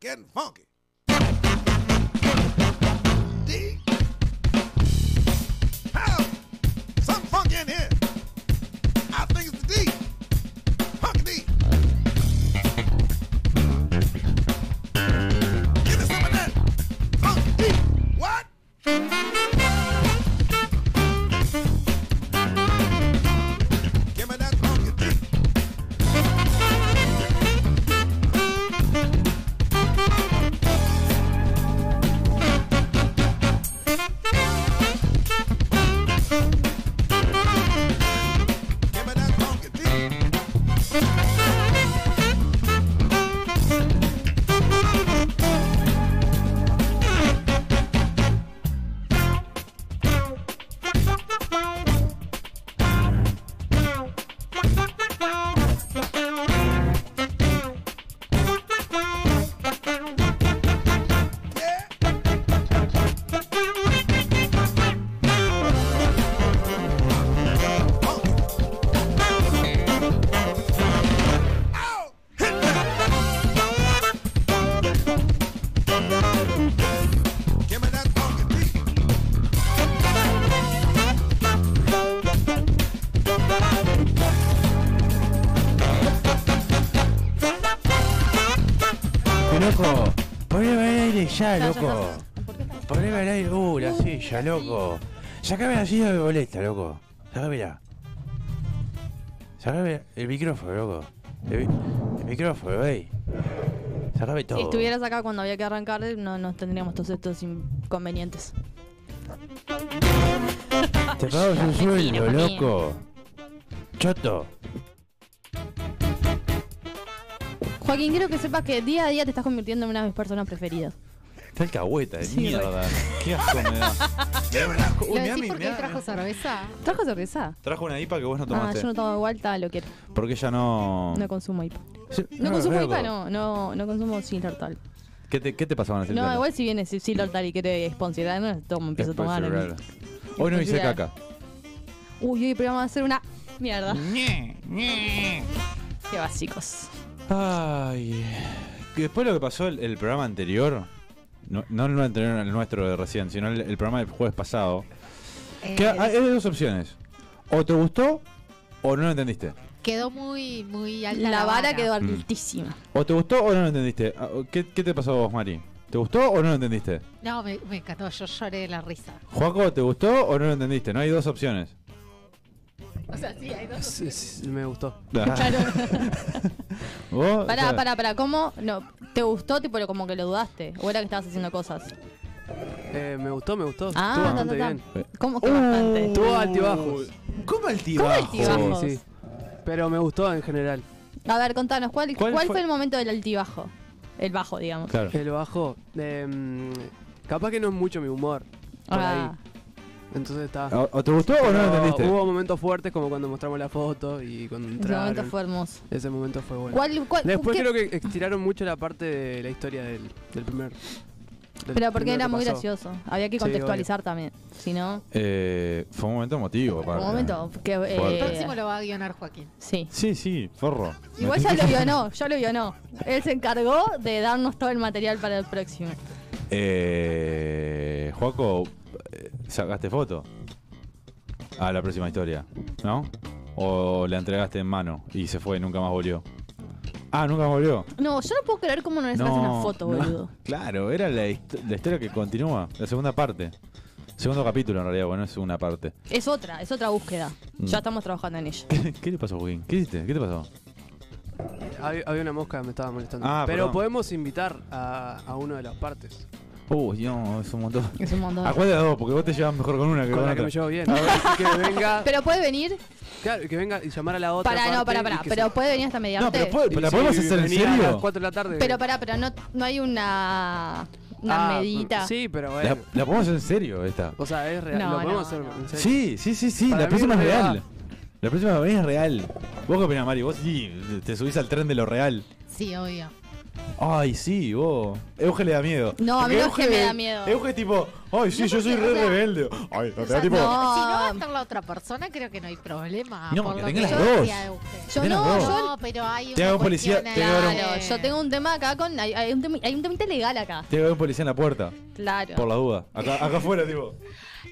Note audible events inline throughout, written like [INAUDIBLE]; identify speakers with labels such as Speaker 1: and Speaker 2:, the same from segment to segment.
Speaker 1: getting funky. D. Have something funky in here. I think it's the D. Funky D. Give me some of that. Funky D. What? Give me that funky D. Give me that funky D. Yeah. Ow! Hit that. Give me that funky beat.
Speaker 2: loco, poneme el aire ya,
Speaker 3: Ya, ya
Speaker 2: loco.
Speaker 3: está. ¿Por qué tan-
Speaker 2: Poneme el aire, uh, la silla, loco. Sácame la silla de boleta, loco. Sácamela. Sácame el micrófono, loco. El, mi- el micrófono, ey. Sácame todo.
Speaker 3: Si estuvieras acá cuando había que arrancar, no, no tendríamos todos estos inconvenientes.
Speaker 2: Te pago un sueldo,
Speaker 3: Mentira,
Speaker 2: loco. Choto.
Speaker 3: Joaquín, quiero que sepas que día a día te estás convirtiendo en una de mis personas preferidas.
Speaker 4: Está alcahueta de
Speaker 3: Sí,
Speaker 4: mierda. Qué asco me da. Uy,
Speaker 5: ¿Lo
Speaker 4: me da
Speaker 5: decís
Speaker 4: mi-
Speaker 5: porque
Speaker 4: me
Speaker 5: él
Speaker 4: da-
Speaker 5: trajo cerveza?
Speaker 3: ¿Trajo cerveza?
Speaker 4: Trajo una IPA que vos no
Speaker 3: Ah,
Speaker 4: tomaste.
Speaker 3: yo no tomo igual, está, lo quiero.
Speaker 4: Porque ella no.
Speaker 3: No consumo IPA.
Speaker 2: Sí,
Speaker 3: No consumo
Speaker 2: loco.
Speaker 3: IPA, no. No, no consumo Silvertal.
Speaker 4: ¿Qué, te, ¿Qué te pasó con el
Speaker 3: No, igual si viene Silvertal y quiere sponsorar, no tomo, empiezo a tomar.
Speaker 4: Hoy no hice
Speaker 3: Especial.
Speaker 4: caca.
Speaker 3: Uy, hoy pero vamos a hacer una mierda. Qué básicos.
Speaker 4: Ay. que Después lo que pasó el, el programa anterior. No, no el anterior, el nuestro de recién, sino el, el programa del jueves pasado.
Speaker 5: Eh,
Speaker 4: Que
Speaker 3: Ah,
Speaker 4: hay, hay dos opciones. O te gustó o no lo entendiste.
Speaker 5: quedó muy, muy alta.
Speaker 3: La, vara quedó
Speaker 4: Mm.
Speaker 3: altísima.
Speaker 4: O te gustó o no lo entendiste. Ah, ¿Qué, qué te pasó a vos, Mari? ¿Te gustó o no lo entendiste?
Speaker 5: No, me, me encantó. Yo lloré de la risa.
Speaker 4: Juaco, ¿te gustó o no lo entendiste? No hay dos opciones.
Speaker 5: O sea, sí, hay dos.
Speaker 6: Sí, sí, me gustó. [LAUGHS] Eh,
Speaker 4: ¿Vos? O
Speaker 3: Pará,
Speaker 4: sea,
Speaker 3: pará, pará, ¿cómo? No, ¿Te gustó, tipo, pero como que lo dudaste? ¿O era que estabas haciendo cosas?
Speaker 6: Eh, me gustó, me gustó.
Speaker 3: Ah,
Speaker 6: Estuvo
Speaker 3: ta,
Speaker 6: bastante
Speaker 3: ta, ta.
Speaker 6: bien.
Speaker 3: ¿Cómo que bastante?
Speaker 6: Tuvo altibajos.
Speaker 4: ¿Cómo
Speaker 3: ¿Cómo
Speaker 4: altibajos?
Speaker 3: altibajos?
Speaker 6: Sí, sí. Pero me gustó en general.
Speaker 3: A ver, contanos, ¿cuál,
Speaker 4: ¿Cuál
Speaker 3: cuál,
Speaker 4: fue-
Speaker 3: fue el momento del altibajo? El bajo, digamos.
Speaker 4: Claro.
Speaker 6: El bajo, eh, capaz que no es mucho mi humor. Por
Speaker 3: Ah,
Speaker 6: ahí. Entonces está.
Speaker 4: ¿O o te gustó o no lo
Speaker 6: Pero
Speaker 4: entendiste?
Speaker 6: Hubo momentos fuertes como cuando mostramos la foto y cuando
Speaker 3: ese
Speaker 6: entraron.
Speaker 3: momento fue hermoso.
Speaker 6: Ese momento fue bueno.
Speaker 3: ¿Cuál, cuál,
Speaker 6: Después
Speaker 3: qué-
Speaker 6: creo que estiraron mucho la parte de la historia del, del primer. del
Speaker 3: Pero porque
Speaker 6: primero
Speaker 3: era
Speaker 6: que
Speaker 3: muy
Speaker 6: pasó.
Speaker 3: gracioso. Había que
Speaker 6: Sí,
Speaker 3: contextualizar también. Si no,
Speaker 4: [LAUGHS] Eh, fue un momento emotivo.
Speaker 3: un
Speaker 4: aparte.
Speaker 3: momento que... eh,
Speaker 4: Fuerte.
Speaker 5: El próximo lo va a guionar Joaquín.
Speaker 3: Sí.
Speaker 4: Sí, sí, forro.
Speaker 3: [LAUGHS] Igual ya lo vionó, ya lo vionó. Él se encargó de darnos todo el material para el próximo.
Speaker 4: Eh, Juaco, eh, ¿sacaste foto? A la próxima historia, ¿no? ¿O la entregaste en mano y se fue, nunca más volvió? Ah, nunca más volvió.
Speaker 3: No, yo no puedo creer cómo no le sacaste una foto,
Speaker 4: no.
Speaker 3: boludo.
Speaker 4: [LAUGHS] Claro, era la, hist- la historia que continúa, la segunda parte. Segundo capítulo en realidad, bueno, es una parte. [LAUGHS]
Speaker 3: Es otra, es otra búsqueda.
Speaker 4: Mm.
Speaker 3: Ya estamos trabajando en ella.
Speaker 4: ¿Qué, qué le pasó, Joaquín? ¿Qué hiciste? ¿Qué te pasó?
Speaker 6: Había, había una mosca que me estaba molestando.
Speaker 4: Ah,
Speaker 6: Pero
Speaker 4: perdón.
Speaker 6: podemos invitar a, a una de las partes.
Speaker 4: Uh, no, es un montón.
Speaker 3: Es un montón.
Speaker 4: Acuérdate de dos, porque vos te llevas mejor con una que con,
Speaker 6: Con la que
Speaker 4: otra.
Speaker 6: me llevo bien. A ver, [LAUGHS] que
Speaker 5: Ah.
Speaker 6: venga.
Speaker 3: Pero puede venir.
Speaker 6: Claro, que venga y llamar a la otra.
Speaker 3: Pará,
Speaker 6: parte
Speaker 3: no, pará,
Speaker 6: y
Speaker 3: pará.
Speaker 6: que
Speaker 3: Pero
Speaker 6: se-
Speaker 3: puede venir hasta mediante.
Speaker 4: No, pero puede-
Speaker 6: y
Speaker 4: ¿la
Speaker 6: si
Speaker 4: podemos hacer en
Speaker 6: venía A
Speaker 4: serio?
Speaker 6: las 4 de la tarde.
Speaker 3: Pero pará, pero no, no hay una. Una
Speaker 6: Ah,
Speaker 3: medita.
Speaker 6: Sí, pero
Speaker 4: La,
Speaker 6: bueno.
Speaker 4: la ponemos en serio esta.
Speaker 6: O sea, es real.
Speaker 3: No,
Speaker 6: lo podemos
Speaker 3: no,
Speaker 6: hacer
Speaker 3: no.
Speaker 6: en serio.
Speaker 4: Sí, sí, sí, sí,
Speaker 6: Para
Speaker 4: la
Speaker 6: mí
Speaker 4: próxima es
Speaker 6: es
Speaker 4: real.
Speaker 6: real.
Speaker 4: La próxima vez es real. Vos qué opinás, Mari, vos sí, te subís al tren de lo real.
Speaker 5: Sí, obvio.
Speaker 4: Ay, sí, vos. Euge le da miedo.
Speaker 3: No, a mí
Speaker 4: Porque
Speaker 3: Euge me da miedo.
Speaker 4: Euge es tipo, ay, sí,
Speaker 5: No,
Speaker 4: yo soy
Speaker 5: porque,
Speaker 4: re
Speaker 5: o sea,
Speaker 4: rebelde. Ay, no
Speaker 5: O
Speaker 4: te da
Speaker 5: sea,
Speaker 4: tipo.
Speaker 3: no.
Speaker 5: Si no va a estar la otra persona, creo que no hay problema.
Speaker 4: No,
Speaker 5: por
Speaker 4: que
Speaker 5: lo
Speaker 4: tenga
Speaker 3: las
Speaker 5: yo
Speaker 4: dos.
Speaker 5: decía de usted.
Speaker 3: Yo
Speaker 4: Ven
Speaker 3: no,
Speaker 4: acá.
Speaker 3: yo
Speaker 5: No, pero hay
Speaker 4: Te
Speaker 5: una
Speaker 4: hago un policía,
Speaker 5: cuestión
Speaker 4: te hago un-
Speaker 5: ahí.
Speaker 3: Claro, yo tengo un tema acá con. Hay, hay un, tema, hay un temita legal acá.
Speaker 4: Tiene que haber un policía en la puerta,
Speaker 3: Claro.
Speaker 4: por la duda. Acá, acá afuera, tipo.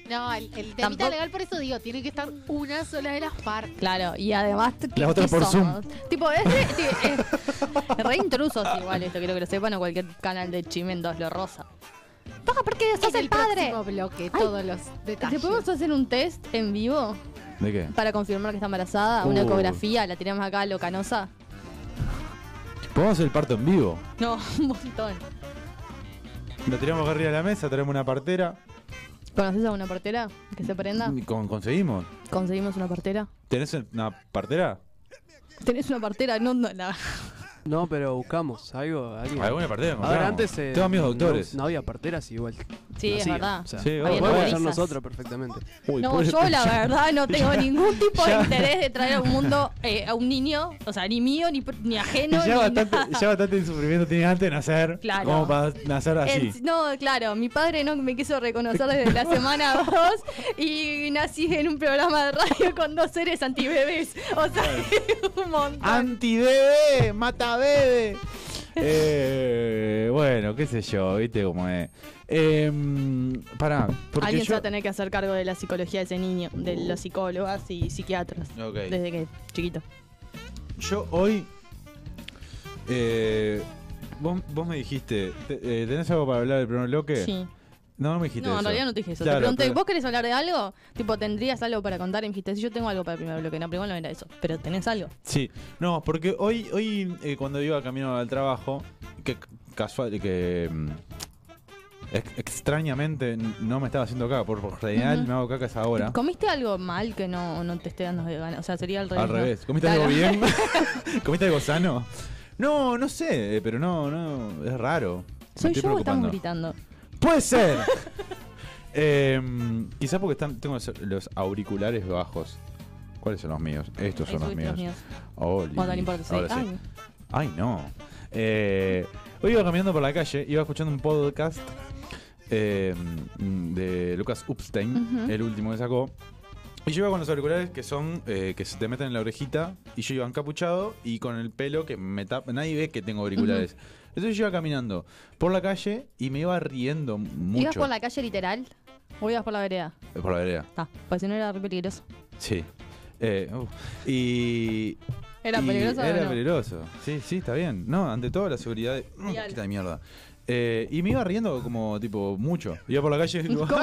Speaker 5: No, el, el temita
Speaker 3: Tampoco-
Speaker 5: legal, por eso digo, tiene que estar una sola de las partes.
Speaker 3: Claro, y además. ¿qué-
Speaker 4: La otra
Speaker 3: qué
Speaker 4: por
Speaker 3: somos? Tipo, es re, ti- es re intrusos igual esto, quiero que lo sepan, o cualquier canal de Chimendos lo rosa. Paja, porque sos
Speaker 5: En
Speaker 3: el, padre.
Speaker 5: próximo bloque, todos los
Speaker 3: ¿Te
Speaker 5: detalles.
Speaker 3: podemos hacer un test en vivo
Speaker 4: ¿De qué?
Speaker 3: para confirmar que está embarazada? Una
Speaker 4: Uh.
Speaker 3: ecografía, la tiramos acá a lo canosa.
Speaker 4: Podemos hacer el parto en vivo.
Speaker 3: No, [LAUGHS] un montón.
Speaker 4: Lo tiramos acá arriba de la mesa, traemos una partera.
Speaker 3: ¿Conoces a una partera que se prenda?
Speaker 4: Con- conseguimos.
Speaker 3: ¿Conseguimos una partera?
Speaker 4: ¿Tenés una partera?
Speaker 3: ¿Tenés una partera? No, no, la-
Speaker 6: No, pero buscamos algo. alguien.
Speaker 4: ¿Alguna partera?
Speaker 6: A ver, antes. eh,
Speaker 4: Tengo amigos
Speaker 6: no-
Speaker 4: doctores.
Speaker 6: No, había parteras igual.
Speaker 3: Sí, es
Speaker 6: nacían,
Speaker 3: verdad.
Speaker 6: o sea,
Speaker 4: Sí,
Speaker 6: lo
Speaker 4: obvio.
Speaker 6: podemos hacer
Speaker 3: Nodrizas.
Speaker 6: nosotros perfectamente.
Speaker 4: Uy,
Speaker 3: No,
Speaker 4: pobre-
Speaker 3: yo
Speaker 4: [LAUGHS]
Speaker 3: la
Speaker 4: ya-
Speaker 3: verdad no tengo
Speaker 4: [LAUGHS]
Speaker 3: ningún tipo
Speaker 4: ya-
Speaker 3: de interés de traer a un mundo, eh, a un niño, o sea, ni mío, ni, pr- ni ajeno,
Speaker 4: Ya
Speaker 3: ni [LAUGHS]
Speaker 4: bastante,
Speaker 3: nada.
Speaker 4: ya bastante sufrimiento tienes antes de nacer.
Speaker 3: Claro.
Speaker 4: Como para nacer así.
Speaker 3: El- no, claro, mi padre no me quiso reconocer desde la
Speaker 4: [LAUGHS]
Speaker 3: semana 2 y nací en un programa de radio con dos seres antibebés. O sea, un montón.
Speaker 4: Anti-bebé, mata bebé. Eh, bueno, qué sé yo, viste cómo es. Em, pará, porque
Speaker 3: Alguien se
Speaker 4: yo... Uh.
Speaker 3: va a tener que hacer cargo de la psicología de ese niño, de los psicólogas y psiquiatras,
Speaker 4: Ok.
Speaker 3: desde que chiquito.
Speaker 4: Yo hoy... eh, vos, vos me dijiste, te- eh, ¿tenés algo para hablar del primer bloque?
Speaker 3: Sí.
Speaker 4: No, no me dijiste
Speaker 3: No, en
Speaker 4: eso.
Speaker 3: realidad no te dije eso.
Speaker 4: Claro,
Speaker 3: te pregunté,
Speaker 4: pero-
Speaker 3: ¿vos querés hablar de algo? Tipo, ¿tendrías algo para contar? Y me dijiste, sí, yo tengo algo para el primer bloque. No, primero no era eso. Pero tenés algo.
Speaker 4: Sí, no, porque hoy, hoy eh, cuando iba camino al trabajo, que c- casual, que mm, ex- extrañamente n- no me estaba haciendo caca, por, por general
Speaker 3: Ujú.
Speaker 4: me hago caca ahora.
Speaker 3: ¿Comiste algo mal que no, no te esté dando ganas? O sea, sería al revés.
Speaker 4: Al
Speaker 3: ¿no?
Speaker 4: revés, ¿comiste
Speaker 3: Claro.
Speaker 4: algo
Speaker 3: [LAUGHS]
Speaker 4: bien? ¿Comiste algo sano? No, no sé, eh, pero no, no, es raro. Me
Speaker 3: ¿Soy
Speaker 4: estoy
Speaker 3: yo o estamos
Speaker 4: preocupando.
Speaker 3: gritando?
Speaker 4: ¡Puede ser! Em, quizás porque están, tengo los, los auriculares bajos. ¿Cuáles son los míos? Estos son
Speaker 3: Ahí
Speaker 4: los
Speaker 3: subiste
Speaker 4: míos. Oli.
Speaker 3: Bueno, no importa. sí.
Speaker 4: Ahora sí.
Speaker 3: Ay,
Speaker 4: Ay, no. Eh, hoy iba caminando por la calle, iba escuchando un podcast eh, mm, de Lucas Upstein,
Speaker 3: Ujú.
Speaker 4: el último que sacó. Y yo iba con los auriculares que son, eh, que se te meten en la orejita, y yo iba encapuchado y con el pelo que me tapa, nadie ve que tengo auriculares. Entonces yo iba caminando por la calle y me iba riendo mucho.
Speaker 3: [LAUGHS] ¿Ibas por la calle literal o ibas por la vereda?
Speaker 4: Eh, por la vereda,
Speaker 3: Está, pues si no era re peligroso.
Speaker 4: sí. Eh, uh, y
Speaker 3: ¿Era
Speaker 4: y
Speaker 3: peligroso
Speaker 4: Era
Speaker 3: o no?
Speaker 4: peligroso. Sí, sí, está bien. No, ante todo la seguridad. de-
Speaker 3: Real.
Speaker 4: Quita de mierda. Eh, y me iba riendo como, tipo, mucho. Iba por la calle. "Ah,
Speaker 3: ¿Cómo que?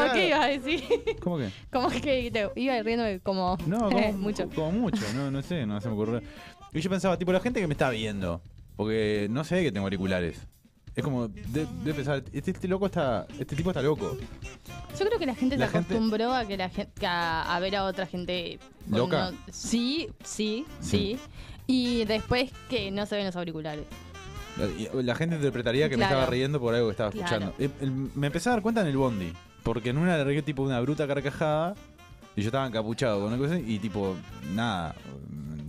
Speaker 3: ¿Cómo que ibas a decir? [LAUGHS]
Speaker 4: ¿Cómo que?
Speaker 3: ¿Cómo que te iba riendo como
Speaker 4: No, como
Speaker 3: mucho?
Speaker 4: Como mucho, no, no sé, no se me ocurrió. Y yo pensaba, tipo, la gente que me está viendo. Porque no sé que tengo auriculares. Es como, de, de pensar, este, este loco está. Este tipo está loco.
Speaker 3: [LAUGHS] Yo creo que la gente
Speaker 4: La
Speaker 3: se
Speaker 4: gente-
Speaker 3: acostumbró a que la gente a, a ver a otra gente con
Speaker 4: ¿Loca?
Speaker 3: uno- Sí, sí,
Speaker 4: Sí.
Speaker 3: sí. Y después que no se ven los auriculares.
Speaker 4: Y La gente interpretaría que
Speaker 3: Claro.
Speaker 4: me estaba riendo por algo que estaba
Speaker 3: Claro.
Speaker 4: escuchando. Eh, el- me empecé a dar cuenta en el bondi, porque en una le regué tipo una bruta carcajada y yo estaba encapuchado con una cosa y tipo, nada,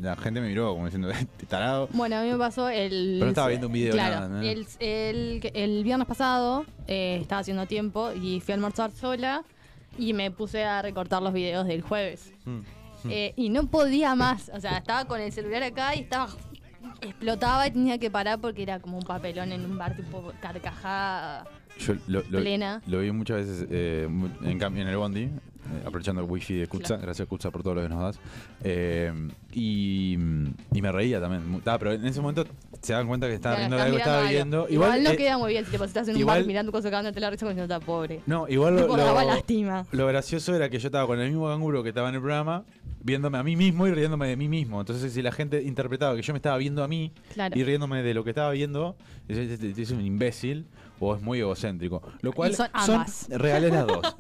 Speaker 4: la gente me miró como diciendo, [LAUGHS] "Este tarado.
Speaker 3: Bueno, a mí me pasó el.
Speaker 4: Pero estaba viendo un video,
Speaker 3: Claro.
Speaker 4: nada, ¿no?
Speaker 3: El, el- el viernes pasado eh, estaba haciendo tiempo y fui a almorzar sola y me puse a recortar los videos del jueves.
Speaker 4: Mm.
Speaker 3: Eh, y no podía más. O sea, estaba con el celular acá y estaba. Explotaba y tenía que parar porque era como un papelón en un bar, tipo carcajada.
Speaker 4: Yo lo, lo-
Speaker 3: Plena.
Speaker 4: lo vi muchas veces eh, mu- en, cam- en el bondi, eh, aprovechando el wifi de Kutza.
Speaker 3: Claro.
Speaker 4: Gracias, Kutza, por todo lo que nos das. Eh, y, y me reía también. mu- Ah, pero en ese momento se dan cuenta que estaba
Speaker 3: Claro,
Speaker 4: riendo de
Speaker 3: estás
Speaker 4: algo que estaba viendo.
Speaker 3: mirando algo. Igual, no
Speaker 4: eh,
Speaker 3: queda muy bien si te pasas en un
Speaker 4: igual-
Speaker 3: bar mirando cosas cagándote la risa con está pobre.
Speaker 4: No, igual lo,
Speaker 3: Tipo, daba
Speaker 4: lo-
Speaker 3: lástima.
Speaker 4: Lo gracioso era que yo estaba con el mismo canguro que estaba en el programa, viéndome a mí mismo y riéndome de mí mismo. Entonces, si la gente interpretaba que yo me estaba viendo a mí
Speaker 3: Claro.
Speaker 4: y riéndome de lo que estaba viendo, es, es- este es- es un imbécil o es muy egocéntrico. Lo cual
Speaker 3: Y son
Speaker 4: son,
Speaker 3: ambas.
Speaker 4: reales las
Speaker 3: [LAUGHS]
Speaker 4: dos.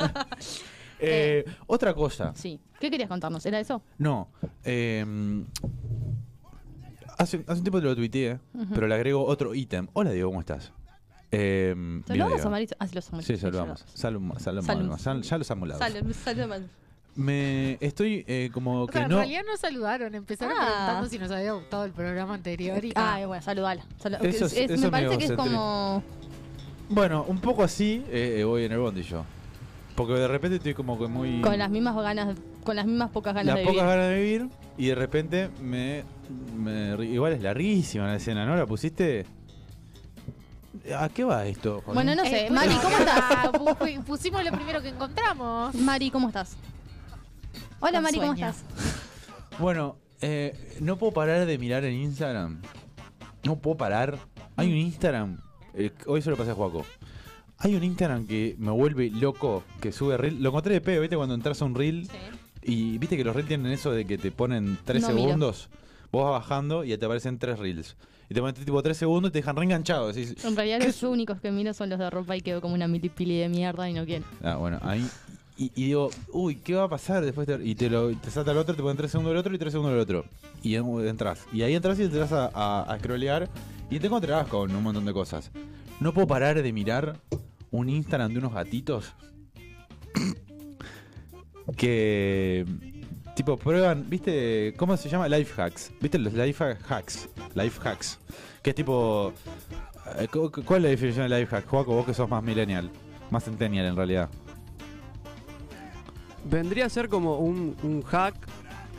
Speaker 4: Eh, otra cosa,
Speaker 3: Sí. ¿Qué querías contarnos? ¿Era eso?
Speaker 4: no. eh, hace, hace un tiempo te lo tuiteé, pero le agrego otro ítem. Hola, Diego, ¿cómo estás? Eh, bien,
Speaker 3: ¿Saludamos
Speaker 4: Diego.
Speaker 3: a Marito? Ah, sí, lo saludamos.
Speaker 4: Sí, saludamos. Salum- salum-
Speaker 3: Salum-
Speaker 4: sal- ya los amulados.
Speaker 3: Salud, salud,
Speaker 4: Me- me estoy eh, como
Speaker 5: O
Speaker 4: que
Speaker 5: sea, en
Speaker 4: no.
Speaker 5: realidad nos saludaron, empezaron
Speaker 3: Ah.
Speaker 5: preguntando si nos había gustado el programa anterior y
Speaker 3: Ah, bueno, saludala. Salu-
Speaker 4: Eso es-
Speaker 3: es- es-
Speaker 4: eso
Speaker 3: me
Speaker 4: me
Speaker 3: parece que es
Speaker 4: egocéntrico.
Speaker 3: como.
Speaker 4: Bueno, un poco así eh, eh, voy en el bondi yo. Porque de repente estoy como que muy.
Speaker 3: Con las mismas ganas, con las mismas pocas ganas
Speaker 4: las
Speaker 3: de
Speaker 4: pocas
Speaker 3: vivir.
Speaker 4: ganas de vivir. Y de repente me, me ri- Igual es larguísima la escena, ¿no? ¿La pusiste? ¿A qué va esto? Joaquín?
Speaker 3: Bueno, no
Speaker 5: Eh,
Speaker 3: sé.
Speaker 5: pues,
Speaker 3: Mari, ¿cómo estás?
Speaker 5: ah, bu- Pusimos lo primero que encontramos.
Speaker 3: Mari, ¿cómo estás? Hola,
Speaker 5: Con
Speaker 3: Mari, ¿cómo
Speaker 5: sueño.
Speaker 3: estás?
Speaker 4: Bueno, eh, no puedo parar de mirar en Instagram. No puedo parar. Hay un Instagram. eh, hoy se lo pasé a Juaco. Hay un Instagram que me vuelve loco, que sube reel. Lo encontré de pedo, ¿viste? Cuando entras a un reel y viste que los reels tienen eso de que te ponen 3
Speaker 3: No miro.
Speaker 4: segundos. Vos vas bajando y te aparecen 3 reels. Y te ponen tipo 3 segundos y te dejan reenganchado. Decís,
Speaker 3: En realidad, los únicos que miro son los de ropa y quedo como una milipili de mierda y no quiero.
Speaker 4: Ah, bueno, ahí. Y, y digo, uy, ¿qué va a pasar después? de- y te lo te salta el otro, te ponen 3 segundos el otro y 3 segundos el otro. Y en- entras. Y ahí entras y entras a, a, a scrollear y te encontrarás con un montón de cosas. No puedo parar de mirar un Instagram de unos gatitos que. Tipo, prueban, ¿viste? ¿Cómo se llama? Life hacks. ¿Viste los life ha- hacks? Life hacks. Que es tipo. eh, cu- cu- ¿Cuál es la definición de life hack? Juaco, vos que sos más millennial. Más centennial en realidad.
Speaker 6: Vendría a ser como un, un hack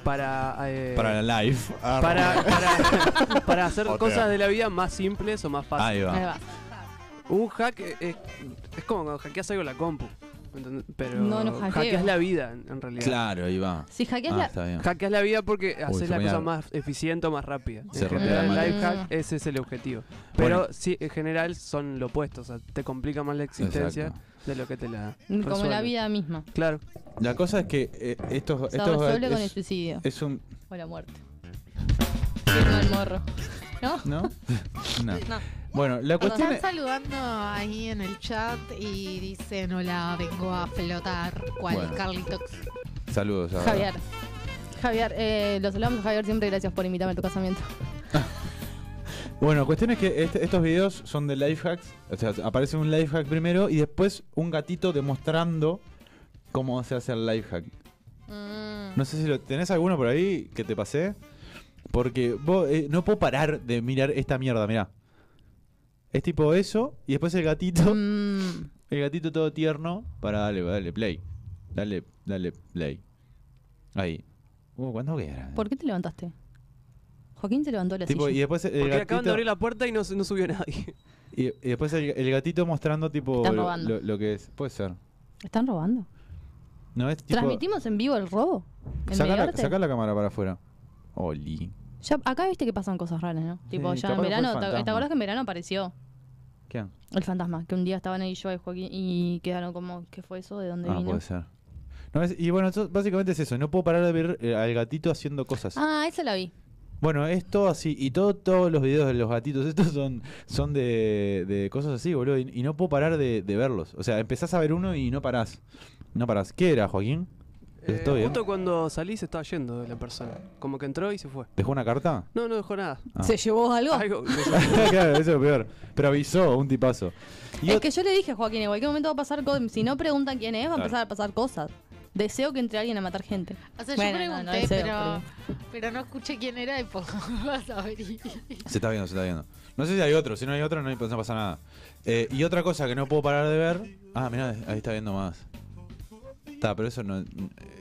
Speaker 6: para. eh,
Speaker 4: Para la live.
Speaker 6: para,
Speaker 4: [LAUGHS]
Speaker 6: para- para hacer
Speaker 1: Otea.
Speaker 6: cosas de la vida más simples o más fáciles.
Speaker 4: Ahí
Speaker 3: Ahí
Speaker 4: va.
Speaker 3: va.
Speaker 6: Un hack es, es- es como cuando hackeas algo en la compu. ¿entendés? Pero
Speaker 3: No, no hackeo.
Speaker 6: hackeas la vida, en en realidad.
Speaker 4: Claro, ahí va.
Speaker 3: Si hackeas
Speaker 4: Ah,
Speaker 3: la.
Speaker 4: está bien.
Speaker 6: Hackeas la vida porque haces
Speaker 4: se
Speaker 6: la
Speaker 4: me
Speaker 6: cosa
Speaker 4: ar-
Speaker 6: más eficiente o más rápida.
Speaker 4: Se
Speaker 6: en
Speaker 4: rompió
Speaker 6: general,
Speaker 4: la
Speaker 6: el
Speaker 3: madre.
Speaker 6: life hack, ese es el objetivo. Pero
Speaker 4: Bueno.
Speaker 6: sí, en general son lo opuesto. O sea, te complica más la existencia
Speaker 4: Exacto.
Speaker 6: de lo que te la.
Speaker 3: Como la
Speaker 6: resuelve.
Speaker 3: vida misma.
Speaker 6: Claro.
Speaker 4: La cosa es que eh, estos,
Speaker 3: Se
Speaker 4: estos
Speaker 3: resuelve con el
Speaker 4: es,
Speaker 3: suicidio
Speaker 4: es un
Speaker 3: o la muerte. Firma el morro. ¿No?
Speaker 4: ¿no? no. Bueno, la
Speaker 5: Nos
Speaker 4: cuestión
Speaker 5: están
Speaker 4: es
Speaker 5: saludando ahí en el chat y dicen hola, vengo a flotar. ¿Cuál
Speaker 4: Bueno.
Speaker 5: Carlitos?
Speaker 4: saludos a
Speaker 3: Javier. Javier, eh, los hablamos, Javier, siempre gracias por invitarme a tu casamiento.
Speaker 4: Bueno, cuestión es que este- estos videos son de life hacks, o sea, aparece un life hack primero y después un gatito demostrando cómo se hace el life hack.
Speaker 3: Mm.
Speaker 4: No sé si lo tenés alguno por ahí que te pasé. Porque vos, eh, no puedo parar de mirar esta mierda, mirá. Es tipo eso, y después el gatito,
Speaker 3: Mm.
Speaker 4: el gatito todo tierno, para dale, dale, play. Dale, dale, play. Ahí. Uh, ¿cuándo queda?
Speaker 3: ¿Por qué te levantaste? Joaquín se levantó de la
Speaker 4: Tipo, y
Speaker 3: silla.
Speaker 4: después el
Speaker 6: Porque acaban de
Speaker 4: gatito,
Speaker 6: abrir la puerta y no, no subió nadie.
Speaker 4: y, y después el, el gatito mostrando tipo
Speaker 3: Están
Speaker 4: lo,
Speaker 3: robando.
Speaker 4: lo- lo que es. Puede ser.
Speaker 3: ¿Están robando?
Speaker 4: No es tipo.
Speaker 3: ¿Transmitimos en vivo el robo? ¿En
Speaker 4: Sacá la,
Speaker 3: Megarte?
Speaker 4: sacá la cámara para afuera. Oli.
Speaker 3: Ya, acá viste que pasan cosas raras, ¿no? Tipo,
Speaker 4: Sí,
Speaker 3: ya
Speaker 4: capaz que fue
Speaker 3: en
Speaker 4: el
Speaker 3: verano, ¿te,
Speaker 4: fantasma.
Speaker 3: te acordás que en verano apareció
Speaker 4: ¿Qué?
Speaker 3: el fantasma? Que un día estaban ahí yo y Joaquín y quedaron como, ¿qué fue eso? ¿De dónde
Speaker 4: Ah,
Speaker 3: vino?
Speaker 4: puede ser. No, es- y bueno, eso- básicamente es eso. No puedo parar de ver eh, al gatito haciendo cosas.
Speaker 3: Ah, esa la vi.
Speaker 4: Bueno, es todo así. Y todo, todos los videos de los gatitos, estos son, son de, de cosas así, boludo. Y, y no puedo parar de, de verlos. O sea, empezás a ver uno y no parás. No parás. ¿Qué era, Joaquín? ¿Está
Speaker 6: Eh,
Speaker 4: bien?
Speaker 6: justo cuando salí se estaba yendo la persona. Como que entró y se fue.
Speaker 4: ¿Dejó una carta? [LAUGHS]
Speaker 6: No, no dejó nada.
Speaker 4: Ah.
Speaker 3: ¿Se llevó algo?
Speaker 6: Algo-
Speaker 4: claro, eso es lo peor. Pero avisó, un tipazo. Y
Speaker 3: es
Speaker 4: ot-
Speaker 3: que yo le dije a Joaquín, en cualquier momento va a pasar cosas. Si no preguntan quién es, va a
Speaker 4: Claro.
Speaker 3: empezar a pasar cosas. Deseo que entre alguien a matar gente.
Speaker 5: O sea,
Speaker 3: Bueno,
Speaker 5: yo
Speaker 3: no,
Speaker 5: pregunté,
Speaker 3: no deseo,
Speaker 5: pero, pero no escuché quién era y pues [LAUGHS] vas a abrir.
Speaker 4: Se está viendo, se está viendo. No sé si hay otro. Si no hay otro, no, hay- pues no pasa nada. Eh, y otra cosa que no puedo parar de ver. Ah, mirá, ahí está viendo más. Está, pero eso no.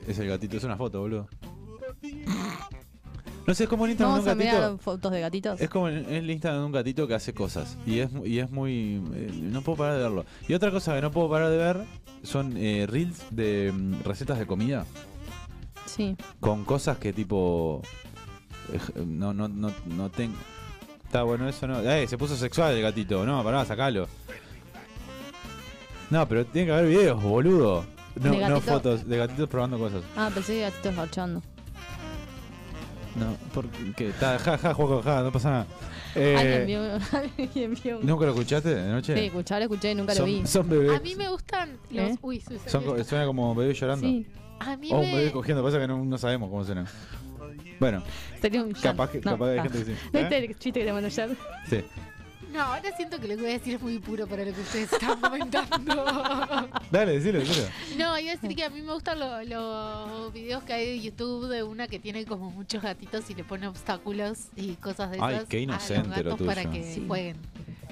Speaker 4: Es el gatito, es una foto, boludo. No sé, es como un Instagram
Speaker 3: Vamos
Speaker 4: de
Speaker 3: a
Speaker 4: un gatito.
Speaker 3: mirar fotos de gatitos.
Speaker 4: Es como el, el Instagram de un gatito que hace cosas. Y es, mu- y es muy. eh, no puedo parar de verlo. Y otra cosa que no puedo parar de ver son eh, reels de mm, recetas de comida.
Speaker 3: Sí.
Speaker 4: Con cosas que tipo. eh, No, no, no, no tengo. Está bueno, eso no. Eh, se puso sexual el gatito. No, pará, sacalo. No, pero tiene que haber videos, boludo. No,
Speaker 3: De
Speaker 4: no
Speaker 3: gatito.
Speaker 4: fotos de gatitos probando cosas.
Speaker 3: Ah, pensé que gatitos marchando.
Speaker 4: No, porque. Está, ja, ja, juego, ja, no pasa nada. Eh,
Speaker 3: alguien vio, [LAUGHS] alguien vio un-
Speaker 4: ¿Nunca lo escuchaste de noche?
Speaker 3: Sí, escuchar, lo escuché y nunca lo
Speaker 4: son,
Speaker 3: vi.
Speaker 4: son bebés.
Speaker 5: A mí me gustan los...
Speaker 3: ¿Eh?
Speaker 5: Uy, sucedió
Speaker 4: Son co-
Speaker 5: esto.
Speaker 4: suena como bebé llorando.
Speaker 3: Sí,
Speaker 5: A mí
Speaker 4: O un bebé
Speaker 5: me...
Speaker 4: cogiendo, pasa que no, no sabemos cómo suena. Bueno,
Speaker 3: sería un
Speaker 4: capaz que,
Speaker 3: llanto. No,
Speaker 4: capaz hay
Speaker 3: está.
Speaker 4: gente que sí.
Speaker 3: ¿No
Speaker 4: ¿Eh?
Speaker 3: viste el chiste que te mandó ayer?
Speaker 4: Sí.
Speaker 5: No, ahora siento que lo que voy a decir es muy puro para lo que ustedes
Speaker 3: [LAUGHS]
Speaker 5: están comentando.
Speaker 4: Dale, decilo, decilo.
Speaker 5: No, iba a decir que a mí me gustan lo- los videos que hay de YouTube de una que tiene como muchos gatitos y le pone obstáculos y cosas de
Speaker 4: Ay,
Speaker 5: esas
Speaker 4: qué
Speaker 5: a los
Speaker 4: inocente lo
Speaker 5: gatos para
Speaker 4: tuyo.
Speaker 5: que
Speaker 3: Sí.
Speaker 5: jueguen.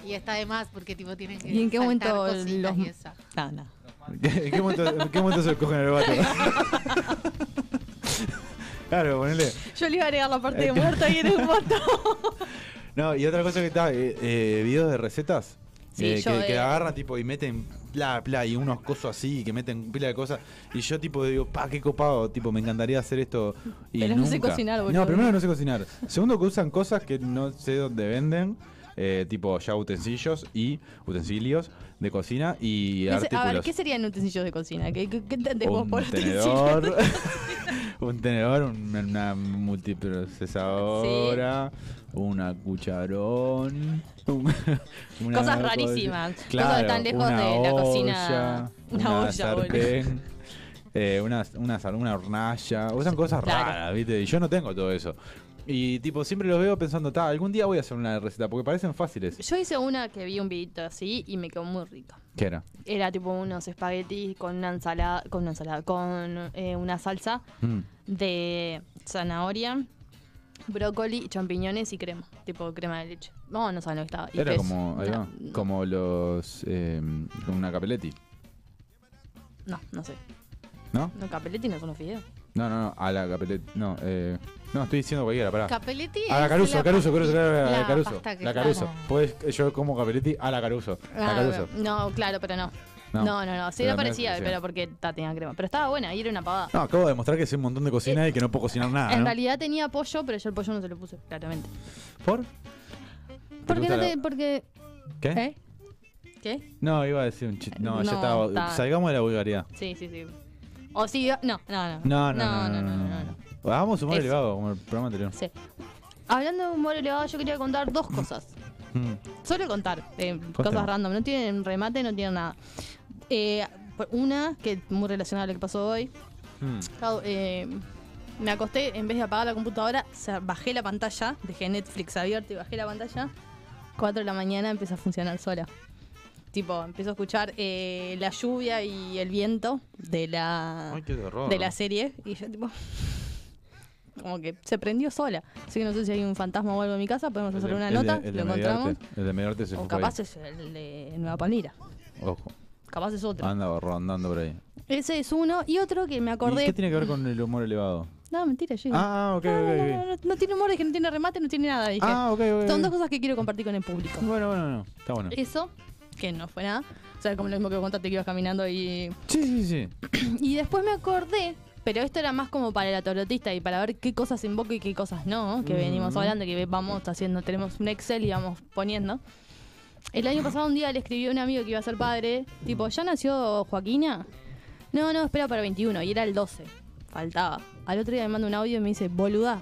Speaker 5: Y está de más porque tipo tienen que
Speaker 3: ¿Y en qué
Speaker 5: saltar
Speaker 3: momento
Speaker 5: cositas
Speaker 3: los-
Speaker 5: y esas.
Speaker 7: No, no.
Speaker 4: ¿En [LAUGHS] qué momento, en qué momento se cogen el vato? claro, ponele.
Speaker 3: Yo le iba a agregar la parte de
Speaker 4: Este
Speaker 3: muerta
Speaker 4: [LAUGHS]
Speaker 3: y en un montón.
Speaker 4: No, y otra cosa que está, eh, eh, videos de recetas.
Speaker 3: Sí,
Speaker 4: eh,
Speaker 3: yo,
Speaker 4: que, que
Speaker 3: eh,
Speaker 4: agarran tipo y meten bla bla y unos cosos así y que meten pila de cosas y yo tipo digo pa qué copado tipo me encantaría hacer esto y
Speaker 3: Pero no sé
Speaker 4: nunca.
Speaker 3: cocinar, boludo.
Speaker 4: no primero no sé cocinar segundo que usan cosas que no sé dónde venden eh, tipo ya utensilios y utensilios de cocina y
Speaker 3: No sé,
Speaker 4: artículos
Speaker 3: a ver, ¿qué serían utensilios de cocina? ¿Qué, qué, qué entendés vos
Speaker 4: un
Speaker 3: por [LAUGHS] utensilios?
Speaker 4: tenedor, [LAUGHS] un tenedor, un- una multiprocesadora, una cucharón, [LAUGHS] un- una
Speaker 3: Cosas
Speaker 4: cosa-
Speaker 3: rarísimas.
Speaker 4: claro,
Speaker 3: cosas tan lejos
Speaker 4: una
Speaker 3: de la
Speaker 4: olla,
Speaker 3: cocina. Una,
Speaker 4: una
Speaker 3: olla, boludo.
Speaker 4: sartén, eh, una, una, sal- una hornalla, usan cosas
Speaker 3: claro.
Speaker 4: raras, ¿viste? Y yo no tengo todo eso. Y tipo, siempre los veo pensando, "Ta, algún día voy a hacer una receta, porque parecen fáciles.
Speaker 3: Yo hice una que vi un videito así y me quedó muy rica.
Speaker 4: ¿Qué era?
Speaker 3: Era tipo unos espaguetis con una ensalada, con una ensalada, con eh, una salsa
Speaker 4: Mm.
Speaker 3: de zanahoria, brócoli, champiñones y crema, tipo crema de leche. No, no saben lo que estaba. Y
Speaker 4: Era
Speaker 3: queso.
Speaker 4: como, ahí
Speaker 3: no,
Speaker 4: va, como los, eh, como una capelletti,
Speaker 3: No, no sé.
Speaker 4: ¿no?
Speaker 3: No, capeletti no son los fideos.
Speaker 4: No, no, no, a la Capelletti. No, eh, no, estoy diciendo cualquiera, pará.
Speaker 5: Capelletti
Speaker 4: a la
Speaker 5: es
Speaker 4: Caruso,
Speaker 5: la
Speaker 4: Caruso,
Speaker 5: pasti-
Speaker 4: Caruso, Caruso, la Caruso.
Speaker 5: pasta que
Speaker 4: La
Speaker 5: está
Speaker 4: Caruso.
Speaker 5: como-
Speaker 4: Pues yo como Capelletti a la Caruso. La
Speaker 3: Ah,
Speaker 4: Caruso.
Speaker 3: No, claro, pero no. No, no, no. Sí,
Speaker 4: Pero
Speaker 3: era
Speaker 4: no es
Speaker 3: parecida,
Speaker 4: que sea.
Speaker 3: pero porque ta, tenía crema. Pero estaba buena y era una pavada.
Speaker 4: No, acabo de demostrar que sé un montón de cocina y que no puedo cocinar nada,
Speaker 3: en
Speaker 4: Ah, ¿no?
Speaker 3: realidad tenía pollo, pero yo el pollo no se lo puse, claramente.
Speaker 4: ¿Por?
Speaker 3: Porque
Speaker 4: gusta
Speaker 3: no
Speaker 4: la-
Speaker 3: te. Porque.
Speaker 4: ¿Qué?
Speaker 3: ¿Eh? ¿Qué?
Speaker 4: No, iba a decir un chiste. No,
Speaker 3: No,
Speaker 4: ya estaba.
Speaker 3: está.
Speaker 4: Salgamos de la vulgaridad.
Speaker 3: Sí, sí, sí. O sí, no, no, no.
Speaker 4: ah. No, no, no, no, no. no, no. Vamos a sumar
Speaker 3: Eso.
Speaker 4: elevado como el programa anterior.
Speaker 3: Sí. Hablando de humor elevado, yo quería contar dos cosas.
Speaker 4: Mm.
Speaker 3: Solo contar eh, cosas random. No tienen remate, no tienen nada. Eh, una que es muy relacionada a lo que pasó hoy.
Speaker 4: Mm.
Speaker 3: Claro, eh, me acosté, en vez de apagar la computadora, o sea, bajé la pantalla, dejé Netflix abierto y bajé la pantalla. 4 de la mañana empezó a funcionar sola. Tipo, empiezo a escuchar eh, la lluvia y el viento de la,
Speaker 4: Ay, qué horror.
Speaker 3: de la serie. Y yo, tipo, como que se prendió sola. Así que no sé si hay un fantasma o algo en mi casa, podemos
Speaker 4: El de-
Speaker 3: hacer una
Speaker 4: el de-
Speaker 3: nota,
Speaker 4: el de
Speaker 3: lo
Speaker 4: Mediarte.
Speaker 3: encontramos.
Speaker 4: El de Mediarte se
Speaker 3: O
Speaker 4: fue. por
Speaker 3: capaz es el de Nueva Palmira.
Speaker 4: ahí. Ojo,
Speaker 3: Capaz es otro.
Speaker 4: anda rondando por ahí.
Speaker 3: Ese es uno. Y otro que me
Speaker 4: Ah. ¿Y
Speaker 3: acordé.
Speaker 4: qué tiene que ver con el humor elevado?
Speaker 3: No, mentira, yo
Speaker 4: Ah, ok, ok,
Speaker 3: No, no,
Speaker 4: ok.
Speaker 3: no, no, no tiene humor, que no tiene remate, no tiene nada. Dije.
Speaker 4: Ah, ok, ok.
Speaker 3: Son
Speaker 4: ok.
Speaker 3: dos cosas que quiero compartir con el público.
Speaker 4: Bueno, bueno, no. Está bueno.
Speaker 3: Eso, que no fue nada. O sea, como lo mismo que contaste que ibas caminando y.
Speaker 4: Sí, sí, sí.
Speaker 3: [CLEARS THROAT] Y después me acordé, pero esto era más como para el atorotista y para ver qué cosas invoco y qué cosas no, que venimos hablando, que vamos haciendo, tenemos un Excel y vamos poniendo. El año pasado un día le escribí a un amigo que iba a ser padre, tipo, ¿ya nació Joaquina? No, no, espera para 21, y era el 12, faltaba. Al otro día me manda un audio y me dice, boluda,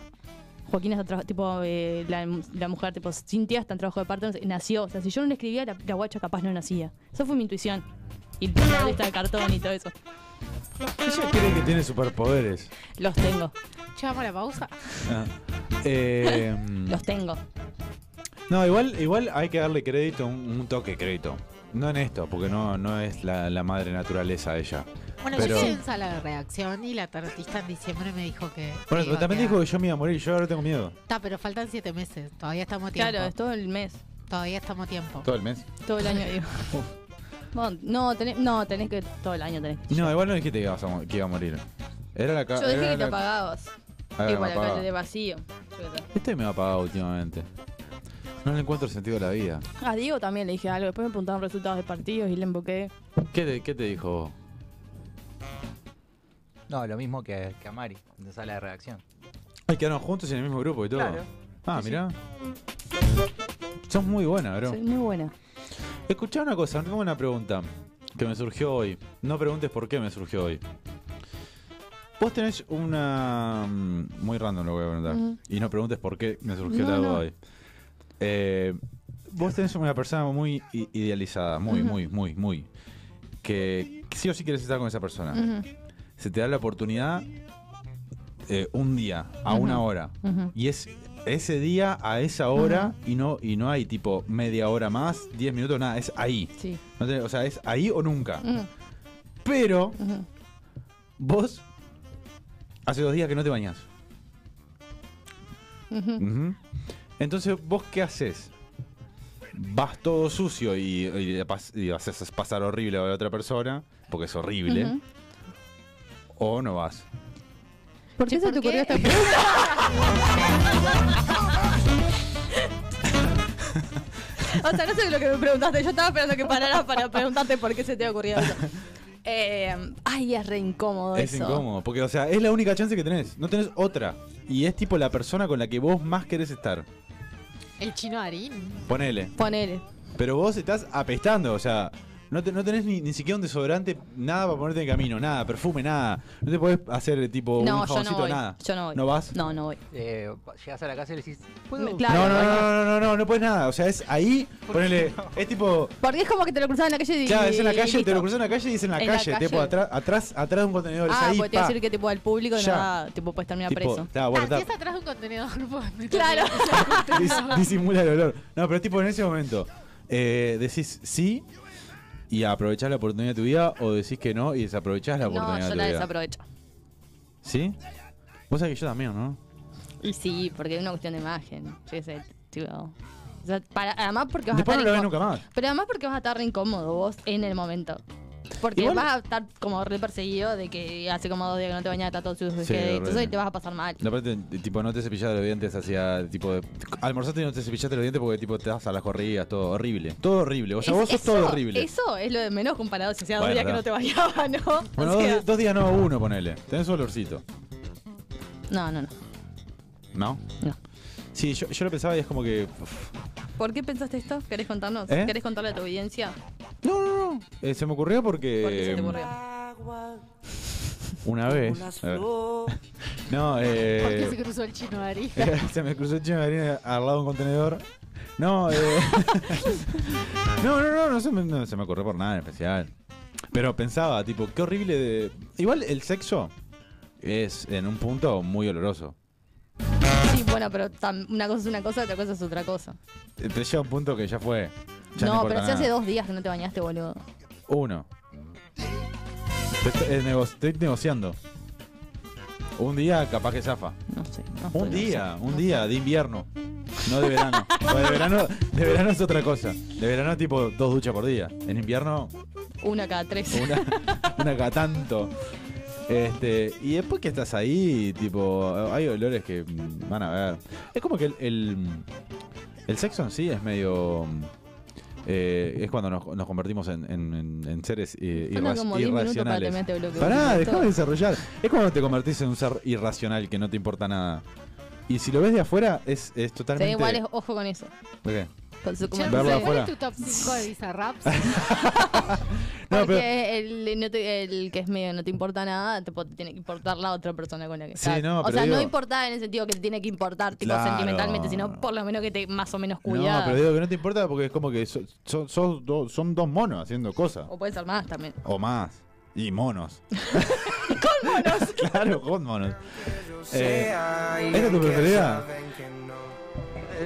Speaker 3: Joaquina está traba- tipo, eh, la, la mujer, tipo, Cintia está en trabajo de parto, no sé, nació. O sea, si yo no le escribía, la, la guacha capaz no nacía. Esa fue mi intuición. Y la lista de cartón y todo eso.
Speaker 4: Ella cree que tiene superpoderes.
Speaker 3: Los tengo,
Speaker 5: Che, vamos a la pausa.
Speaker 4: Ah. Eh, mm,
Speaker 3: los tengo.
Speaker 4: no, igual, igual hay que darle crédito, un, un toque de crédito. No en esto, porque no, no es la, la madre naturaleza ella.
Speaker 5: Bueno,
Speaker 4: Pero-
Speaker 5: yo fui en sala de reacción y la tarotista en diciembre me dijo que.
Speaker 4: Bueno,
Speaker 5: que iba
Speaker 4: pero
Speaker 5: a
Speaker 4: también
Speaker 5: quedar.
Speaker 4: dijo que yo me iba a morir, yo ahora tengo miedo.
Speaker 5: Está, pero faltan siete meses. Todavía estamos a tiempo.
Speaker 3: Claro, es todo el mes,
Speaker 5: Todavía estamos a tiempo.
Speaker 4: Todo el mes.
Speaker 3: todo el año [LAUGHS] digo. Bueno, No, tenés, no, tenés que. Todo el año tenés que.
Speaker 4: No, igual no dijiste que, ibas a mo- que iba a morir. Era la cara.
Speaker 3: Yo dejé que te apagabas. Igual acá de vacío.
Speaker 4: Este me ha apagado últimamente. No le encuentro sentido a la vida.
Speaker 3: A Ah, Diego también le dije algo. Después me preguntaron resultados de partidos y le emboqué.
Speaker 4: ¿Qué te, qué te dijo vos?
Speaker 7: No, lo mismo que, que a Mari, de sala de redacción.
Speaker 4: Ay, quedaron juntos en el mismo grupo y todo.
Speaker 7: Claro.
Speaker 4: Ah,
Speaker 7: Sí, sí.
Speaker 4: mirá. Sos muy buena, bro.
Speaker 3: Soy muy buena.
Speaker 4: Escuchá una cosa, tengo una pregunta que me surgió hoy. No preguntes por qué me surgió hoy. Vos tenés una... mm, Muy random lo voy a preguntar.
Speaker 3: Ujú.
Speaker 4: Y no preguntes por qué me surgió
Speaker 3: No,
Speaker 4: la duda
Speaker 3: no.
Speaker 4: hoy. Eh, vos tenés una persona muy i- idealizada, muy,
Speaker 3: Ujú.
Speaker 4: muy, muy, muy. Que sí o sí quieres estar con esa persona.
Speaker 3: Ujú,
Speaker 4: Se te da la oportunidad eh, un día, a una
Speaker 3: Ujú.
Speaker 4: hora.
Speaker 3: ujú.
Speaker 4: Y es ese día a esa hora y no y no hay tipo media hora más, 10 minutos, nada, es ahí.
Speaker 3: Sí.
Speaker 4: No te- o sea, es ahí o nunca.
Speaker 3: Mm,
Speaker 4: Pero
Speaker 3: ujú.
Speaker 4: vos hace dos días que no te bañás.
Speaker 3: Ujú.
Speaker 4: Ujú. Entonces, ¿vos qué haces? Vas todo sucio y, y le pas- y haces pasar horrible a la otra persona, porque es horrible,
Speaker 3: Ujú.
Speaker 4: o no vas.
Speaker 3: ¿Por qué
Speaker 5: Che,
Speaker 3: se
Speaker 5: ¿por
Speaker 3: te ocurrió
Speaker 5: qué?
Speaker 3: esta pregunta? o sea, no sé lo que me preguntaste. Yo estaba esperando que pararas [LAUGHS] para preguntarte por qué se te
Speaker 4: [LAUGHS]
Speaker 3: ocurrió eso. Eh, ay, es re incómodo
Speaker 4: Es
Speaker 3: eso.
Speaker 4: incómodo, porque, o sea, es la única chance que tenés, no tenés otra. Y es tipo la persona con la que vos más querés estar.
Speaker 5: El chino harín.
Speaker 4: Ponele.
Speaker 3: Ponele.
Speaker 4: Pero vos estás apestando, o sea, no, te- no tenés ni, ni siquiera un desodorante, nada para ponerte en el camino, nada, perfume, nada. No te podés hacer tipo
Speaker 3: No,
Speaker 4: un
Speaker 3: yo no
Speaker 4: jaboncito,
Speaker 3: voy.
Speaker 4: nada.
Speaker 3: Yo no voy.
Speaker 4: ¿No vas?
Speaker 3: No, no voy.
Speaker 7: Eh, llegas a la casa y le decís,
Speaker 3: Me-
Speaker 7: ¿puedo?
Speaker 3: claro.
Speaker 4: no, no, no, no, no, no, no, no puedes nada. O sea, es ahí, ponele, es tipo,
Speaker 3: Porque es como que te lo cruzás en la calle y.
Speaker 4: claro, es en la calle, te
Speaker 3: listo.
Speaker 4: lo cruzan en la calle y es en la
Speaker 3: En la
Speaker 4: calle, tipo,
Speaker 3: calle.
Speaker 4: atrás, atrás, atrás de un contenedor, es
Speaker 3: Ah,
Speaker 4: ahí,
Speaker 3: porque te iba a
Speaker 4: pa.
Speaker 3: decir que tipo al público
Speaker 4: Ya.
Speaker 3: no va, tipo puede estar mira
Speaker 4: Tipo,
Speaker 3: preso.
Speaker 4: claro, bueno,
Speaker 5: Ah, si
Speaker 4: está.
Speaker 5: es atrás de un contenedor, [LAUGHS] pues,
Speaker 3: [LAUGHS]
Speaker 5: me
Speaker 3: Claro.
Speaker 4: Dis- disimula el olor. No, pero tipo en ese momento, eh, decís sí y aprovechás la oportunidad de tu vida o decís que no y desaprovechás la
Speaker 3: No,
Speaker 4: oportunidad
Speaker 3: yo
Speaker 4: de tu
Speaker 3: la
Speaker 4: vida.
Speaker 3: desaprovecho.
Speaker 4: ¿Sí? Vos sabés que yo también, ¿no?
Speaker 3: Y sí, porque es una cuestión de imagen. Yo qué sé, tipo, o sea, para- además porque vas
Speaker 4: Después
Speaker 3: a
Speaker 4: no
Speaker 3: estar
Speaker 4: lo ves
Speaker 3: incó-
Speaker 4: nunca más.
Speaker 3: Pero además porque vas a estar re incómodo vos en el momento. Porque
Speaker 4: Igual-
Speaker 3: vas a estar como re perseguido de que hace como dos días que no te bañas, está todo sucio,
Speaker 4: Sí,
Speaker 3: que- entonces
Speaker 4: horrible.
Speaker 3: te vas a pasar mal.
Speaker 4: Y aparte, t- tipo, no te cepillás los dientes hacia, tipo, de- almorzaste y no te cepillaste los dientes porque, tipo, te das a las corridas, todo horrible. Todo horrible. O sea,
Speaker 3: Es-
Speaker 4: vos sos
Speaker 3: eso-
Speaker 4: todo horrible.
Speaker 3: Eso es lo de menos comparado si hacía dos
Speaker 4: Bueno,
Speaker 3: días que
Speaker 4: verdad.
Speaker 3: no te bañaba, ¿no?
Speaker 4: Bueno,
Speaker 3: O
Speaker 4: dos,
Speaker 3: sea,
Speaker 4: di- dos días no, uno, ponele. Tenés olorcito.
Speaker 3: no, no, no.
Speaker 4: ¿No?
Speaker 3: No.
Speaker 4: Sí, yo, yo lo pensaba y es como que... uf.
Speaker 3: ¿Por qué pensaste esto? ¿Querés contarnos?
Speaker 4: ¿Eh?
Speaker 3: ¿Querés contarle a tu audiencia?
Speaker 4: No, no, no. Eh, se me ocurrió porque...
Speaker 3: ¿Por qué se te ocurrió?
Speaker 4: Una vez. a ver. No, eh...
Speaker 5: Porque se cruzó el chino harín.
Speaker 4: Eh, [LAUGHS] Se me cruzó el chino de harina al lado de un contenedor. No, eh. [LAUGHS] no, no, no, no se, me, no se me ocurrió por nada en especial. Pero pensaba, tipo, qué horrible de. Igual el sexo es en un punto muy oloroso.
Speaker 3: Sí, bueno, pero tam- una cosa es una cosa, otra cosa es otra cosa.
Speaker 4: Eh, Te llega un punto que ya fue. Ya
Speaker 3: no,
Speaker 4: importa
Speaker 3: pero si hace
Speaker 4: nada.
Speaker 3: dos días que no te bañaste, boludo.
Speaker 4: Uno. Te est- eh, nego- Estoy negociando. Un día capaz que zafa.
Speaker 3: No sé. no estoy-
Speaker 4: Un
Speaker 3: no
Speaker 4: día,
Speaker 3: sé.
Speaker 4: un día de invierno. No de verano. O de verano. De verano es otra cosa. De verano es tipo dos duchas por día. En invierno,
Speaker 3: Una cada tres. [LAUGHS]
Speaker 4: una, una cada tanto. Este, y después que estás ahí, tipo, hay olores que mm, van a ver. Es como que el, el, el sexo en sí es medio. mm, eh, es cuando nos, nos convertimos en, en- en- en seres eh,
Speaker 3: Faltan
Speaker 4: irra-
Speaker 3: como 10 minutos para
Speaker 4: irracionales.
Speaker 3: terminar este bloque.
Speaker 4: Pará,
Speaker 3: Esto-
Speaker 4: dejá de desarrollar. Es cuando te convertís en un ser irracional que no te importa nada. Y si lo ves de afuera, es, es
Speaker 3: Sí,
Speaker 4: totalmente.
Speaker 3: igual es ojo con eso.
Speaker 4: ¿Por qué?
Speaker 3: Con su- como-
Speaker 5: Che,
Speaker 4: Verlo
Speaker 5: Rufo, ¿Cuál
Speaker 4: afuera.
Speaker 5: es tu top 5
Speaker 3: [LAUGHS]
Speaker 5: de Bizarraps?
Speaker 4: [LAUGHS] No,
Speaker 3: porque
Speaker 4: pero.
Speaker 3: el, no te- el que es medio no te importa nada, te, po- te tiene que importar la otra persona con la que
Speaker 4: Sí,
Speaker 3: estás.
Speaker 4: no,
Speaker 3: o
Speaker 4: pero
Speaker 3: sea,
Speaker 4: digo-
Speaker 3: no importa en el sentido que te tiene que importar tipo
Speaker 4: Claro.
Speaker 3: sentimentalmente, sino por lo menos que te más o menos cuidado.
Speaker 4: No, pero digo que no te importa porque es como que so- so- sos do- son dos monos haciendo cosas.
Speaker 3: O puede ser más también.
Speaker 4: O más. Y monos. [LAUGHS] con monos. claro, con monos. Eh, ¿Esta es tu preferida?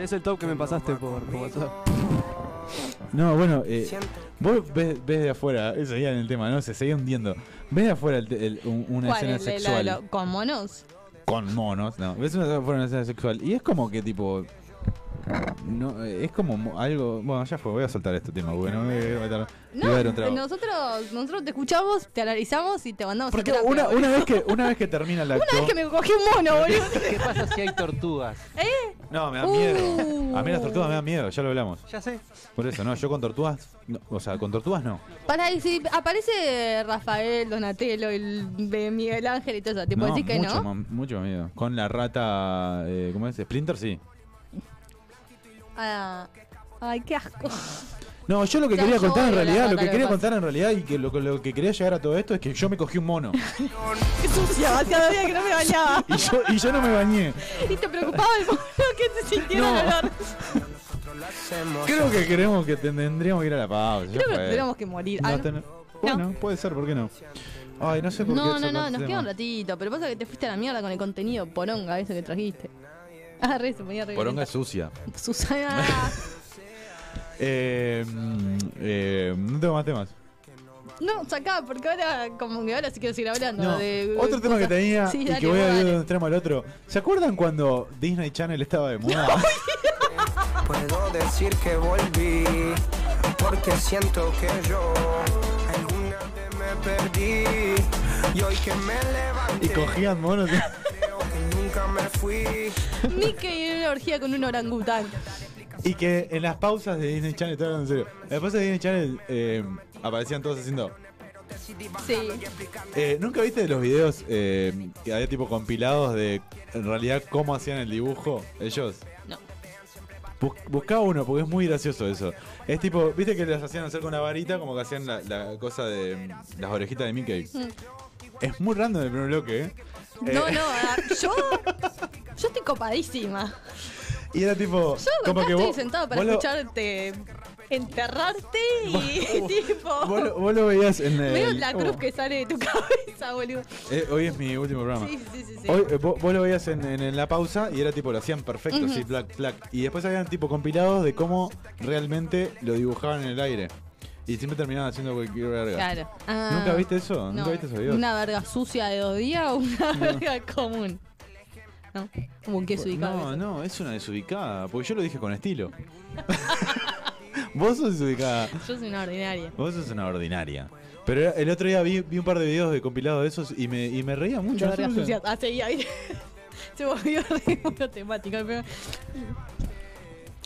Speaker 6: Es el top que me pasaste por, por WhatsApp.
Speaker 4: No, bueno, eh, vos ves, ves de afuera, eh, seguía en el tema, ¿no? Se seguía hundiendo. Ves de afuera el te- el- un- una
Speaker 3: ¿Cuál?
Speaker 4: escena
Speaker 3: ¿El de la-
Speaker 4: sexual
Speaker 3: lo- ¿Con monos?
Speaker 4: con monos, ¿no? Ves una, afuera una escena sexual y es como que tipo... No, eh, es como mo- algo... Bueno, ya fue, voy a soltar este tema, porque no me voy a meter- le voy a dar un trago.
Speaker 3: nosotros, nosotros te escuchamos, te analizamos y te mandamos
Speaker 4: Porque
Speaker 3: a terapia,
Speaker 4: una,
Speaker 3: boludo.
Speaker 4: una, vez que, una vez que termina el acto...
Speaker 3: [LAUGHS] Una vez que me cogí un
Speaker 4: [LAUGHS]
Speaker 3: mono, boludo.
Speaker 7: ¿Qué pasa si hay tortugas?
Speaker 4: No, me da
Speaker 3: Uh.
Speaker 4: miedo. A mí las tortugas me dan miedo, ya lo hablamos.
Speaker 7: Ya sé.
Speaker 4: Por eso, no, yo con tortugas... no, o sea, con tortugas no.
Speaker 3: Para y si aparece Rafael, Donatello, el de Miguel Ángel y todo eso, tipo
Speaker 4: no,
Speaker 3: decís que
Speaker 4: mucho,
Speaker 3: no.
Speaker 4: más- mucho más miedo. Con la rata... eh, ¿Cómo es? Splinter, sí.
Speaker 3: Ah, ay, qué asco.
Speaker 4: No, yo lo que
Speaker 3: Ya,
Speaker 4: quería
Speaker 3: yo
Speaker 4: contar en
Speaker 3: odio la
Speaker 4: realidad, lo
Speaker 3: rata,
Speaker 4: que
Speaker 3: lo
Speaker 4: quería
Speaker 3: que pasa.
Speaker 4: contar en realidad y que lo, lo que quería llegar a todo esto es que yo me cogí un
Speaker 3: [LAUGHS]
Speaker 4: mono.
Speaker 3: Qué [LAUGHS] sucia, hacía dos días que no me bañaba.
Speaker 4: [LAUGHS] y, yo, y yo no me bañé.
Speaker 3: Y te preocupaba el mono que se sintiera
Speaker 4: No.
Speaker 3: el olor.
Speaker 4: Creo que queremos que ten- tendríamos que ir a la pausa. ya
Speaker 3: [LAUGHS] Creo que
Speaker 4: fue.
Speaker 3: tendríamos que morir. Ah,
Speaker 4: Nos
Speaker 3: no.
Speaker 4: ten- Bueno, puede ser, ¿por qué no? Ay, no sé por qué.
Speaker 3: No, no,
Speaker 4: sacó
Speaker 3: no,
Speaker 4: el
Speaker 3: nos
Speaker 4: tema.
Speaker 3: queda un ratito, pero pasa que te fuiste a la mierda con el contenido poronga ese que trajiste. Ah, re, se ponía re
Speaker 4: Poronga es sucia.
Speaker 3: violenta.
Speaker 4: [LAUGHS]
Speaker 3: Susana.
Speaker 4: Eh, mm, eh, no tengo más temas.
Speaker 3: No, sacá, porque ahora, como que ahora sí quiero seguir hablando.
Speaker 4: No,
Speaker 3: de,
Speaker 4: Otro tema que
Speaker 3: cosas.
Speaker 4: tenía
Speaker 3: Sí,
Speaker 4: y
Speaker 3: dale,
Speaker 4: que voy a
Speaker 3: vos
Speaker 4: ir de
Speaker 3: dale.
Speaker 4: un extremo al otro. ¿Se acuerdan cuando Disney Channel estaba de moda? [LAUGHS]
Speaker 8: Puedo decir que volví, porque siento que yo alguna vez me perdí. Y hoy que me levanté,
Speaker 4: y cogían monos.
Speaker 8: creo que nunca me fui.
Speaker 3: Mickey en una orgía con un orangután.
Speaker 4: Eh. Y que en las pausas de Disney Channel, estoy hablando en serio. En las pausas de Disney Channel eh, aparecían todos haciendo.
Speaker 3: Sí.
Speaker 4: Eh, ¿Nunca viste los videos eh, que había tipo compilados de en realidad cómo hacían el dibujo ellos?
Speaker 3: No.
Speaker 4: Bus- buscá uno porque es muy gracioso eso. Es tipo, viste que les hacían hacer con una varita como que hacían la, la cosa de mm, las orejitas de Mickey. Es muy random el primer bloque, ¿eh?
Speaker 3: No,
Speaker 4: Eh,
Speaker 3: no, ah, yo. Yo estoy copadísima.
Speaker 4: Y era tipo,
Speaker 3: Yo
Speaker 4: como
Speaker 3: acá
Speaker 4: que
Speaker 3: estoy
Speaker 4: vos,
Speaker 3: sentado para
Speaker 4: vos lo-
Speaker 3: escucharte enterrarte y [LAUGHS] tipo.
Speaker 4: Vos lo, vos lo veías en el...
Speaker 3: Veo la cruz que sale de tu [LAUGHS] cabeza, boludo.
Speaker 4: Eh, hoy es mi último programa.
Speaker 3: Sí, sí, sí. sí.
Speaker 4: Hoy, eh, vos, vos lo veías en, en- en la pausa y era tipo, lo hacían perfecto, así, plac, plac. Y después habían tipo compilados de cómo realmente lo dibujaban en el aire. Y siempre terminaban haciendo cualquier verga.
Speaker 3: Claro. Ah,
Speaker 4: ¿Nunca viste eso? ¿Nunca
Speaker 3: no.
Speaker 4: viste esos videos?
Speaker 3: ¿Una verga sucia de dos días o una verga común? No, como un queso ubicado.
Speaker 4: Pues, No, no, es una desubicada, porque yo lo dije con estilo. [LAUGHS] vos sos desubicada.
Speaker 3: Yo soy una ordinaria.
Speaker 4: Vos sos una ordinaria. Pero era- el otro día vi, vi un par de videos de compilados de esos y me, y me reía mucho.
Speaker 3: De
Speaker 4: no sé
Speaker 3: vergas
Speaker 4: por qué.
Speaker 3: sucias. Ah, seguía ahí. [LAUGHS] Se volvió re monotemático. pero-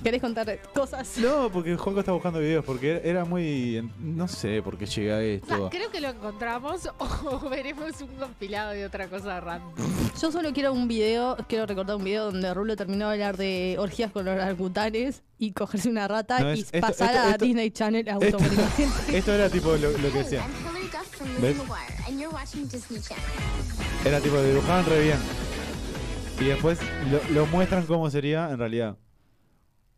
Speaker 3: ¿Querés contar cosas?
Speaker 4: No, porque Juanco está buscando videos, porque era muy... No sé por qué llegué a
Speaker 5: O
Speaker 4: esto.
Speaker 5: sea, creo que lo encontramos [LAUGHS] o veremos un compilado de otra cosa random.
Speaker 3: Yo solo quiero un video, quiero recordar un video donde Rulo terminó de hablar de orgías con los orangutanes y cogerse una rata
Speaker 4: No, es-
Speaker 3: y
Speaker 4: esto-
Speaker 3: pasar
Speaker 4: esto-
Speaker 3: a
Speaker 4: esto-
Speaker 3: Disney Channel
Speaker 4: esto-
Speaker 3: automáticamente.
Speaker 4: Esto era tipo lo, lo
Speaker 9: Hey,
Speaker 4: que decía.
Speaker 9: I'm Hillary Duff from
Speaker 4: ¿Ves?
Speaker 9: Living the Wire, and you're watching Disney Channel.
Speaker 4: Era tipo, dibujaban re bien. Y después lo, lo muestran cómo sería en realidad.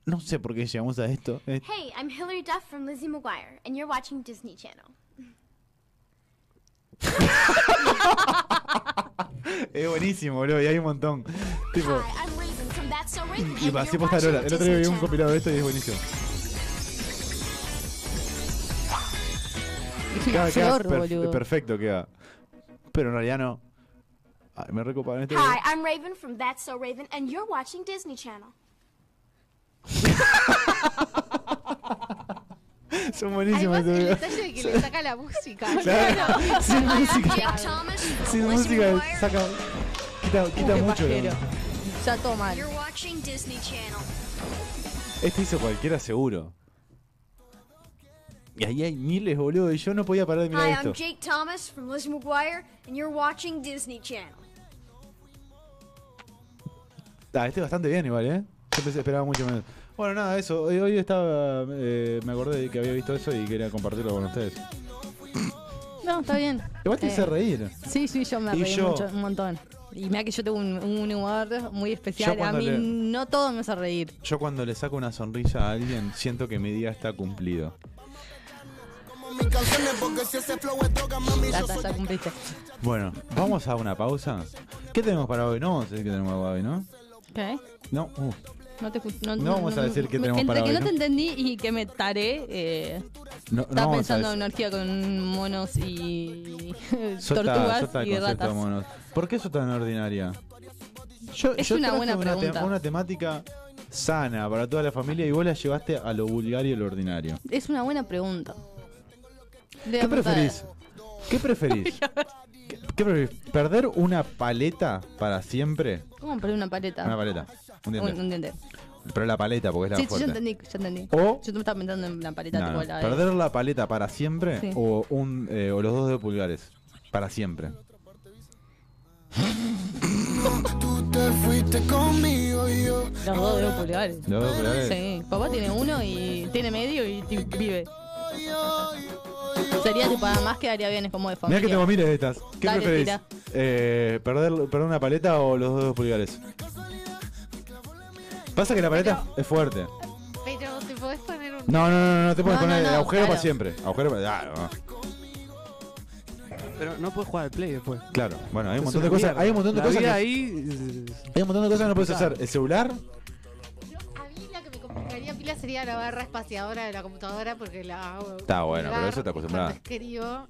Speaker 4: No sé por qué llegamos a esto. Eh,
Speaker 9: Hey, I'm Hillary Duff from Lizzie McGuire, and you're watching Disney Channel.
Speaker 4: Es buenísimo, boludo, y hay un montón. Tipo,
Speaker 9: Hi, I'm Raven from That's So Raven,
Speaker 4: y
Speaker 9: and
Speaker 4: pasé
Speaker 9: you're
Speaker 4: posta
Speaker 9: watching
Speaker 4: Lola. El otro día vi un
Speaker 9: Disney Channel.
Speaker 4: compilado de esto y es buenísimo.
Speaker 9: [LAUGHS]
Speaker 4: Queda, queda
Speaker 3: flor,
Speaker 4: per-
Speaker 3: boludo.
Speaker 4: perfecto queda. Pero en realidad no. Ay, me recopan este.
Speaker 9: Hi, I'm Raven from That's So Raven, and you're watching Disney Channel.
Speaker 4: Son buenísimos
Speaker 5: Además,
Speaker 4: estos
Speaker 5: el
Speaker 4: videos.
Speaker 5: detalle de que le saca la música.
Speaker 4: Claro, sin música.
Speaker 9: Jake Thomas
Speaker 4: Sin
Speaker 9: from Lizzie
Speaker 4: música,
Speaker 9: McGuire,
Speaker 4: saca. Quita, quita
Speaker 3: Qué
Speaker 4: mucho.
Speaker 3: pajero.
Speaker 4: la-
Speaker 3: Ya toma.
Speaker 9: you're watching Disney Channel.
Speaker 4: Este hizo cualquiera seguro. Y ahí hay miles, boludo, y yo no podía parar de mirar
Speaker 9: Hi,
Speaker 4: esto.
Speaker 9: I'm Jake Thomas from Lizzie McGuire, and you're watching Disney Channel.
Speaker 4: Ah, este bastante bien igual, ¿eh? Yo pensé, esperaba mucho menos. Bueno, nada, eso. Hoy, hoy estaba... eh, me acordé de que había visto eso y quería compartirlo con ustedes.
Speaker 3: No, está bien.
Speaker 4: Igual te
Speaker 3: Eh,
Speaker 4: hice reír.
Speaker 3: Sí, sí, yo me
Speaker 4: Y
Speaker 3: reí
Speaker 4: yo-
Speaker 3: mucho, un montón. Y mira que yo tengo un, un humor muy especial.
Speaker 4: Yo
Speaker 3: A
Speaker 4: cuando
Speaker 3: mí
Speaker 4: le-
Speaker 3: no todo me hace reír.
Speaker 4: Yo cuando le saco una sonrisa a alguien, siento que mi día está cumplido.
Speaker 8: Mis canciones, porque si ese flow es droga, mami,
Speaker 3: Ya,
Speaker 8: yo
Speaker 3: está,
Speaker 8: soy
Speaker 3: ya cumpliste.
Speaker 4: Bueno, vamos a una pausa. ¿Qué tenemos para hoy? No vamos a decir que tenemos para hoy, ¿no?
Speaker 3: ¿Qué?
Speaker 4: No, uh,
Speaker 3: No, te, escu-
Speaker 4: No vamos a decir qué
Speaker 3: me-
Speaker 4: tenemos
Speaker 3: Entre
Speaker 4: para
Speaker 3: que
Speaker 4: hoy,
Speaker 3: no te
Speaker 4: ¿no?
Speaker 3: entendí y que me taré, eh,
Speaker 4: no, no
Speaker 3: estaba
Speaker 4: vamos
Speaker 3: pensando
Speaker 4: a
Speaker 3: en
Speaker 4: decir.
Speaker 3: una orgía con monos y
Speaker 4: Sota-
Speaker 3: tortugas
Speaker 4: sota de
Speaker 3: y
Speaker 4: concepto,
Speaker 3: ratas.
Speaker 4: monos. ¿Por qué eso tan ordinaria? Yo,
Speaker 3: Es
Speaker 4: yo
Speaker 3: una
Speaker 4: traje
Speaker 3: buena
Speaker 4: una te-
Speaker 3: pregunta.
Speaker 4: una temática sana para toda la familia y vos la llevaste a lo vulgar y a lo ordinario.
Speaker 3: Es una buena pregunta. Le voy
Speaker 4: ¿Qué
Speaker 3: a preguntar.
Speaker 4: preferís? ¿Qué
Speaker 3: [LAUGHS]
Speaker 4: preferís? ¿Qué, qué preferís? ¿Perder una paleta para siempre?
Speaker 3: ¿Cómo perder una paleta?
Speaker 4: Una paleta. Un diente.
Speaker 3: Un, un diente.
Speaker 4: Pero la paleta, porque es la
Speaker 3: Sí,
Speaker 4: más
Speaker 3: sí, yo
Speaker 4: fuerte.
Speaker 3: entendí, yo entendí.
Speaker 4: O-
Speaker 3: Yo me estaba pensando en la paleta
Speaker 4: No,
Speaker 3: tipo
Speaker 4: no.
Speaker 3: la de-
Speaker 4: ¿Perder la paleta para siempre
Speaker 3: Sí.
Speaker 4: o, un, eh, o los dos de pulgares? Para siempre.
Speaker 8: tú te fuiste conmigo y yo.
Speaker 3: Los dos de los pulgares.
Speaker 4: Los dos pulgares.
Speaker 3: Sí, papá tiene uno y tiene medio y ti- vive. Sería tipo, además quedaría bien, es como de
Speaker 4: Mirá
Speaker 3: familia.
Speaker 4: que tengo miles de estas. ¿Qué
Speaker 3: Dale,
Speaker 4: preferís?
Speaker 3: tira.
Speaker 4: Eh, perder, ¿Perder una paleta o los dos de pulgares? Pasa que la paleta es fuerte.
Speaker 5: Pero te podés poner un.
Speaker 4: No, no, no, no, no te puedes
Speaker 3: No, no,
Speaker 4: poner
Speaker 3: no,
Speaker 4: agujero ah,
Speaker 3: claro.
Speaker 4: para siempre. Agujero para. ah, no.
Speaker 6: Pero no puedes jugar al play después.
Speaker 4: Claro, bueno, hay un
Speaker 6: Es
Speaker 4: montón de
Speaker 6: una
Speaker 4: cosas.
Speaker 6: mierda.
Speaker 4: Hay un montón de
Speaker 6: La
Speaker 4: cosas.
Speaker 6: vida
Speaker 4: que-
Speaker 6: ahí.
Speaker 4: Hay un montón de cosas que no puedes
Speaker 6: Complicado.
Speaker 4: hacer. El celular,
Speaker 5: Yo- a mí la que me complicaría pila sería la barra espaciadora de la computadora porque la hago.
Speaker 4: Está bueno, pero eso te
Speaker 5: acostumbrás.
Speaker 4: acostumbrás.
Speaker 5: escribo.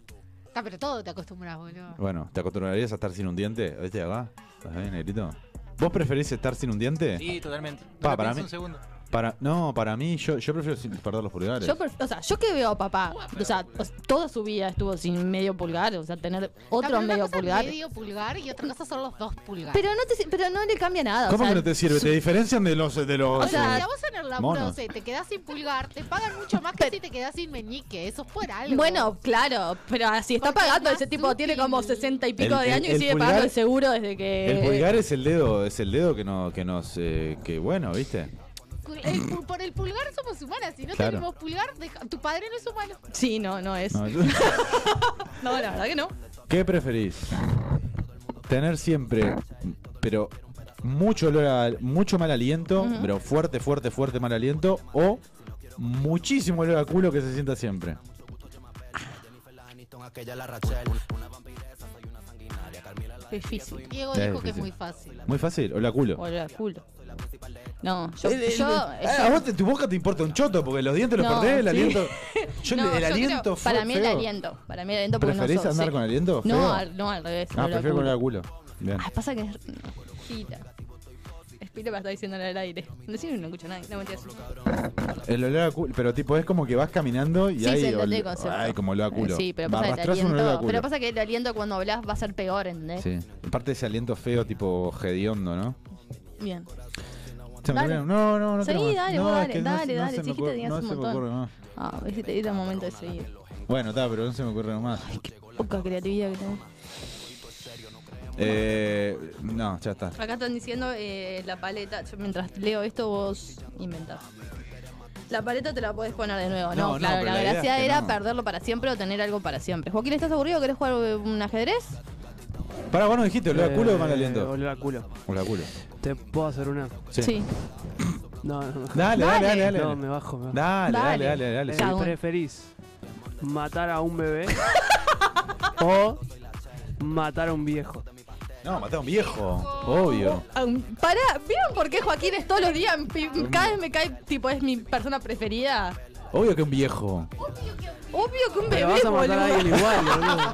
Speaker 5: Está, pero todo te acostumbras, boludo.
Speaker 4: bueno, ¿te acostumbrarías a estar sin un diente? ¿Viste acá? ¿Estás bien, negrito? ¿Vos preferís estar sin un diente?
Speaker 7: Sí, totalmente. No
Speaker 4: Pa,
Speaker 7: la
Speaker 4: para
Speaker 7: pienso
Speaker 4: mí-
Speaker 7: un segundo.
Speaker 4: Para, no, para mí, yo, yo prefiero sin perder los pulgares.
Speaker 3: Yo, pref- o sea, yo que veo a papá, o sea, o- toda su vida estuvo sin medio pulgar, o sea, tener
Speaker 5: Está, pero
Speaker 3: otro
Speaker 5: una
Speaker 3: medio
Speaker 5: cosa es
Speaker 3: pulgar.
Speaker 5: Medio pulgar y otra cosa son los dos pulgares.
Speaker 3: Pero no te, si- pero no le cambia nada.
Speaker 4: ¿Cómo
Speaker 3: o sea,
Speaker 4: que no te sirve? Te diferencian de los. De los eh,
Speaker 5: o sea,
Speaker 3: sea,
Speaker 5: si a vos en el laburo
Speaker 4: mono.
Speaker 5: o sea, te quedás sin pulgar, te pagan mucho más que si te quedás sin meñique. Eso es por algo.
Speaker 3: Bueno, claro, pero si está
Speaker 5: Porque es
Speaker 3: pagando
Speaker 5: más
Speaker 3: ese tipo, tiene
Speaker 5: útil.
Speaker 3: como 60 y pico
Speaker 4: El-
Speaker 3: de
Speaker 4: el-
Speaker 3: años
Speaker 4: el
Speaker 3: y sigue
Speaker 4: pulgar-
Speaker 3: pagando el seguro desde que.
Speaker 4: El
Speaker 3: [LAUGHS]
Speaker 4: pulgar es el dedo, es el dedo que no, que nos, eh, que bueno, viste.
Speaker 5: Cul- el pul- por el pulgar somos humanas. Si no
Speaker 4: Claro.
Speaker 5: tenemos pulgar, deja- tu padre no es humano.
Speaker 3: Sí, no, no es.
Speaker 4: No,
Speaker 3: No,
Speaker 4: yo-
Speaker 3: la verdad que no.
Speaker 4: [LAUGHS] ¿Qué preferís? Tener siempre, pero mucho olor a- mucho mal aliento,
Speaker 3: Ujú.
Speaker 4: pero fuerte, fuerte, fuerte mal aliento, o muchísimo olor a culo que se sienta siempre.
Speaker 3: Difícil.
Speaker 5: Diego
Speaker 4: Es
Speaker 5: dijo que es
Speaker 4: difícil.
Speaker 5: muy fácil.
Speaker 4: Muy fácil, olor a culo.
Speaker 3: Olor a culo. No, yo.
Speaker 4: El- el-
Speaker 3: yo-
Speaker 4: eh, a vos te- tu boca te importa un choto porque los dientes los
Speaker 3: No,
Speaker 4: perdés, el
Speaker 3: sí. [LAUGHS]
Speaker 5: [LAUGHS]
Speaker 4: aliento. Yo
Speaker 3: no,
Speaker 4: el, el
Speaker 3: yo
Speaker 4: aliento
Speaker 3: creo-
Speaker 4: fue
Speaker 3: Para mí el
Speaker 4: feo.
Speaker 3: aliento. Para mí el aliento porque
Speaker 4: ¿Preferís
Speaker 3: no sos-
Speaker 4: andar
Speaker 3: sí.
Speaker 4: con aliento? feo?
Speaker 3: No, al, no al revés.
Speaker 4: ah,
Speaker 3: olor a
Speaker 4: prefiero
Speaker 3: culo.
Speaker 4: olor a culo. Bien.
Speaker 3: Ah, pasa que es. Espira. Espira para estar diciéndole al aire. No sé, no escucho nada. No mentiras.
Speaker 4: El olor a culo, pero tipo es como que vas caminando y
Speaker 3: Sí,
Speaker 4: hay
Speaker 3: se entendí el
Speaker 4: ol-
Speaker 3: concepto.
Speaker 4: ay, como olor a culo.
Speaker 3: Eh, Sí, pero pasa que el
Speaker 4: Arrastrás un olor a
Speaker 3: aliento.
Speaker 4: culo.
Speaker 3: Pero pasa que el aliento cuando hablas va a ser peor, ¿entendés?
Speaker 4: Sí. Aparte ese aliento feo tipo hediondo, ¿no?
Speaker 3: Bien.
Speaker 4: Se me
Speaker 3: Dale.
Speaker 4: ocurrió- No, no, no.
Speaker 3: Seguí,
Speaker 4: quiero más.
Speaker 3: dale,
Speaker 4: no,
Speaker 3: vos
Speaker 4: es
Speaker 3: dale,
Speaker 4: que no
Speaker 3: dale,
Speaker 4: se- no
Speaker 3: dale,
Speaker 4: se me
Speaker 3: dijiste
Speaker 4: ocurre-
Speaker 3: tenías
Speaker 4: no
Speaker 3: un
Speaker 4: se me
Speaker 3: montón.
Speaker 4: ocurre más.
Speaker 3: Ah, a ver si te diera el momento de seguir.
Speaker 4: Bueno, está, pero no se me ocurre más.
Speaker 3: Poca creatividad que tengo.
Speaker 4: Eh, no, ya está.
Speaker 3: Acá están diciendo eh, la paleta. Yo mientras leo esto, vos inventás. La paleta te la podés poner de nuevo,
Speaker 4: No,
Speaker 3: ¿no?
Speaker 4: no,
Speaker 3: claro,
Speaker 4: pero
Speaker 3: la,
Speaker 4: la idea
Speaker 3: gracia
Speaker 4: es que
Speaker 3: era
Speaker 4: no.
Speaker 3: perderlo para siempre o tener algo para siempre. Joaquín, ¿estás aburrido? ¿Querés jugar eh, un ajedrez?
Speaker 4: Pará, vos no dijiste olor a culo o mal
Speaker 6: Eh,
Speaker 4: aliento.
Speaker 6: Olor a culo.
Speaker 4: Olor a culo.
Speaker 6: ¿Te puedo hacer una? No, no, no.
Speaker 4: Dale, dale, dale, dale.
Speaker 6: No, me bajo, me bajo.
Speaker 4: Dale, dale,
Speaker 3: Dale.
Speaker 4: dale, dale.
Speaker 6: Eh,
Speaker 3: Cagón.
Speaker 6: ¿Preferís matar a un
Speaker 4: [LAUGHS]
Speaker 6: bebé o matar a un viejo?
Speaker 4: No, maté a un viejo, obvio.
Speaker 3: Um, pará, ¿vieron por qué Joaquín es todos los días?
Speaker 4: [LAUGHS]
Speaker 3: Pi- Cada vez me cae, tipo, es mi persona preferida.
Speaker 4: Obvio que un viejo.
Speaker 3: Obvio que un bebé,
Speaker 6: Pero vas a matar a
Speaker 3: boludo.
Speaker 6: alguien igual,
Speaker 3: [LAUGHS]
Speaker 6: boludo.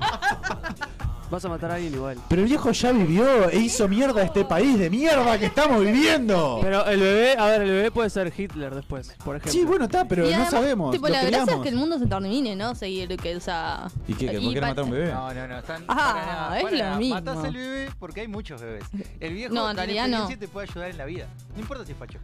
Speaker 6: Vas a matar a alguien igual.
Speaker 4: Pero el viejo ya vivió e hizo mierda a este país de mierda que estamos viviendo.
Speaker 6: Pero el bebé, a ver, el bebé puede ser Hitler después, por ejemplo.
Speaker 4: Sí, bueno, está, pero
Speaker 3: Y
Speaker 4: no
Speaker 3: además,
Speaker 4: sabemos.
Speaker 3: Tipo,
Speaker 4: lo
Speaker 3: la gracia es
Speaker 4: criamos.
Speaker 3: que el mundo se termine, ¿no? Seguir, que, o sea.
Speaker 4: ¿Y qué? que ¿Por qué no
Speaker 3: pa-
Speaker 4: matar a un bebé?
Speaker 7: No, no, no. Están
Speaker 3: Ah,
Speaker 7: para nada,
Speaker 3: es
Speaker 7: para
Speaker 3: lo
Speaker 7: nada.
Speaker 3: mismo.
Speaker 7: Matás al bebé porque hay muchos bebés. El viejo
Speaker 3: No, en
Speaker 7: tiene
Speaker 3: realidad no.
Speaker 7: experiencia y te puede ayudar en la vida. No importa si es facho.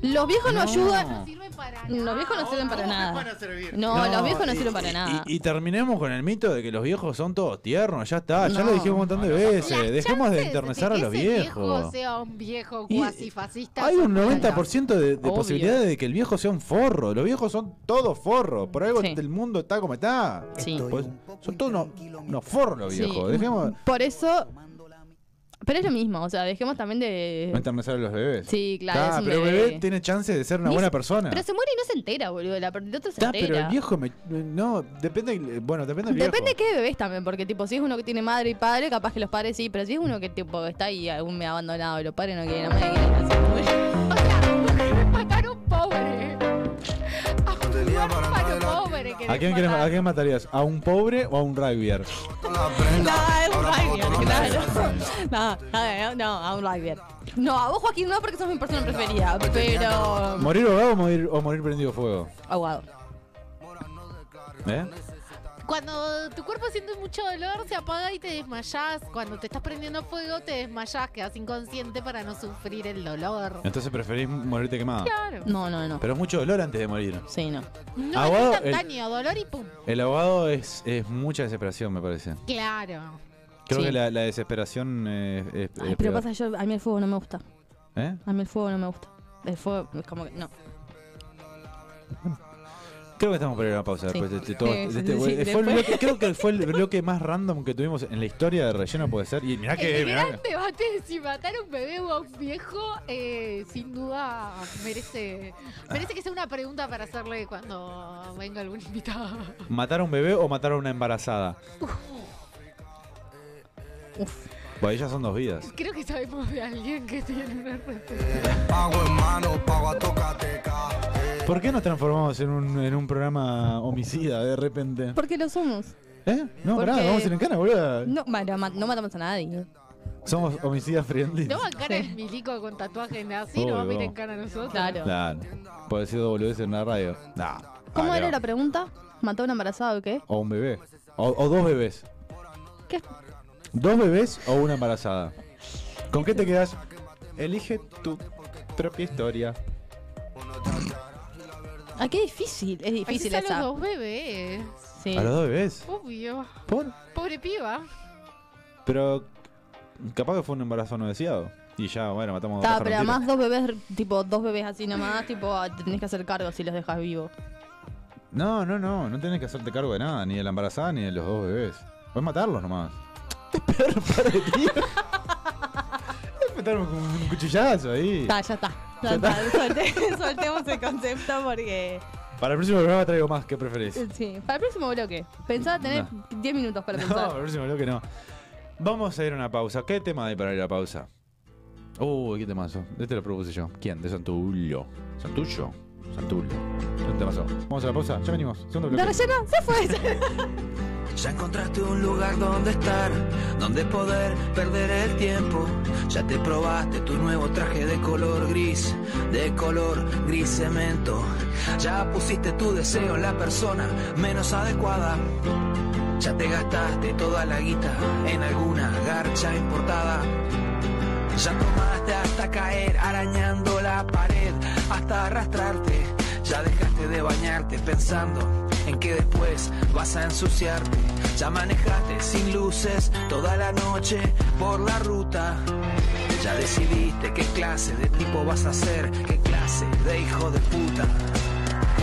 Speaker 3: Los viejos no,
Speaker 4: No.
Speaker 5: No
Speaker 3: ayudan.
Speaker 5: sirven para nada.
Speaker 3: Los viejos no sirven para nada.
Speaker 7: servir?
Speaker 3: No, los viejos no
Speaker 4: y-
Speaker 3: sirven para
Speaker 4: y-
Speaker 3: nada.
Speaker 4: Y, y terminemos con el mito de que los viejos son todos tiernos, ya está, ya lo
Speaker 3: No.
Speaker 4: dijimos un montón de veces.
Speaker 5: Las
Speaker 4: Dejemos de
Speaker 5: chances
Speaker 4: enternecer a
Speaker 5: que
Speaker 4: los
Speaker 5: ese
Speaker 4: viejos.
Speaker 5: viejo sea un viejo
Speaker 4: Y-
Speaker 5: cuasi fascista.
Speaker 4: Hay un 90% de, de
Speaker 3: Obvio.
Speaker 4: posibilidades de que el viejo sea un forro. Los viejos son todos forros. Por algo
Speaker 3: Sí.
Speaker 4: el mundo está como está.
Speaker 3: Sí.
Speaker 4: Pues, son todos unos, unos forros los
Speaker 3: Sí.
Speaker 4: viejos. Dejemos
Speaker 3: Por eso. Pero es lo mismo, o sea, dejemos también de.
Speaker 4: no enternecer a los bebés.
Speaker 3: Sí, claro.
Speaker 4: Está,
Speaker 3: es un
Speaker 4: pero el
Speaker 3: bebé.
Speaker 4: bebé tiene chance de ser una
Speaker 3: Ni
Speaker 4: buena
Speaker 3: se-
Speaker 4: persona.
Speaker 3: Pero se muere y no se entera, boludo. La, el otro se
Speaker 4: Está,
Speaker 3: entera.
Speaker 4: pero el viejo me- No, depende. Bueno, depende del viejo.
Speaker 3: Depende qué bebés también, porque tipo, si es uno que tiene madre y padre, capaz que los padres sí, pero si es uno que tipo está ahí algún me abandonado y los padres no quieren a nadie.
Speaker 5: O sea, querés matar a un pobre. A un huérfano pobre.
Speaker 4: ¿A quién, querés- ¿A quién matarías? ¿A un pobre o a un rugbyer?
Speaker 3: Nada, es un rugby, claro. [LAUGHS] No, no, no, a un rugby. No, a vos Joaquín no porque sos mi persona preferida, pero
Speaker 4: ¿Morir ahogado o morir, o morir prendido fuego?
Speaker 3: aguado.
Speaker 4: ¿Eh?
Speaker 5: Cuando tu cuerpo siente mucho dolor, se apaga y te desmayás. Cuando te estás prendiendo fuego, te desmayás, quedas inconsciente para no sufrir el dolor.
Speaker 4: Entonces preferís morirte quemado.
Speaker 5: Claro.
Speaker 3: No, no, no.
Speaker 4: Pero es mucho dolor antes de morir.
Speaker 3: Sí, no.
Speaker 5: No
Speaker 4: Ah,
Speaker 5: es
Speaker 4: vos,
Speaker 5: instantáneo, dolor y pum.
Speaker 4: El ahogado es, es mucha desesperación, me parece.
Speaker 5: Claro.
Speaker 4: Creo
Speaker 3: Sí.
Speaker 4: que la, la desesperación eh, es. es
Speaker 3: Ay, pero
Speaker 4: peor.
Speaker 3: pasa que yo, a mí el fuego no me gusta.
Speaker 4: ¿Eh?
Speaker 3: A mí el fuego no me gusta. El fuego es como que no.
Speaker 4: Creo que estamos por ir a una pausa. después de- de todo-
Speaker 3: Sí, sí,
Speaker 4: de este-
Speaker 3: sí,
Speaker 4: fue el
Speaker 3: después.
Speaker 4: bloque- creo que fue el bloque más random que tuvimos en la historia de relleno, puede ser. Y mirá Ah, que.
Speaker 5: El
Speaker 4: mirá-
Speaker 5: gran debate de si matar a un bebé o a un viejo, eh, sin duda merece, merece que sea una pregunta para hacerle cuando venga algún invitado.
Speaker 4: ¿Matar a un bebé o matar a una embarazada? Pues ellas son dos vidas.
Speaker 5: Creo que sabemos de alguien que tiene una respuesta.
Speaker 10: Eh,
Speaker 8: Pago en mano, pago a tocateca.
Speaker 4: ¿Por qué nos transformamos en un, en un programa homicida de repente?
Speaker 3: Porque lo somos.
Speaker 4: ¿Eh? No, pará,
Speaker 3: Porque-
Speaker 4: vamos a ir en cana, boludo.
Speaker 3: No, bueno, ma- no matamos a nadie.
Speaker 4: Somos homicidas friendly.
Speaker 5: No va a cara el milico con tatuajes así, no
Speaker 4: Obvio.
Speaker 5: vamos a ir en cara a nosotros.
Speaker 3: Claro.
Speaker 4: Claro. Puede decir dos boludeces en una radio. Nah.
Speaker 3: ¿Cómo
Speaker 4: Ah,
Speaker 3: era
Speaker 4: no.
Speaker 3: la pregunta? ¿Mató a un embarazado o qué?
Speaker 4: O un bebé. O, o dos bebés.
Speaker 3: ¿Qué?
Speaker 4: ¿Dos bebés o una embarazada? ¿Con qué te quedas? Elige tu propia historia.
Speaker 3: Ah, qué difícil. Es difícil
Speaker 5: Así son
Speaker 3: esa.
Speaker 5: los dos bebés.
Speaker 3: Sí.
Speaker 4: ¿A los dos bebés?
Speaker 5: Obvio.
Speaker 4: ¿Por?
Speaker 5: Pobre piba.
Speaker 4: Pero capaz que fue un embarazo no deseado. Y ya, bueno, matamos
Speaker 3: Ta,
Speaker 4: dos
Speaker 3: pero además dos bebés, tipo, dos bebés así nomás, tipo, ah, te tenés que hacer cargo si los dejas vivos.
Speaker 4: No, no, no. No tienes que hacerte cargo de nada. Ni de la embarazada ni de los dos bebés. Puedes matarlos
Speaker 3: [LAUGHS]
Speaker 4: nomás. Es peor para ti. Es meterme con un cuchillazo ahí.
Speaker 3: Ta, ya está. Ya
Speaker 4: Ya
Speaker 3: está. [LAUGHS] Solte- soltemos el concepto porque.
Speaker 4: Para el próximo programa traigo más. ¿Qué preferís?
Speaker 3: [LAUGHS] Sí. Para el próximo bloque. Pensaba tener 10 minutos para
Speaker 4: No,
Speaker 3: pensar.
Speaker 4: el próximo bloque no. Vamos a ir a una pausa. ¿Qué tema hay para ir a la pausa? Uy, qué temazo. Este lo propuse yo. ¿Quién? De Santullo. ¿Santullo? Santullo. ¿Qué temazo? Vamos a la pausa. Ya venimos. Segundo
Speaker 3: De
Speaker 4: bloque.
Speaker 3: relleno, se fue.
Speaker 8: Ya encontraste un lugar donde estar, donde poder perder el tiempo. Ya te probaste tu nuevo traje de color gris, de color gris cemento. Ya pusiste tu deseo en la persona menos adecuada. Ya te gastaste toda la guita en alguna garcha importada. Ya tomaste hasta caer arañando la pared, hasta arrastrarte. Ya dejaste de bañarte pensando en que después vas a ensuciarte. Ya manejaste sin luces toda la noche por la ruta. Ya decidiste qué clase de tipo vas a ser, qué clase de hijo de puta.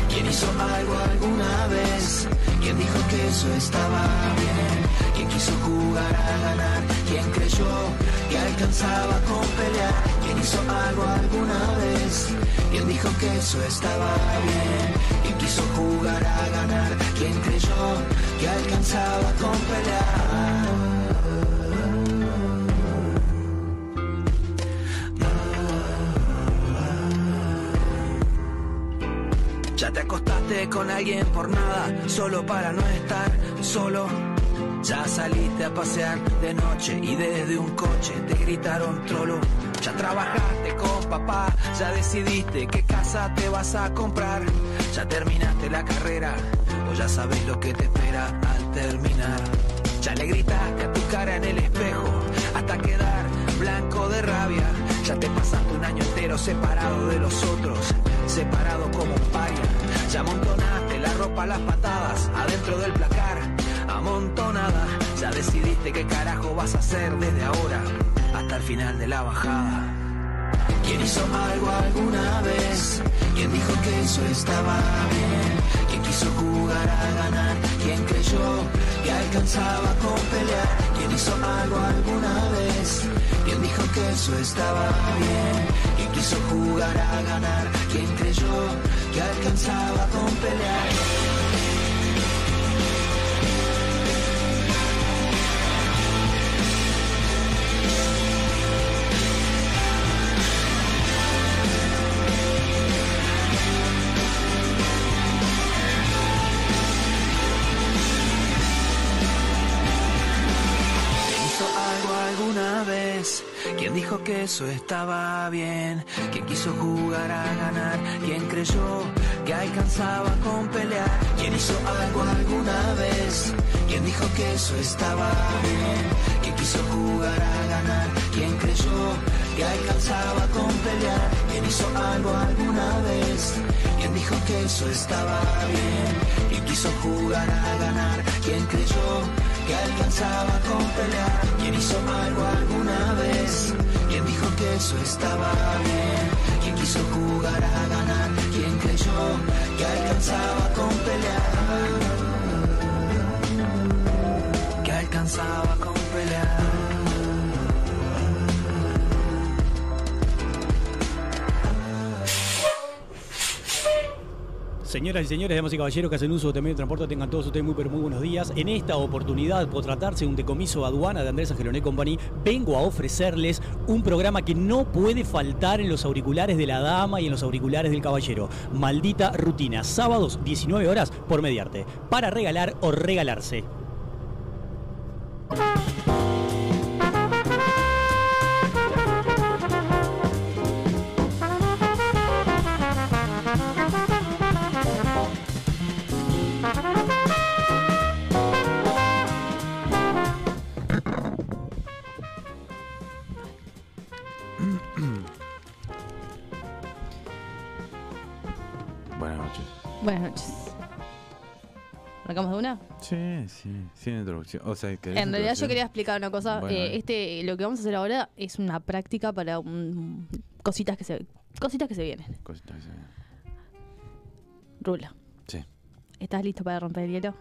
Speaker 8: ¿Quién hizo algo alguna vez? ¿Quién dijo que eso estaba bien? ¿Quién quiso jugar a ganar? ¿Quién creyó que alcanzaba con pelear? ¿Quién hizo algo alguna vez? ¿Quién dijo que eso estaba bien? ¿Quién quiso jugar a ganar? ¿Quién creyó que alcanzaba con pelear? Ya te acostaste con alguien por nada, solo para no estar solo. Ya saliste a pasear de noche y desde un coche te gritaron trolo. Ya trabajaste con papá, ya decidiste qué casa te vas a comprar. Ya terminaste la carrera o ya sabes lo que te espera al terminar. Ya le gritaste a tu cara en el espejo hasta quedar blanco de rabia. Ya te pasaste un año entero separado de los otros, separado como un paria. Ya amontonaste la ropa a las patadas adentro del placar, amontonada. Ya decidiste qué carajo vas a hacer desde ahora hasta el final de la bajada. ¿Quién hizo algo alguna vez? ¿Quién dijo que eso estaba bien? ¿Quién quiso jugar a ganar? ¿Quién creyó que alcanzaba con pelear? ¿Quién hizo algo alguna vez? ¿Quién dijo que eso estaba bien? ¿Quién quiso jugar a ganar? ¿Quién creyó que alcanzaba con pelear? ¿Quién hizo algo alguna vez? ¿Quién dijo que eso estaba bien? ¿Quién quiso jugar a ganar? ¿Quién creyó que alcanzaba con pelear? ¿Quién hizo algo alguna vez? ¿Quién dijo que eso estaba bien? ¿Quién quiso jugar a ganar? ¿Quién creyó que alcanzaba con pelear? ¿Quién hizo algo alguna vez? ¿Quién dijo que eso estaba bien? ¿Quién quiso jugar a ganar? ¿Quién creyó que alcanzaba con pelear? ¿Quién hizo algo alguna vez? ¿Quién dijo que eso estaba bien? ¿Quién quiso jugar a ganar? ¿Quién creyó que alcanzaba con pelear? Que alcanzaba con pelear.
Speaker 11: Señoras y señores, damas y caballeros que hacen uso de este medio de transporte, tengan todos ustedes muy, pero muy buenos días. En esta oportunidad, por tratarse de un decomiso aduana de Andrés Angeloné Company, vengo a ofrecerles un programa que no puede faltar en los auriculares de la dama y en los auriculares del caballero. Maldita rutina, sábados 19 horas por mediarte, para regalar o regalarse.
Speaker 4: Buenas noches.
Speaker 3: Buenas noches. ¿Arrancamos de una?
Speaker 4: Sí, sí, sin introducción. O sea, ¿querés
Speaker 3: En realidad yo
Speaker 4: introducción?
Speaker 3: quería explicar una cosa.
Speaker 4: Bueno,
Speaker 3: Eh,
Speaker 4: dale.
Speaker 3: este, lo que vamos a hacer ahora es una práctica para un- cositas que se cositas que se vienen.
Speaker 4: Cosita que se ve.
Speaker 3: Rula,
Speaker 4: Sí,
Speaker 3: ¿estás listo para romper el hielo?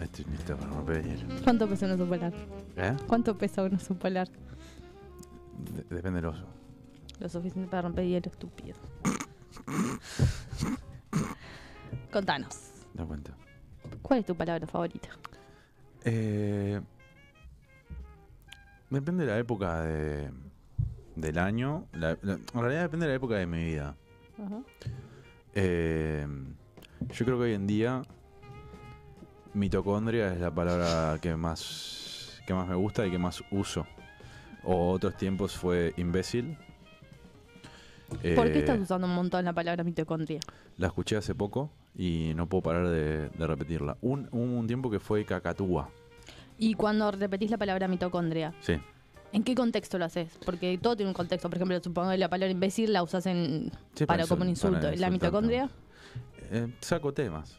Speaker 4: estoy listo para romper el hielo.
Speaker 3: ¿Cuánto pesa un oso polar?
Speaker 4: ¿Eh?
Speaker 3: ¿Cuánto pesa un oso polar?
Speaker 4: De- depende del oso.
Speaker 3: Lo suficiente para romper el
Speaker 4: [LAUGHS]
Speaker 3: hielo, estúpido. Contanos,
Speaker 4: No cuenta.
Speaker 3: ¿cuál es tu palabra favorita?
Speaker 4: Eh, depende de la época de, del año. La- la- en realidad depende de la época de mi vida. Eh, yo creo que hoy en día mitocondria es la palabra que más, que más me gusta y que más uso. O otros tiempos fue imbécil.
Speaker 3: ¿Por qué
Speaker 4: Eh,
Speaker 3: estás usando un montón la palabra mitocondria?
Speaker 4: La escuché hace poco y no puedo parar de, de repetirla. Un, hubo un tiempo que fue cacatúa.
Speaker 3: Y cuando repetís la palabra mitocondria,
Speaker 4: Sí.
Speaker 3: ¿en qué contexto lo haces? Porque todo tiene un contexto. Por ejemplo, supongo que la palabra imbécil la usas en,
Speaker 4: Sí, para
Speaker 3: para, como un
Speaker 4: insul-
Speaker 3: insulto.
Speaker 4: para
Speaker 3: ¿La
Speaker 4: insultar,
Speaker 3: mitocondria?
Speaker 4: Eh, saco temas.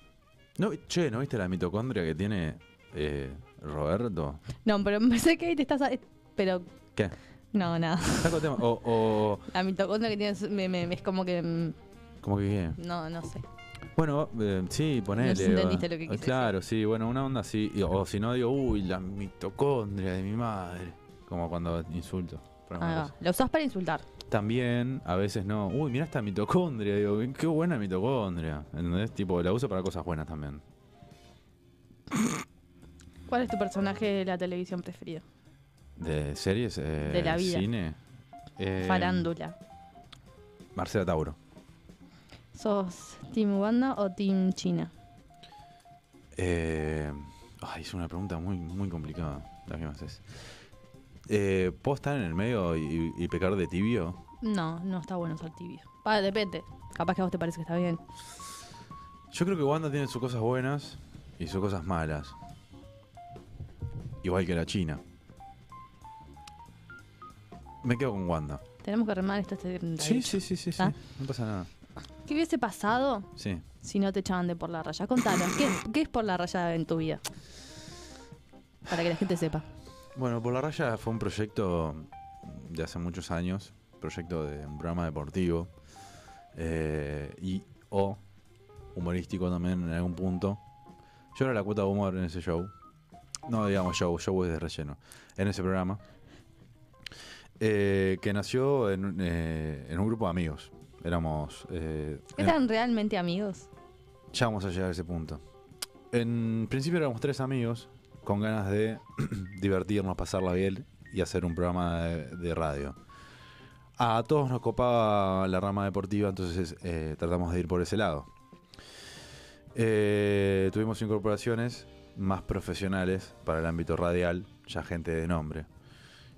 Speaker 4: No, che, ¿no viste la mitocondria que tiene eh, Roberto?
Speaker 3: No, pero me sé que ahí te estás... a- Pero
Speaker 4: ¿Qué?
Speaker 3: no, nada. [LAUGHS]
Speaker 4: Saco temas. O, o
Speaker 3: La mitocondria que tienes me- me- es como que... mm,
Speaker 4: como que qué.
Speaker 3: No, no sé.
Speaker 4: Bueno, eh, sí, ponele.
Speaker 3: No sé si entendiste
Speaker 4: o-
Speaker 3: lo que
Speaker 4: o-
Speaker 3: quise
Speaker 4: Claro, sí, bueno, una onda así. y- O si no digo, uy, la mitocondria de mi madre. Como cuando insulto. por alguna
Speaker 3: Ah,
Speaker 4: cosa.
Speaker 3: la usás para insultar.
Speaker 4: También, a veces no. Uy, mira esta mitocondria. Digo, "Qué- qué buena mitocondria. ¿Entendés? Tipo, la uso para cosas buenas también.
Speaker 3: ¿Cuál es tu personaje de la televisión preferido?
Speaker 4: De series, eh,
Speaker 3: De la vida.
Speaker 4: cine. eh,
Speaker 3: Farándula.
Speaker 4: Marcela Tauro.
Speaker 3: ¿Sos Team Uganda o Team China?
Speaker 4: Eh, ay, es una pregunta muy, muy complicada la que me haces. Eh, ¿Puedo estar en el medio y, y pecar de tibio?
Speaker 3: No, no está bueno ser tibio. Ah, depende. Capaz que a vos te parece que está bien.
Speaker 4: Yo creo que Wanda tiene sus cosas buenas y sus cosas malas. Igual que la China. Me quedo con Wanda.
Speaker 3: Tenemos que remar esto este
Speaker 4: Sí, sí, sí, sí, sí.
Speaker 3: Ah.
Speaker 4: No pasa nada.
Speaker 3: ¿Qué hubiese pasado
Speaker 4: Sí.
Speaker 3: si no te echaban de por la raya? Contanos, ¿qué, qué es por la raya en tu vida? Para que la gente sepa.
Speaker 4: Bueno, Por la Raya fue un proyecto de hace muchos años, proyecto de un programa deportivo eh, y o humorístico también en algún punto. Yo era la cuota de humor en ese show. No digamos show, show es de relleno. En ese programa. eh, que nació en, un- eh, en un grupo de amigos. Éramos... eh,
Speaker 3: ¿Eran realmente amigos?
Speaker 4: ya vamos a llegar a ese punto. En principio éramos tres amigos con ganas de [CLEARS THROAT] divertirnos, pasarla bien y hacer un programa de, de radio. A todos nos copaba la rama deportiva, entonces eh, tratamos de ir por ese lado. Eh, tuvimos incorporaciones más profesionales para el ámbito radial, ya gente de nombre.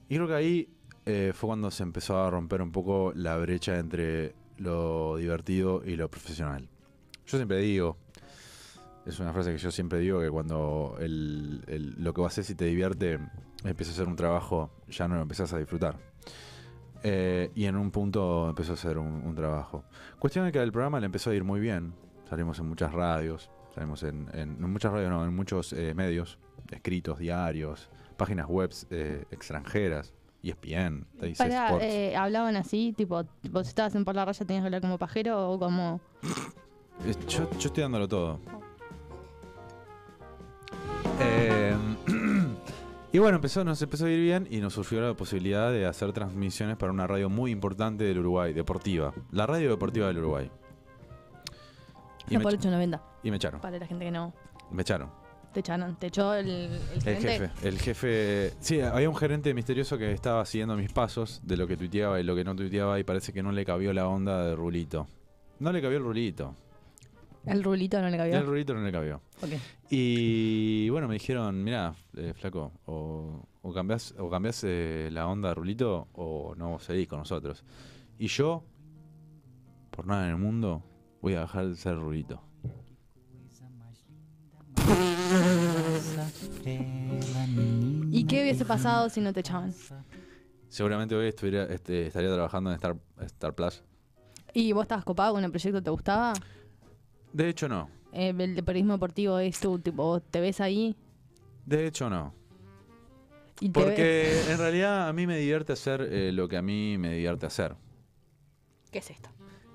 Speaker 4: Y creo que ahí eh, fue cuando se empezó a romper un poco la brecha entre lo divertido y lo profesional. Yo siempre digo, es una frase que yo siempre digo, que cuando el- el- lo que vas a hacer si te divierte, empieza a ser un trabajo, ya no lo empezás a disfrutar. Eh, y en un punto empezó a ser un, un trabajo. Cuestión de que el programa le empezó a ir muy bien. Salimos en muchas radios, salimos en, en- no en muchas radios, no, en muchos eh, medios, escritos, diarios, páginas web extranjeras, E ESPN, Teis
Speaker 3: Para,
Speaker 4: Sports.
Speaker 3: eh, ¿Hablaban así? Tipo, vos estabas en por la raya, tenías que hablar como pajero o como...
Speaker 4: Eh, Yo, yo estoy dándolo todo. Eh, [CLEARS THROAT] y bueno, empezó, nos empezó a ir bien y nos surgió la posibilidad de hacer transmisiones para una radio muy importante del Uruguay, deportiva. La radio deportiva del Uruguay. Y
Speaker 3: Era
Speaker 4: me,
Speaker 3: por
Speaker 4: echa-
Speaker 3: 890.
Speaker 4: y me echaron.
Speaker 3: Para la gente que no.
Speaker 4: Me echaron.
Speaker 3: Te echaron. Te echó el, el
Speaker 4: El
Speaker 3: gerente.
Speaker 4: jefe. El jefe. Sí, había un gerente misterioso que estaba siguiendo mis pasos de lo que tuiteaba y lo que no tuiteaba y parece que no le cabió la onda de Rulito. No le cabió el Rulito.
Speaker 3: El rulito no le cabía.
Speaker 4: El Rulito no le cabió.
Speaker 3: Ok.
Speaker 4: Y bueno, me dijeron, mira, flaco, o, o cambiás, o cambiás, eh, la onda de Rulito o no seguís con nosotros. Y yo, por nada en el mundo, voy a dejar de ser Rulito.
Speaker 3: ¿Y qué hubiese pasado si no te echaban?
Speaker 4: Seguramente hoy estuviera, este, estaría trabajando en Star, Star Plus.
Speaker 3: ¿Y vos estabas copado con el proyecto? ¿Te gustaba?
Speaker 4: De hecho, no.
Speaker 3: Eh, el de periodismo deportivo es tu tipo, vos te ves ahí
Speaker 4: De hecho, no.
Speaker 3: y te ves.
Speaker 4: Porque en realidad a mí me divierte hacer eh, lo que a mí me divierte hacer,
Speaker 3: ¿Qué es esto?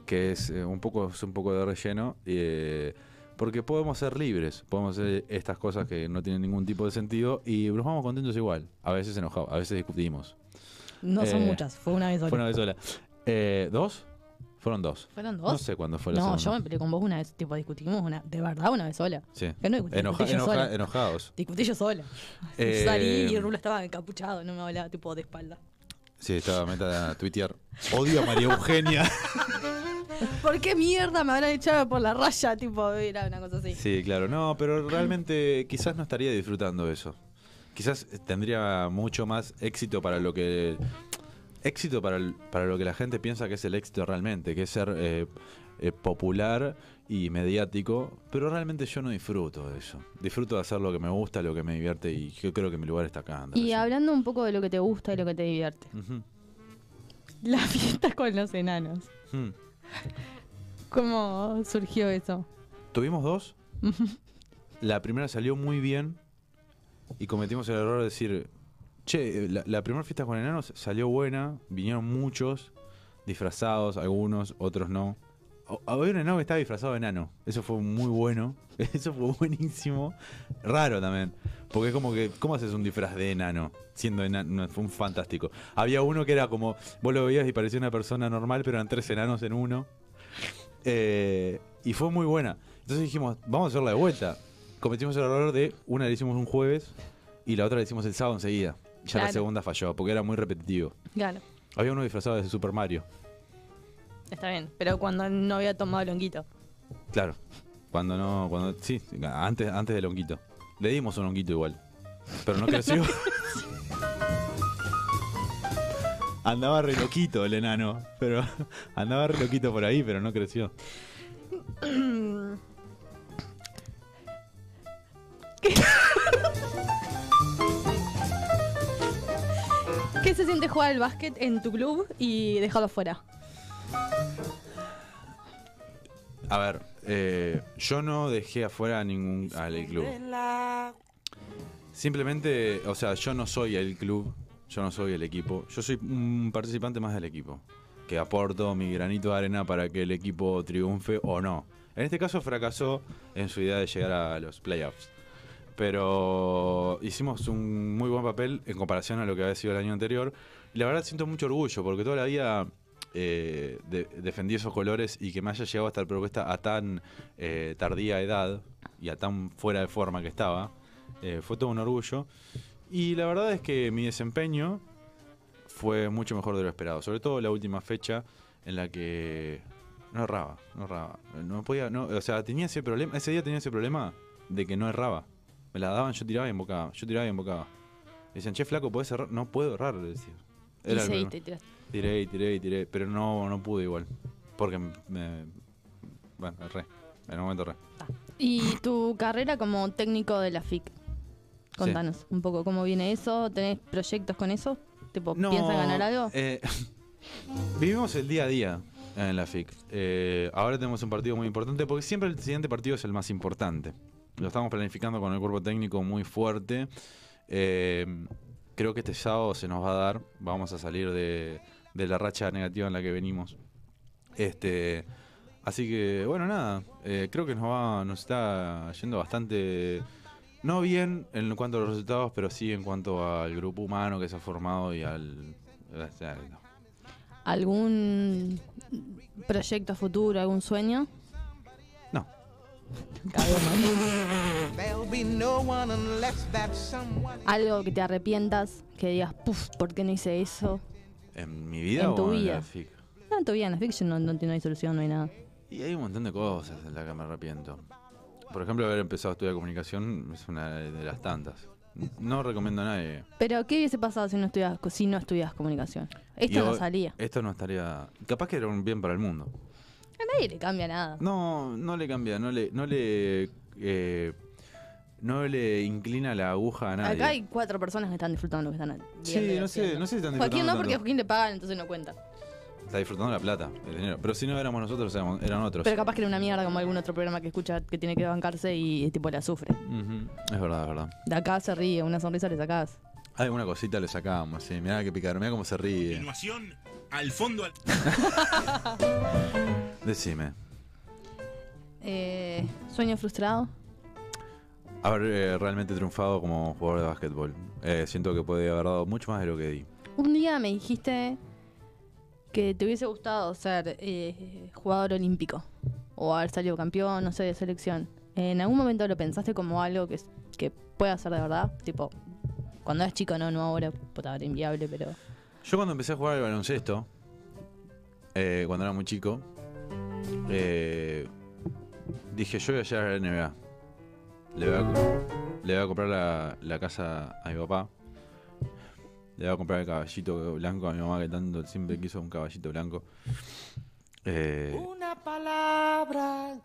Speaker 4: que es eh, un poco es un poco de relleno, eh, porque podemos ser libres, podemos hacer estas cosas que no tienen ningún tipo de sentido y nos vamos contentos igual. A veces enojados, a veces discutimos.
Speaker 3: No son
Speaker 4: Eh,
Speaker 3: muchas, fue una vez sola.
Speaker 4: Fue una vez sola. Eh, ¿Dos? Fueron dos.
Speaker 3: ¿Fueron
Speaker 4: No
Speaker 3: dos?
Speaker 4: sé cuándo fue la
Speaker 3: No,
Speaker 4: segunda.
Speaker 3: yo me peleé con vos una vez, tipo, discutimos una, de verdad una vez sola.
Speaker 4: Sí.
Speaker 3: Que no discutí,
Speaker 4: Enoja-
Speaker 3: discutí yo
Speaker 4: enoja-
Speaker 3: sola.
Speaker 4: enojados.
Speaker 3: Discutí yo sola.
Speaker 4: Eh,
Speaker 3: Salí y Rulo estaba encapuchado, no me hablaba tipo
Speaker 4: [LAUGHS]
Speaker 3: de espalda.
Speaker 4: Sí, estaba meta a tuitear. Odio a María Eugenia.
Speaker 3: ¿Por qué mierda me habrán echado por la raya? Tipo, era una cosa así.
Speaker 4: Sí, claro, no, pero realmente quizás no estaría disfrutando eso. Quizás eh, tendría mucho más éxito para lo que éxito para, l- para lo que la gente piensa que es el éxito realmente, que es ser eh, eh, popular y mediático, pero realmente yo no disfruto de eso. Disfruto de hacer lo que me gusta, lo que me divierte y yo creo que mi lugar está acá. Andrés.
Speaker 3: Y hablando un poco de lo que te gusta y lo que te divierte. [LAUGHS]
Speaker 4: Ujú.
Speaker 3: Las fiestas con los enanos.
Speaker 4: Hmm.
Speaker 3: ¿Cómo surgió eso? [LAUGHS]
Speaker 4: Tuvimos dos. La primera salió muy bien y cometimos el error de decir, che, eh, la, la primera fiesta con enanos salió buena, vinieron muchos, disfrazados, algunos, otros no. O- Había un enano que estaba disfrazado de enano, eso fue muy bueno, [LAUGHS] eso fue buenísimo, raro también, porque es como que, ¿cómo haces un disfraz de enano? Siendo enano, fue un fantástico. Había uno que era como, vos lo veías y parecía una persona normal, pero eran tres enanos en uno. Eh, y fue muy buena. Entonces dijimos, vamos a hacerla de vuelta. Cometimos el error de una la hicimos un jueves y la otra la hicimos el sábado enseguida. Ya la
Speaker 3: Claro.
Speaker 4: segunda falló porque era muy repetitivo.
Speaker 3: Claro,
Speaker 4: Había uno disfrazado de Super Mario.
Speaker 3: está bien. Pero cuando no había tomado longuito.
Speaker 4: Claro. Cuando no, cuando sí, antes antes del honguito. Le dimos un honguito igual. Pero
Speaker 1: [LAUGHS]
Speaker 4: no
Speaker 3: [LAUGHS]
Speaker 4: creció. andaba re loquito el enano, pero [LAUGHS] andaba re loquito por ahí, pero no creció.
Speaker 3: ¿Qué se siente jugar al básquet en tu club y dejarlo fuera?
Speaker 4: A ver, eh, yo no dejé afuera a ningún al club. Simplemente, o sea, yo no soy el club, yo no soy el equipo, yo soy un participante más del equipo, que aporto mi granito de arena para que el equipo triunfe o no. En este caso fracasó en su idea de llegar a los playoffs. Pero hicimos un muy buen papel en comparación a lo que había sido el año anterior. Y la verdad siento mucho orgullo, porque toda la vida eh, de- defendí esos colores y que me haya llegado esta propuesta a tan eh, tardía edad y a tan fuera de forma que estaba, eh, fue todo un orgullo. Y la verdad es que mi desempeño fue mucho mejor de lo esperado, sobre todo la última fecha en la que no erraba, no erraba. No podía, no, o sea, tenía ese problema, ese día tenía ese problema de que no erraba. Me la daban, yo tiraba y embocaba, yo tiraba y embocaba. Y decían, che, flaco, ¿podés errar? No puedo errar, le decía.
Speaker 3: Y
Speaker 4: Era el
Speaker 3: seguiste,
Speaker 4: problema.
Speaker 3: tiraste.
Speaker 4: Tiré y tiré y tiré, pero no, no pude igual. Porque me. Bueno, erré. En el momento erré.
Speaker 3: ¿Y tu carrera como técnico de la FIC? Contanos un poco cómo viene eso. ¿Tenés proyectos con eso? Tipo, ¿Piensas ganar algo?
Speaker 4: eh, [LAUGHS] vivimos el día a día en la FIC. Eh, ahora tenemos un partido muy importante porque siempre el siguiente partido es el más importante. Lo estamos planificando con el cuerpo técnico muy fuerte. Eh, creo que este sábado se nos va a dar. Vamos a salir de, de la racha negativa en la que venimos. Este. Así que, bueno, nada. eh, creo que nos va. Nos está yendo bastante. No bien en cuanto a los resultados, pero sí en cuanto al grupo humano que se ha formado y al. o sea, no.
Speaker 3: ¿Algún proyecto futuro, algún sueño?
Speaker 4: No.
Speaker 10: There'll be no one unless that someone
Speaker 3: Algo que te arrepientas, que digas, puff, ¿por qué no hice eso?
Speaker 4: ¿En mi vida
Speaker 3: En tu
Speaker 4: o en
Speaker 3: vida.
Speaker 4: la fic?
Speaker 3: No, en tu vida, en la fiction no, no, no hay solución, no hay nada.
Speaker 4: Y hay un montón de cosas en las que me arrepiento. Por ejemplo, haber empezado a estudiar comunicación es una de las tantas. No recomiendo a nadie.
Speaker 3: Pero, ¿qué hubiese pasado si no estudias, si no estudias comunicación? Esto
Speaker 4: Y
Speaker 3: no
Speaker 4: hoy-
Speaker 3: salía.
Speaker 4: Esto no estaría. Capaz que era un bien para el mundo.
Speaker 3: A nadie le cambia nada.
Speaker 4: No, no le cambia, no le, no le, eh, no le inclina la aguja a nadie.
Speaker 3: Acá hay cuatro personas que están disfrutando lo que están
Speaker 4: sí, no sé, no sé si están disfrutando.
Speaker 3: Joaquín no, porque a
Speaker 4: tanto.
Speaker 3: Joaquín le pagan, entonces no cuenta.
Speaker 4: Está disfrutando la plata, el dinero. Pero si no éramos nosotros, éramos- eran otros.
Speaker 3: Pero capaz que era una mierda como algún otro programa que escucha que tiene que bancarse y eh, tipo la sufre.
Speaker 4: Ujú, Es verdad, es verdad.
Speaker 3: De acá se ríe, una sonrisa
Speaker 4: [LAUGHS]
Speaker 3: le sacás.
Speaker 4: Hay una cosita le sacábamos, sí. Mirá que picar, mirá cómo se ríe.
Speaker 12: Continuación, al fondo. Al...
Speaker 4: Decime.
Speaker 3: Eh, Sueño frustrado.
Speaker 4: Haber eh, realmente triunfado como jugador de básquetbol. Eh, siento que podía haber dado mucho más de lo que di.
Speaker 3: Un día me dijiste que te hubiese gustado ser eh, jugador olímpico o haber salido campeón, no sé, de selección. ¿En algún momento lo pensaste como algo que, que pueda ser de verdad? Tipo, cuando eras chico, no, no ahora, puta, era inviable, pero...
Speaker 4: Yo cuando empecé a jugar al baloncesto, eh, cuando era muy chico, eh, dije, yo voy a llegar a la NBA. Le voy a, co- le voy a comprar la, la casa a mi papá. Le voy a comprar el caballito blanco a mi mamá que tanto siempre quiso un caballito blanco. Eh,
Speaker 10: Una palabra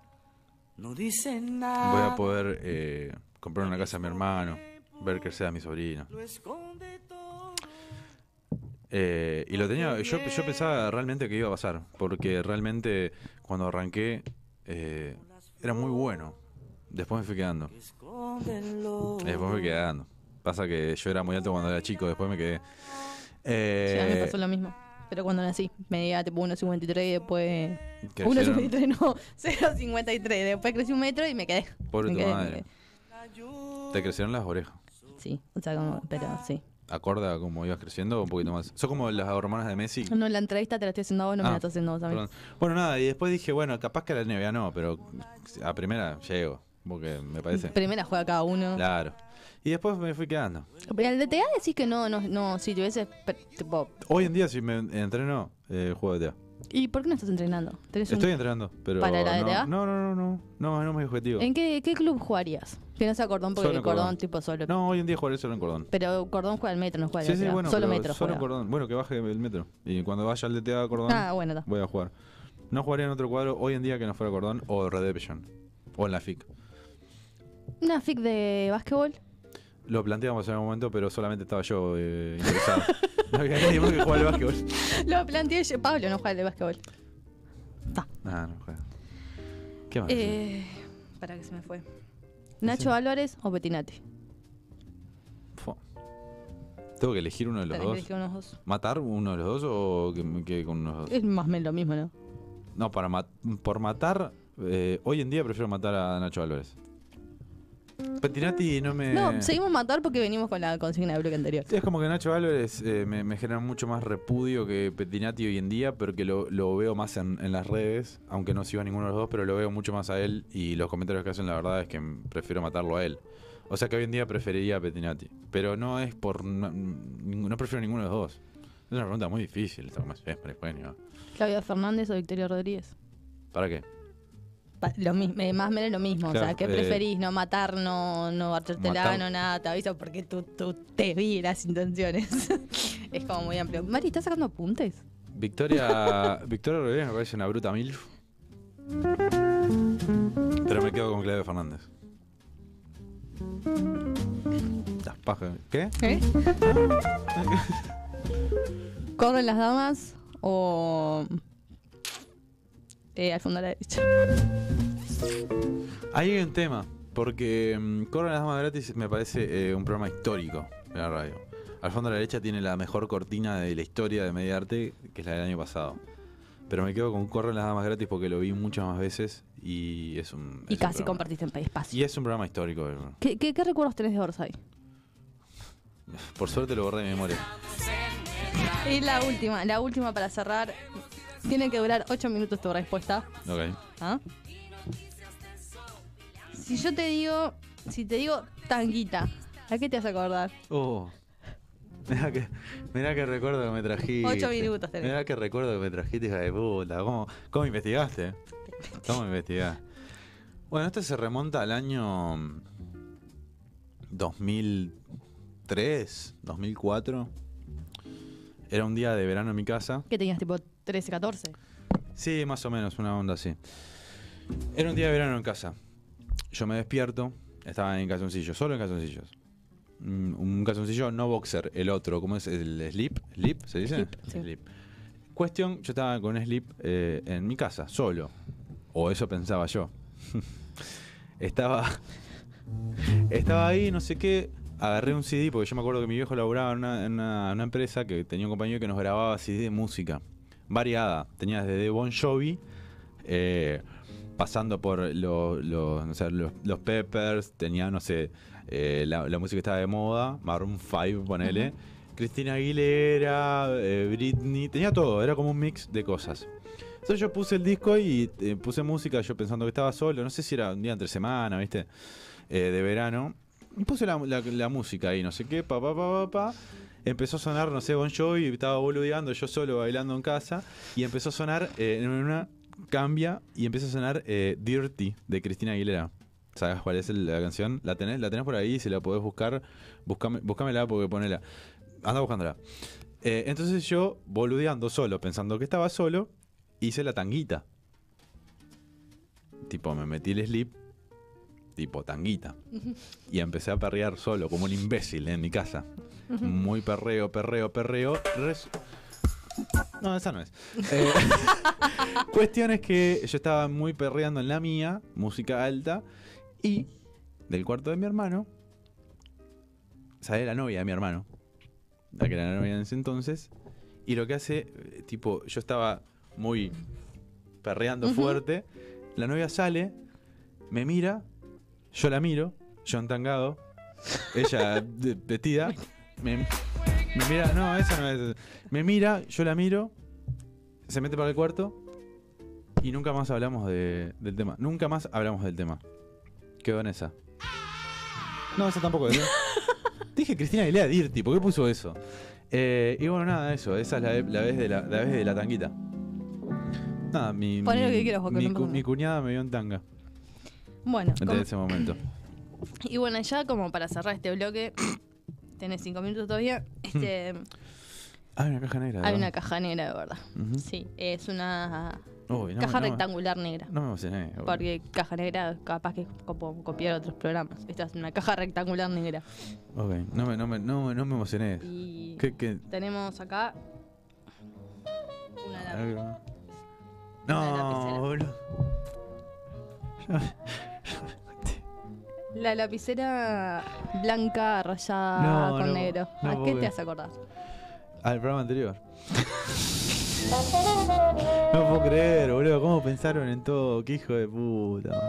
Speaker 10: no dice nada.
Speaker 3: Ah.
Speaker 4: voy a poder eh, comprar una casa a mi hermano, ver crecer a mi sobrina.
Speaker 10: Lo esconde
Speaker 4: Eh, y lo tenía, yo, yo pensaba realmente que iba a pasar, porque realmente cuando arranqué eh, era muy bueno. Después me fui quedando.
Speaker 10: escóndelo.
Speaker 4: Después me fui quedando. Pasa que yo era muy alto cuando era chico, después me quedé. Eh,
Speaker 3: Sí, a mí me pasó lo mismo. Pero cuando nací, medía tipo 1,53 y después...
Speaker 4: Crecieron.
Speaker 3: 1,53 no, [LAUGHS] 0,53. Después crecí un metro y me quedé.
Speaker 4: Eh, Pobre
Speaker 3: me
Speaker 4: tu
Speaker 3: quedé, me
Speaker 4: madre. Te crecieron las orejas.
Speaker 3: quedé. Sí, o sea, como, pero sí.
Speaker 4: Acorda como ibas creciendo un poquito más. Sos como las hermanas de Messi.
Speaker 3: No, la entrevista te la estoy haciendo a vos, no me
Speaker 4: Ah,
Speaker 3: la estás haciendo vos a mí.
Speaker 4: perdón. Bueno, nada, y después dije, bueno, capaz que a la NBA no, pero a primera llego, porque me parece.
Speaker 3: Primera juega cada uno.
Speaker 4: Claro. Y después me fui quedando.
Speaker 3: Pero al DTA decís que no, no, no, si te hubieses... per- tipo,
Speaker 4: Hoy en día si me entreno, eh, juego de
Speaker 3: ¿Y por qué no estás entrenando? ¿Tenés un-
Speaker 4: Estoy entrenando, pero
Speaker 3: ¿Para la
Speaker 4: no,
Speaker 3: DTA?
Speaker 4: No, no, no, no, no, no es mi objetivo.
Speaker 3: ¿En qué, qué club jugarías? Que no sea cordón, porque
Speaker 4: Solo
Speaker 3: el cordón,
Speaker 4: cordón.
Speaker 3: tipo solo.
Speaker 4: No, hoy en día jugaré solo en cordón.
Speaker 3: Pero cordón juega al metro, no juega al
Speaker 4: Sí, sí,
Speaker 3: DTA.
Speaker 4: bueno,
Speaker 3: solo
Speaker 4: pero
Speaker 3: metro
Speaker 4: solo
Speaker 3: juega.
Speaker 4: cordón. Bueno, que baje el metro. Y cuando vaya al DTA a cordón,
Speaker 3: Ah, bueno, está.
Speaker 4: voy a jugar. No jugaría en otro cuadro hoy en día que no fuera cordón o Redemption. O en la FIC.
Speaker 3: Una fic de básquetbol. [LAUGHS]
Speaker 4: Lo planteamos en algún momento, pero solamente estaba yo eh, interesado. [LAUGHS] no había nadie más que jugaba al básquetbol.
Speaker 3: Lo planteé yo. Pablo no juega al de básquetbol.
Speaker 4: Ah, no juega. ¿Qué más?
Speaker 3: Eh, para que se me fue. ¿Nacho Álvarez o Petinati?
Speaker 4: Fua. ¿Tengo que elegir uno de los
Speaker 3: Tenés que
Speaker 4: dos?
Speaker 3: elegir uno de los dos. Eh.
Speaker 4: ¿Matar uno de los dos o que me quede con uno de los dos?
Speaker 3: Es más o menos lo mismo, ¿no?
Speaker 4: No, para ma- por matar, eh, hoy en día prefiero matar a Nacho Álvarez. Petinati no me...
Speaker 3: No, seguimos matar porque venimos con la consigna de bloque anterior.
Speaker 4: Eh. Es como que Nacho Álvarez eh, me, me genera mucho más repudio que Petinati hoy en día, pero que lo, lo veo más en, en las redes, aunque no sigo a ninguno de los dos, pero lo veo mucho más a él y los comentarios que hacen la verdad es que m- prefiero matarlo a él. O sea que hoy en día preferiría a Petinati, pero no es por... No, no prefiero a ninguno de los dos. Es una pregunta muy difícil, esta, como es es pregenio.
Speaker 3: ¿Claudia Fernández o Victoria Rodríguez?
Speaker 4: ¿Para qué?
Speaker 3: Pa- Lo mismo, eh, más o menos lo mismo. o sea,
Speaker 4: Claro,
Speaker 3: ¿qué
Speaker 4: eh,
Speaker 3: preferís? ¿No matar, no, no hacértela,
Speaker 4: matar.
Speaker 3: no nada? Te aviso porque tú, tú te vi las intenciones. [LAUGHS] es como muy amplio. Mari, ¿estás sacando apuntes?
Speaker 4: Victoria, [LAUGHS] Victoria Rodríguez me parece una bruta milf. Pero me quedo con Claudio Fernández. Las pajas. ¿Qué? Ah,
Speaker 3: ¿Eh? ¿Corren las damas o eh, al fondo a la derecha?
Speaker 4: Ahí hay un tema, porque mm, Corran las Damas Gratis me parece eh, un programa histórico de la radio. Al fondo a la derecha tiene la mejor cortina de la historia de Mediarte, que es la del año pasado. Pero me quedo con Corran las Damas Gratis porque lo vi muchas más veces y es un. es
Speaker 3: Y
Speaker 4: un
Speaker 3: casi
Speaker 4: programa-
Speaker 3: compartiste en País Espacio.
Speaker 4: Y es un programa histórico. eh.
Speaker 3: ¿Qué, qué, qué recuerdos tenés de Orsay?
Speaker 4: Por suerte lo borré de mi memoria.
Speaker 3: Y la última, la última para cerrar. Tiene que durar 8 minutos tu respuesta.
Speaker 4: Ok.
Speaker 3: ¿Ah? Si yo te digo, si te digo tanguita, ¿a qué te vas a acordar?
Speaker 4: Oh. Mirá que, mirá que recuerdo que me trajiste.
Speaker 3: Ocho minutos tenés.
Speaker 4: Mirá que recuerdo que me trajiste, hija de puta. ¿Cómo, cómo investigaste? ¿Cómo investigaste? Bueno, este se remonta al año mm, 2003, 2004. Era un día de verano en mi casa.
Speaker 3: ¿Qué tenías tipo 13, 14?
Speaker 4: Sí, más o menos, una onda así. Era un día de verano en casa. Yo me despierto, estaba en calzoncillos, solo en calzoncillos. Mm, Un calzoncillo no boxer, el otro, ¿cómo es? ¿El slip? ¿Slip se dice?
Speaker 13: Slip, sí.
Speaker 4: Slip. Cuestión, yo estaba con slip eh, en mi casa, solo. O eso pensaba yo. [LAUGHS] estaba. Estaba ahí, no sé qué. Agarré un CD, porque yo me acuerdo que mi viejo laburaba en una, en una- en una empresa que tenía un compañero que nos grababa CD de música. Variada. Tenía desde Bon Jovi, eh, pasando por los, los, no sé, los- los Peppers, tenía, no sé, eh, la, la música que estaba de moda, Maroon 5, ponele. Cristina Aguilera, eh, Britney, tenía todo, era como un mix de cosas. Entonces yo puse el disco y eh, puse música, yo pensando que estaba solo, no sé si era un día entre semana, ¿viste? Eh, de verano. Y puse la, la- la música ahí, no sé qué, pa, pa, pa, pa, pa. Empezó a sonar, no sé, Bon Jovi, estaba boludeando, yo solo bailando en casa. Y empezó a sonar, eh, en una cambia, y empieza a sonar eh, Dirty de Cristina Aguilera. ¿Sabes cuál es el- la canción? ¿La tenés, la tenés por ahí? Si la podés buscar, buscame, buscámela porque ponela. Anda buscándola. Eh, entonces yo, boludeando solo, pensando que estaba solo, hice la tanguita. Tipo, me metí el slip, tipo tanguita. Y empecé a perrear solo, como un imbécil ¿eh? en mi casa.
Speaker 13: Ujú.
Speaker 4: Muy perreo, perreo, perreo. Res- No, esa no es. Eh, [LAUGHS] cuestión es que yo estaba muy perreando en la mía, música alta, y del cuarto de mi hermano sale la novia de mi hermano, la que era la novia en ese entonces, y lo que hace, eh, tipo, yo estaba muy perreando
Speaker 13: Ujú.
Speaker 4: fuerte, la novia sale, me mira, yo la miro, yo entangado, ella de- vestida, me, me mira, no, esa no es, me mira, yo la miro, se mete para el cuarto y nunca más hablamos de- del tema, nunca más hablamos del tema. Quedó en esa. No, esa tampoco es. ¿no? Dije Cristina Aguilera Dirty, ¿por qué puso eso? Eh, y bueno, nada, eso, esa es la, la vez, de la, la vez de la tanguita. Nada, mi,
Speaker 3: Poné lo
Speaker 4: mi-
Speaker 3: que quieras, Joaquín,
Speaker 4: mi,
Speaker 3: no pasa
Speaker 4: cu-
Speaker 3: nada.
Speaker 4: mi cuñada me vio en tanga
Speaker 3: Bueno,
Speaker 4: desde
Speaker 3: como-
Speaker 4: ese momento.
Speaker 3: [LAUGHS] y bueno, ya como para cerrar este bloque, [COUGHS] tenés cinco minutos todavía.
Speaker 4: [COUGHS]
Speaker 3: Este,
Speaker 4: Hay una caja negra.
Speaker 3: hay
Speaker 4: ¿verdad?
Speaker 3: una caja negra, de verdad.
Speaker 4: Ujú.
Speaker 3: Sí, es una
Speaker 4: Uy, no me-
Speaker 3: caja
Speaker 4: no me-
Speaker 3: rectangular negra.
Speaker 4: No me emocioné. boludo.
Speaker 3: Porque caja negra capaz que copo- copiar otros programas. Esta es una caja rectangular negra.
Speaker 4: Ok, no me, no me, no, no me emocioné.
Speaker 3: Y
Speaker 4: ¿Qué, qué?
Speaker 3: tenemos acá una lap-
Speaker 4: No, boludo.
Speaker 3: la lapicera blanca rayada
Speaker 4: No,
Speaker 3: con
Speaker 4: no,
Speaker 3: negro.
Speaker 4: no
Speaker 3: ¿A
Speaker 4: puedo
Speaker 3: qué te
Speaker 4: creer.
Speaker 3: vas a acordar?
Speaker 4: Al Ah, programa anterior. [LAUGHS] No puedo creer, boludo. ¿Cómo pensaron en todo? Qué hijo de puta. man.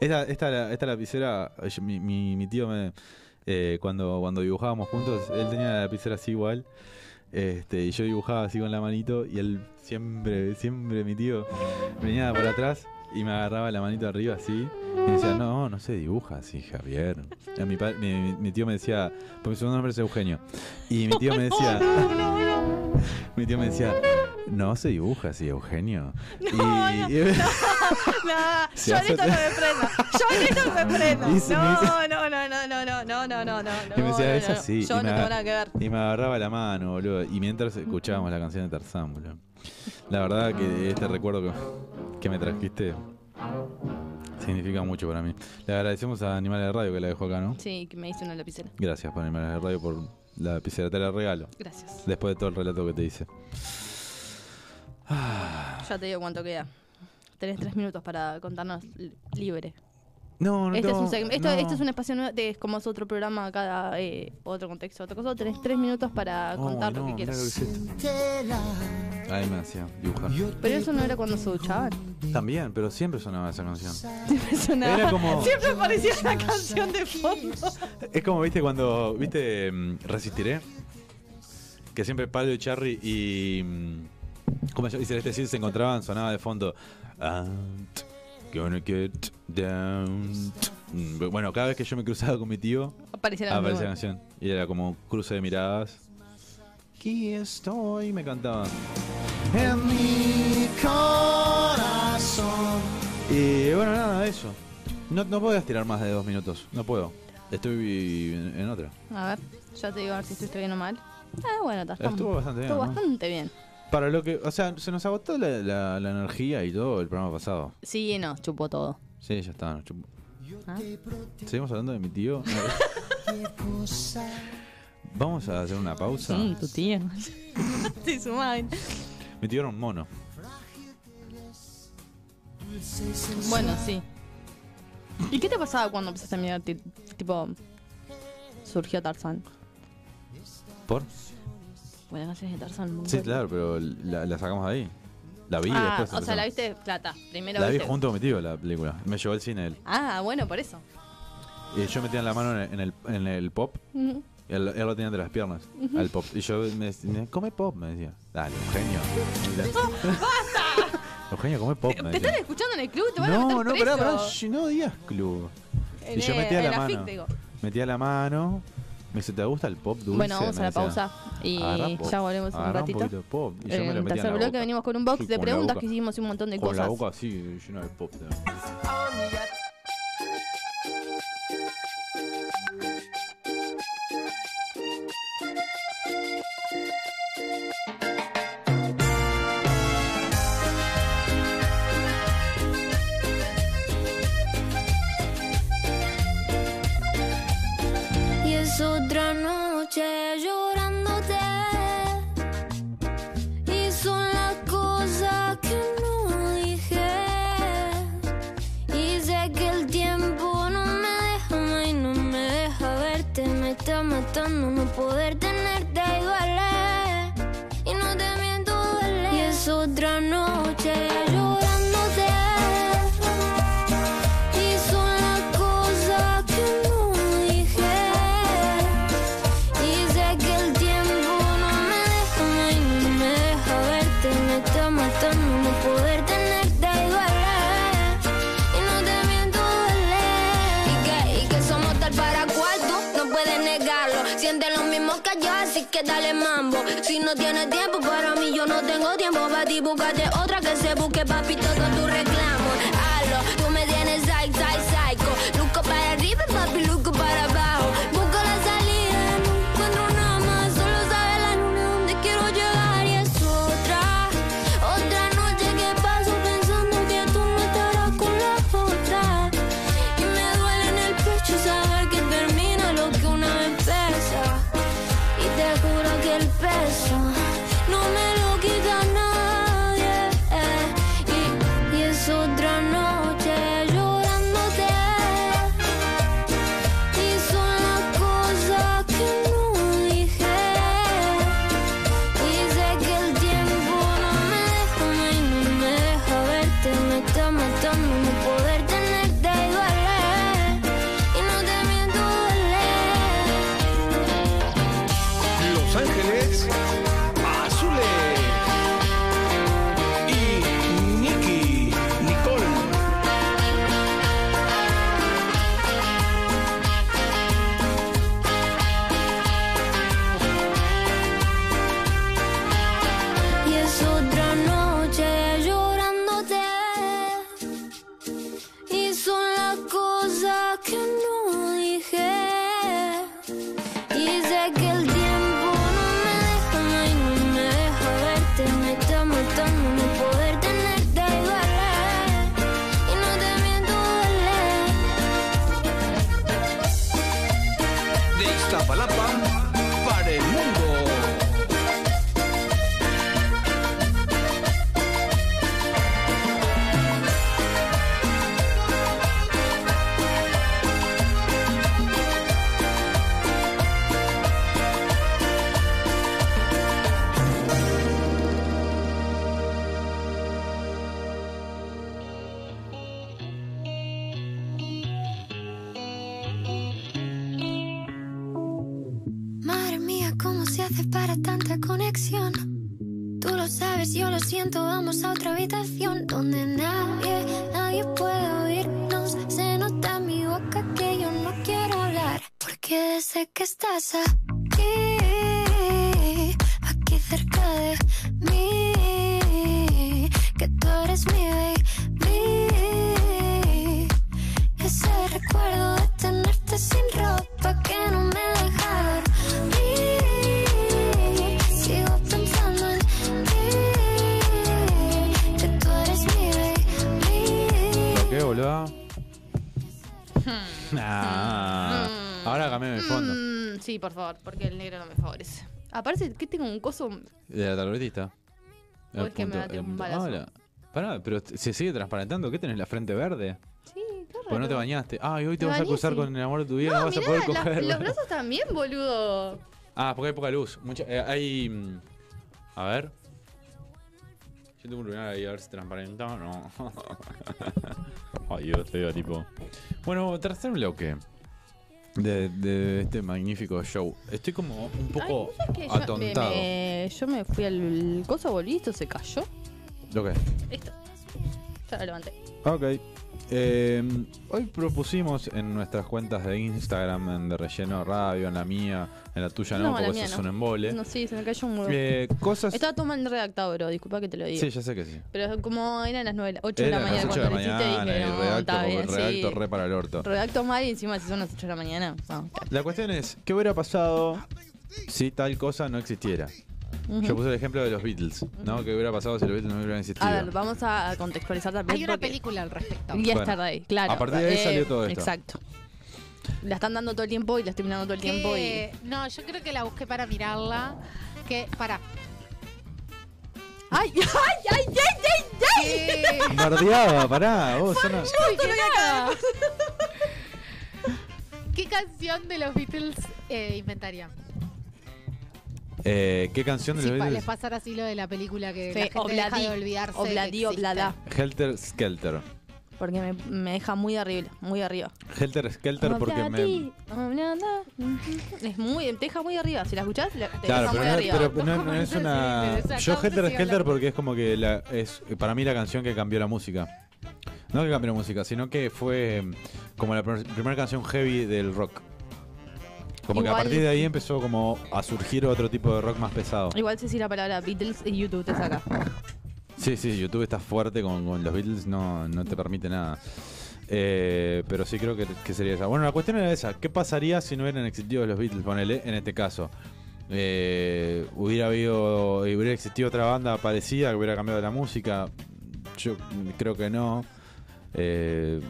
Speaker 4: Esta, esta, la- esta lapicera, eh, yo- mi, mi- mi tío me. eh, cuando, cuando dibujábamos juntos, él tenía la lapicera así igual. Este, y yo dibujaba así con la manito. Y él siempre, siempre, mi tío, venía por atrás y me agarraba la manito arriba así. Y me decía, no, no se dibuja así, Javier. Y mi, pa- mi- mi- mi tío me decía, porque su nombre es Eugenio. Y mi tío
Speaker 1: [LAUGHS]
Speaker 4: me decía. Mi tío me decía, no se dibuja así, Eugenio. y, y-
Speaker 3: No,
Speaker 4: [LAUGHS] [LAUGHS] Se
Speaker 3: [LAUGHS] yo en
Speaker 4: hace- [LAUGHS]
Speaker 3: esto no me prendo. Yo en esto no me prendo.
Speaker 4: Y se me
Speaker 3: No,
Speaker 4: hizo-
Speaker 3: no, no, no, no, no, no, no, no, no.
Speaker 4: y me decía,
Speaker 3: no,
Speaker 4: es
Speaker 3: no,
Speaker 4: así.
Speaker 3: Yo
Speaker 4: y, me
Speaker 3: no tengo
Speaker 4: aga-
Speaker 3: nada que ver.
Speaker 4: y me agarraba la mano, boludo. Y mientras escuchábamos la canción de Tarzán, boludo. La verdad que este recuerdo que, que me trajiste significa mucho para mí. Le agradecemos a Animales de Radio que la dejó acá, ¿no?
Speaker 3: Sí, que me hice una lapicera.
Speaker 4: Gracias por Animales de Radio por la lapicera, te la regalo.
Speaker 3: Gracias.
Speaker 4: Después de todo el relato que te hice. Ah.
Speaker 3: Ya te digo cuánto queda. Tenés tres minutos para contarnos li- libre.
Speaker 4: No, no
Speaker 3: este
Speaker 4: tengo-
Speaker 3: es un segmento. Esto,
Speaker 4: no.
Speaker 3: esto es un espacio nuevo, de- es como es otro programa, cada eh, otro contexto, otra cosa. Tenés tres minutos para
Speaker 4: Ay,
Speaker 3: contar
Speaker 4: no,
Speaker 3: lo que
Speaker 4: mirá lo
Speaker 3: quieras.
Speaker 4: que Ahí me hacía dibujar.
Speaker 3: Pero eso no era cuando se duchaban.
Speaker 4: También, pero siempre sonaba esa canción.
Speaker 3: [LAUGHS] Siempre sonaba.
Speaker 4: Era como-
Speaker 3: [LAUGHS] Siempre aparecía la canción de fondo.
Speaker 4: Es como, viste, cuando, viste, mm, Resistiré. Que siempre Pablo y Charry y. mm, ¿Cómo se llama? Y Celeste Cid se encontraban, sonaba de fondo. "Ah, t- Gonna get down. Mm, pero Bueno, cada vez que yo me cruzaba con mi tío,
Speaker 3: Aparecía la
Speaker 4: aparecía la
Speaker 3: misma.
Speaker 4: canción. Y era como cruce de miradas. Aquí estoy, me cantaba. En mi corazón. Y bueno, nada, eso. No, no podías tirar más de dos minutos. No puedo. Estoy en, en otra.
Speaker 3: A ver, ya te digo a ver si estuviste bien o mal. Ah, bueno, está-
Speaker 4: Estuvo
Speaker 3: estamos-
Speaker 4: bastante bien,
Speaker 3: Estuvo
Speaker 4: ¿no?
Speaker 3: bastante bien.
Speaker 4: Para lo que. O sea, se nos agotó la, la- la energía y todo el programa pasado.
Speaker 3: Sí, no, chupó todo.
Speaker 4: Sí, ya está. nos chupo.
Speaker 3: ¿Ah?
Speaker 4: Seguimos hablando de mi
Speaker 3: [LAUGHS]
Speaker 4: tío. Vamos a hacer una pausa.
Speaker 3: Sí, tu tío. Te sumás.
Speaker 4: Mi tío era un mono.
Speaker 3: Bueno, sí. ¿Y qué te pasaba cuando empezaste a mirar, ti- tipo, surgió Tarzán?
Speaker 4: ¿Por?
Speaker 3: Bueno, canciones de Tarzán. un
Speaker 4: Sí,
Speaker 3: montón.
Speaker 4: claro, pero la, la sacamos de ahí. La vi después.
Speaker 3: ah, o sea,
Speaker 4: empezamos.
Speaker 3: la viste plata. Primero
Speaker 4: La vi
Speaker 3: viste.
Speaker 4: junto con mi tío la película. Me llevó al cine él.
Speaker 3: Ah, bueno, por
Speaker 4: [LAUGHS]
Speaker 3: eso.
Speaker 4: Y yo metía la mano en el, en el, en el pop.
Speaker 3: Ujú.
Speaker 4: y Él, él lo tenía entre las piernas.
Speaker 3: Ujú.
Speaker 4: Al pop. Y yo me decía, come pop, me decía. Dale,
Speaker 3: [LAUGHS]
Speaker 4: Eugenio.
Speaker 3: ¡Oh, ¡Basta!
Speaker 4: Eugenio, come pop, me
Speaker 3: ¿Te están
Speaker 4: decía.
Speaker 3: escuchando en el club? ¿Te van a
Speaker 4: No,
Speaker 3: meter
Speaker 4: no,
Speaker 3: preso?
Speaker 4: pará, pará. sh, No digas club.
Speaker 3: En
Speaker 4: y yo
Speaker 3: el-
Speaker 4: metía
Speaker 3: en
Speaker 4: la,
Speaker 3: la
Speaker 4: mano.
Speaker 3: FIC, digo.
Speaker 4: Metía la mano. Me dice, ¿te gusta el pop dulce?
Speaker 3: Bueno, vamos
Speaker 4: Me
Speaker 3: a la
Speaker 4: decía.
Speaker 3: pausa y
Speaker 4: Agarrá pop,
Speaker 3: ya volvemos en un
Speaker 4: agarrá
Speaker 3: ratito.
Speaker 4: poquito de pop. Y yo me lo
Speaker 3: En el
Speaker 4: metía en
Speaker 3: tercer
Speaker 4: la
Speaker 3: bloque
Speaker 4: boca.
Speaker 3: venimos con un box
Speaker 4: Sí,
Speaker 3: de
Speaker 4: con la
Speaker 3: preguntas
Speaker 4: boca.
Speaker 3: que hicimos y un montón de
Speaker 4: Con la
Speaker 3: cosas.
Speaker 4: boca así, llena de pop. de-
Speaker 13: Y es otra noche llorándote. Y son las cosas que no dije. Y sé que el tiempo no me deja más y no me deja verte. Me está matando no poder tenerte y duele. Y no te miento, duele. Y es otra noche llorándote. Y son las cosas que no dije. Y sé que el tiempo no me deja, más y no me deja verte. Me está matando no poder tenerte y duele. Y no te miento, duele.
Speaker 14: Y que, y que somos tal para cual tú no puedes negarlo. Sientes lo mismo que yo, así que dale mambo. Si no tienes tiempo para mí, yo no tengo tiempo para ti. Búscate otra que se busque, papito, con tu reclamo. Hazlo, tú me tienes psych, psych, psycho. Luco para arriba, papi, luco para abajo. Busco la salida, no encuentro nada más. Solo sabe la luna dónde quiero llegar y es otra. Otra noche que paso pensando que tú no estarás con la otra. Y me duele en el pecho saber que termina lo que una vez empieza. Y te juro que el peso no me lo quita nadie.
Speaker 13: Y, y es otra noche llorándote. Y son las cosas que no dije. Y sé que el tiempo no me deja, ma, y no me deja verte. Me está matando no poder tenerte y duele. Y no te miento, duele.
Speaker 15: Los Ángeles Azules y Nicky Nicole.
Speaker 13: Y es otra noche llorándote. Y son las cosas que no dije. Y sé que el tiempo no me deja, ma, y no me deja verte. Me está matando no poder tenerte y duele. Y no te miento, duele.
Speaker 15: de Iztapalapa para el mundo.
Speaker 13: Madre mía, ¿cómo se hace para tanta conexión? Tú lo sabes, yo lo siento, vamos a otra habitación donde nadie, nadie. nadie puede oírnos. Se nota en mi boca que yo no quiero hablar. Porque sé que estás aquí, aquí cerca de mí. Que tú eres mi baby. Ese recuerdo de tenerte sin ropa que no me deja dormir. Sigo pensando en ti. Que tú eres mi baby.
Speaker 4: ¿Por qué, boludo?
Speaker 3: Hmm.
Speaker 4: Nah. Ah,
Speaker 3: Hmm.
Speaker 4: Ahora cambiame el fondo.
Speaker 3: Mm, sí, por favor, porque el negro no me favorece. Aparece que tengo un coso.
Speaker 4: De la tarotista. Eh,
Speaker 3: O es que me da un balazo.
Speaker 4: Pará, pero t- se sigue transparentando. ¿Qué tenés? ¿La frente verde?
Speaker 3: Sí, está raro.
Speaker 4: Porque no te bañaste. Ay, hoy te
Speaker 3: Me
Speaker 4: vas a
Speaker 3: bañé,
Speaker 4: cruzar
Speaker 3: sí.
Speaker 4: con el amor de tu vida.
Speaker 3: No,
Speaker 4: No, vas a
Speaker 3: Ah, mirá,
Speaker 4: poder
Speaker 3: las-
Speaker 4: coger.
Speaker 3: los brazos también, boludo.
Speaker 4: [LAUGHS] Ah, porque hay poca luz. Mucha, eh, hay. mm, A ver. Yo tengo un lunar ahí, a ver si transparente o no. [LAUGHS] Ay, yo te digo, tipo. Bueno, tercer bloque de, de este magnífico show. Estoy como un poco
Speaker 3: Que yo, me,
Speaker 4: atontado.
Speaker 3: me- yo me fui al coso, volví, esto se cayó.
Speaker 4: Lo que.
Speaker 3: Listo. Ya lo levanté.
Speaker 4: Ok. Eh, hoy propusimos en nuestras cuentas de Instagram, en de relleno radio, en la mía, en la tuya no,
Speaker 3: la
Speaker 4: porque
Speaker 3: mía
Speaker 4: eso es un embole.
Speaker 3: No, sí, se me cayó un huevo.
Speaker 4: Eh, cosas.
Speaker 3: Estaba todo mal redactado, bro. Disculpa que te lo diga.
Speaker 4: Sí, ya sé que sí.
Speaker 3: Pero como eran las 9, 8 de
Speaker 4: Era
Speaker 3: la
Speaker 4: las
Speaker 3: mañana
Speaker 4: 8 de la
Speaker 3: cuando lo hiciste,
Speaker 4: mañana
Speaker 3: dije,
Speaker 4: y
Speaker 3: no,
Speaker 4: redacto,
Speaker 3: está bien,
Speaker 4: redacto
Speaker 3: sí.
Speaker 4: re para el orto.
Speaker 3: Redacto mal y encima si son las 8 de la mañana. No.
Speaker 4: La cuestión es, ¿qué hubiera pasado si tal cosa no existiera?
Speaker 3: Ujú.
Speaker 4: Yo puse el ejemplo de los Beatles, ¿no? ¿Qué hubiera pasado si los Beatles no hubieran existido?
Speaker 3: A ver, vamos a contextualizar también.
Speaker 5: Hay una
Speaker 3: porque-
Speaker 5: película al respecto.
Speaker 3: Yesterday, claro. Eh,
Speaker 4: a partir de ahí salió todo esto.
Speaker 3: Exacto. La están dando todo el tiempo y la estoy mirando todo el tiempo y.
Speaker 5: Que- No, yo creo que la busqué para mirarla. Que, para.
Speaker 3: ¡Ay, [LAUGHS] ay, ay, ay,
Speaker 5: ay!
Speaker 4: Bardeaba, pará, vos, Ana.
Speaker 5: ¿Qué canción de los Beatles eh, inventarían?
Speaker 4: Eh, ¿Qué canción de
Speaker 5: Si
Speaker 4: los
Speaker 5: pa- les
Speaker 4: Beatles?
Speaker 5: pasara así lo de la película que
Speaker 3: Sí,
Speaker 5: la gente
Speaker 3: Obladi,
Speaker 5: deja de olvidarse.
Speaker 3: Obladi, Oblada.
Speaker 4: Helter Skelter.
Speaker 3: Porque me, me deja muy arriba, muy arriba.
Speaker 4: Helter Skelter porque me...
Speaker 3: Obladi, Oblada. Es muy, te deja muy arriba. Si la escuchás, la- te
Speaker 4: Claro,
Speaker 3: deja muy
Speaker 4: pero, no,
Speaker 3: arriba.
Speaker 4: pero
Speaker 3: [LAUGHS]
Speaker 4: no- no es una... Yo Helter Skelter porque es como que la, es para mí la canción que cambió la música. No que cambió la música, sino que fue mm, como la pr- primera canción heavy del rock. Como que a
Speaker 3: Igual-
Speaker 4: partir de ahí empezó como a surgir otro tipo de rock más pesado.
Speaker 3: Igual si si la palabra Beatles y YouTube te saca.
Speaker 4: Sí, sí, YouTube está fuerte con, con los Beatles, no, no te permite nada. Eh, pero sí creo que, que sería esa. Bueno, la cuestión era esa. ¿Qué pasaría si no hubieran existido los Beatles, ponele, en este caso? Eh, hubiera habido, hubiera existido otra banda parecida que hubiera cambiado la música. Yo creo que no. Eh,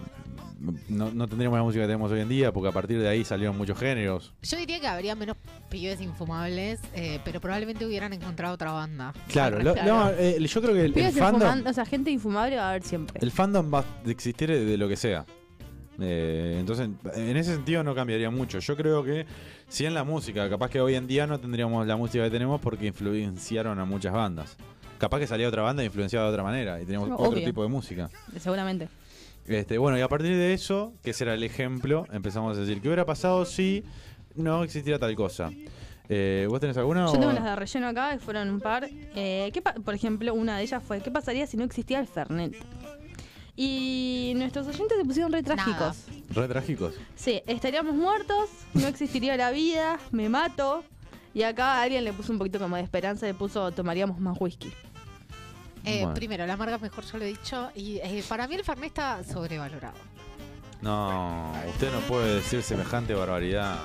Speaker 4: no, no tendríamos la música que tenemos hoy en día, porque a partir de ahí salieron muchos géneros.
Speaker 5: Yo diría que habría menos pibes infumables, eh, pero probablemente hubieran encontrado otra banda.
Speaker 3: [LAUGHS]
Speaker 4: Claro, lo-
Speaker 5: Claro.
Speaker 4: no, eh, yo creo que el, el
Speaker 3: Pibes
Speaker 4: fandom,
Speaker 3: infuman- o sea, gente infumable va a haber siempre.
Speaker 4: El fandom va a existir de lo que sea. Eh, entonces, en ese sentido no cambiaría mucho. Yo creo que si en la música, capaz que hoy en día no tendríamos la música que tenemos porque influenciaron a muchas bandas. Capaz que salía otra banda influenciada de otra manera y teníamos
Speaker 3: No,
Speaker 4: otro
Speaker 3: obvio.
Speaker 4: tipo de música.
Speaker 3: Seguramente.
Speaker 4: Este, bueno, y a partir de eso, que será el ejemplo, empezamos a decir, ¿qué hubiera pasado si no existiera tal cosa? Eh, ¿Vos tenés alguna?
Speaker 3: Yo
Speaker 4: o-
Speaker 3: tengo las de relleno acá, que fueron un par. Eh, ¿qué pa- por ejemplo, una de ellas fue, ¿qué pasaría si no existía el Fernet? Y nuestros oyentes se pusieron re trágicos.
Speaker 4: Re trágicos.
Speaker 3: Sí, estaríamos muertos, no existiría la vida, me mato. Y acá alguien le puso un poquito como de esperanza, le puso, tomaríamos más whisky.
Speaker 5: Eh,
Speaker 4: Bueno.
Speaker 5: Primero, la marca mejor, yo lo he dicho. Y eh, para mí el Fernet está sobrevalorado.
Speaker 4: No, usted no puede decir semejante barbaridad.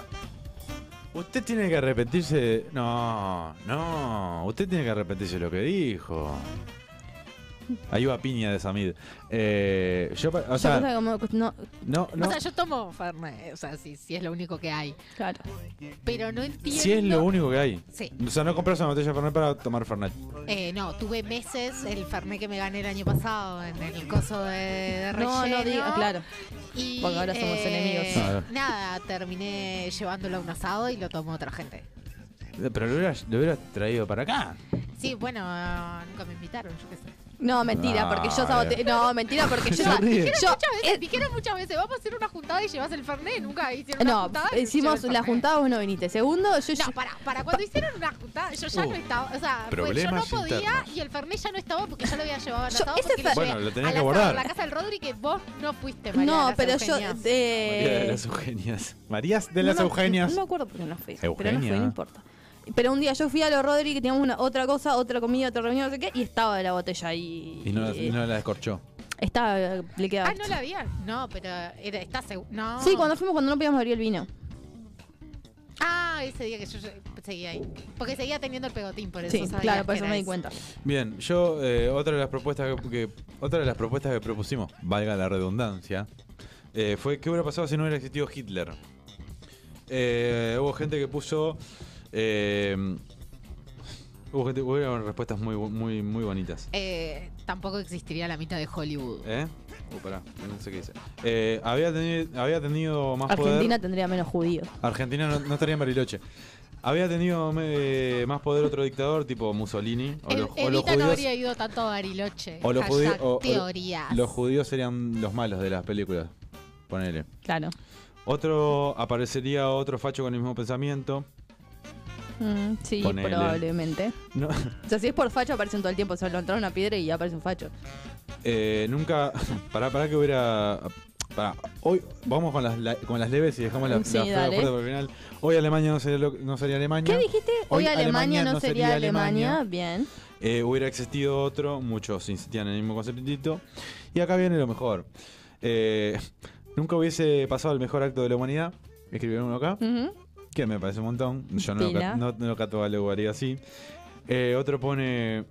Speaker 4: Usted tiene que arrepentirse. de- No, no. Usted tiene que arrepentirse de lo que dijo. Ahí va piña de Samid. Eh, yo, pa- o
Speaker 3: Yo
Speaker 4: sea,
Speaker 3: cosa como, no,
Speaker 4: no, no.
Speaker 5: O sea, yo tomo Fernet, o sea, si, si es lo único que hay.
Speaker 3: Claro.
Speaker 5: Pero no entiendo.
Speaker 4: Si es lo único que hay.
Speaker 5: Sí.
Speaker 4: O sea, no compras una botella de Fernet para tomar Fernet.
Speaker 5: Eh, no, tuve meses el Fernet que me gané el año pasado en el coso de, de
Speaker 3: No,
Speaker 5: relleno.
Speaker 3: no diga, claro.
Speaker 5: Y, eh,
Speaker 3: Porque ahora somos enemigos.
Speaker 4: Claro.
Speaker 5: Nada, terminé llevándolo a un asado y lo tomó otra gente.
Speaker 4: Pero lo hubieras, lo hubieras traído para acá.
Speaker 5: Sí, bueno, nunca me invitaron, yo qué sé.
Speaker 3: No, mentira, porque yo sabote.
Speaker 4: Ay.
Speaker 3: No, mentira, porque yo.
Speaker 4: [LAUGHS] Se ríe.
Speaker 5: Dijeron
Speaker 3: yo eh,
Speaker 5: muchas veces, dijeron muchas veces, vamos a hacer una juntada y llevas el Fernet. Nunca hicieron una
Speaker 3: no,
Speaker 5: juntada. y
Speaker 3: hicimos
Speaker 5: llevas
Speaker 3: la
Speaker 5: el Fernet.
Speaker 3: juntada, vos no viniste. Segundo, yo.
Speaker 5: No, para, para cuando hicieron una juntada, yo ya
Speaker 3: Uh,
Speaker 5: no estaba. O sea, fue- yo no
Speaker 4: Oh. problemas
Speaker 5: podía
Speaker 4: internos.
Speaker 5: y el Fernet ya no estaba porque ya lo había llevado
Speaker 3: Yo-
Speaker 5: anotado.
Speaker 3: ese
Speaker 5: porque
Speaker 3: Fernet-
Speaker 5: llevé
Speaker 4: Bueno, lo tenías
Speaker 5: al
Speaker 4: que
Speaker 5: asado
Speaker 4: guardar.
Speaker 5: en la casa del Rodri que vos no fuiste, María de
Speaker 3: No,
Speaker 5: las
Speaker 3: pero yo.
Speaker 5: Eugenias.
Speaker 4: María de
Speaker 3: eh,
Speaker 4: las Eugenias. Marías de
Speaker 3: no
Speaker 4: las
Speaker 3: me-
Speaker 4: Eugenias.
Speaker 3: No me acuerdo por qué no fui. Pero no fui,
Speaker 4: Eugenia.
Speaker 3: no importa. Pero un día yo fui a los Rodri que teníamos una, otra cosa, otra comida, otra reunión, no sé qué, y estaba la botella ahí.
Speaker 4: Y no, la-
Speaker 3: Eh,
Speaker 4: no la descorchó.
Speaker 3: Estaba, eh, le quedaba.
Speaker 5: Ah, no la habían. No, pero era, está seguro. No.
Speaker 3: Sí, cuando fuimos, cuando no podíamos abrir el vino.
Speaker 5: Ah, ese día que yo yo seguía ahí. Porque seguía teniendo el pegotín, por eso
Speaker 3: Sí,
Speaker 5: sabía
Speaker 3: claro, por
Speaker 5: que
Speaker 3: eso
Speaker 5: era
Speaker 3: me di cuenta.
Speaker 4: Bien, yo eh, otra de las propuestas que, que- otra de las propuestas que propusimos, valga la redundancia, eh, fue qué hubiera pasado si no hubiera existido Hitler. Eh, hubo gente que puso eh, hubo gente hubo respuestas muy bu- muy muy bonitas.
Speaker 5: Eh, tampoco existiría la mitad de Hollywood.
Speaker 4: ¿Eh? Uh, pará, no sé qué dice. Eh, había, tenido, había tenido más
Speaker 3: Argentina
Speaker 4: poder.
Speaker 3: tendría menos judíos.
Speaker 4: Argentina no, no estaría en Bariloche. Había tenido eh, más poder otro dictador tipo Mussolini o,
Speaker 5: El-
Speaker 4: los, o los
Speaker 5: Evita no
Speaker 4: judíos.
Speaker 5: habría ido tanto a Bariloche.
Speaker 4: O los, judíos,
Speaker 5: Hashtag
Speaker 4: o- o-
Speaker 5: teorías.
Speaker 4: los judíos serían los malos de las películas. Ponele.
Speaker 3: Claro.
Speaker 4: Otro aparecería otro facho con el mismo pensamiento.
Speaker 3: Mm, sí,
Speaker 4: Ponele.
Speaker 3: probablemente.
Speaker 4: No,
Speaker 3: O sea, si es por facho, aparecen todo el tiempo. Se lo entraron una piedra y aparece un facho.
Speaker 4: [LAUGHS] eh, nunca. [LAUGHS] Pará, pará que hubiera. pará. Hoy vamos con las, la- con las leves y dejamos la,
Speaker 3: Sí,
Speaker 4: la fea
Speaker 3: dale.
Speaker 4: fuerte para el final. Hoy Alemania no sería, lo- no sería Alemania.
Speaker 3: ¿Qué dijiste? Hoy, Alemania, no sería, Alemania.
Speaker 4: Alemania. [LAUGHS]
Speaker 3: Bien.
Speaker 4: Eh, hubiera existido otro, muchos insistían en el mismo conceptito. Y acá viene lo mejor. Eh, [LAUGHS] nunca hubiese pasado el mejor acto de la humanidad. Escribieron uno acá. Que me parece un montón. Yo no lo,
Speaker 3: Pila.
Speaker 4: ca- no, no lo catalogaría así. Eh, otro pone.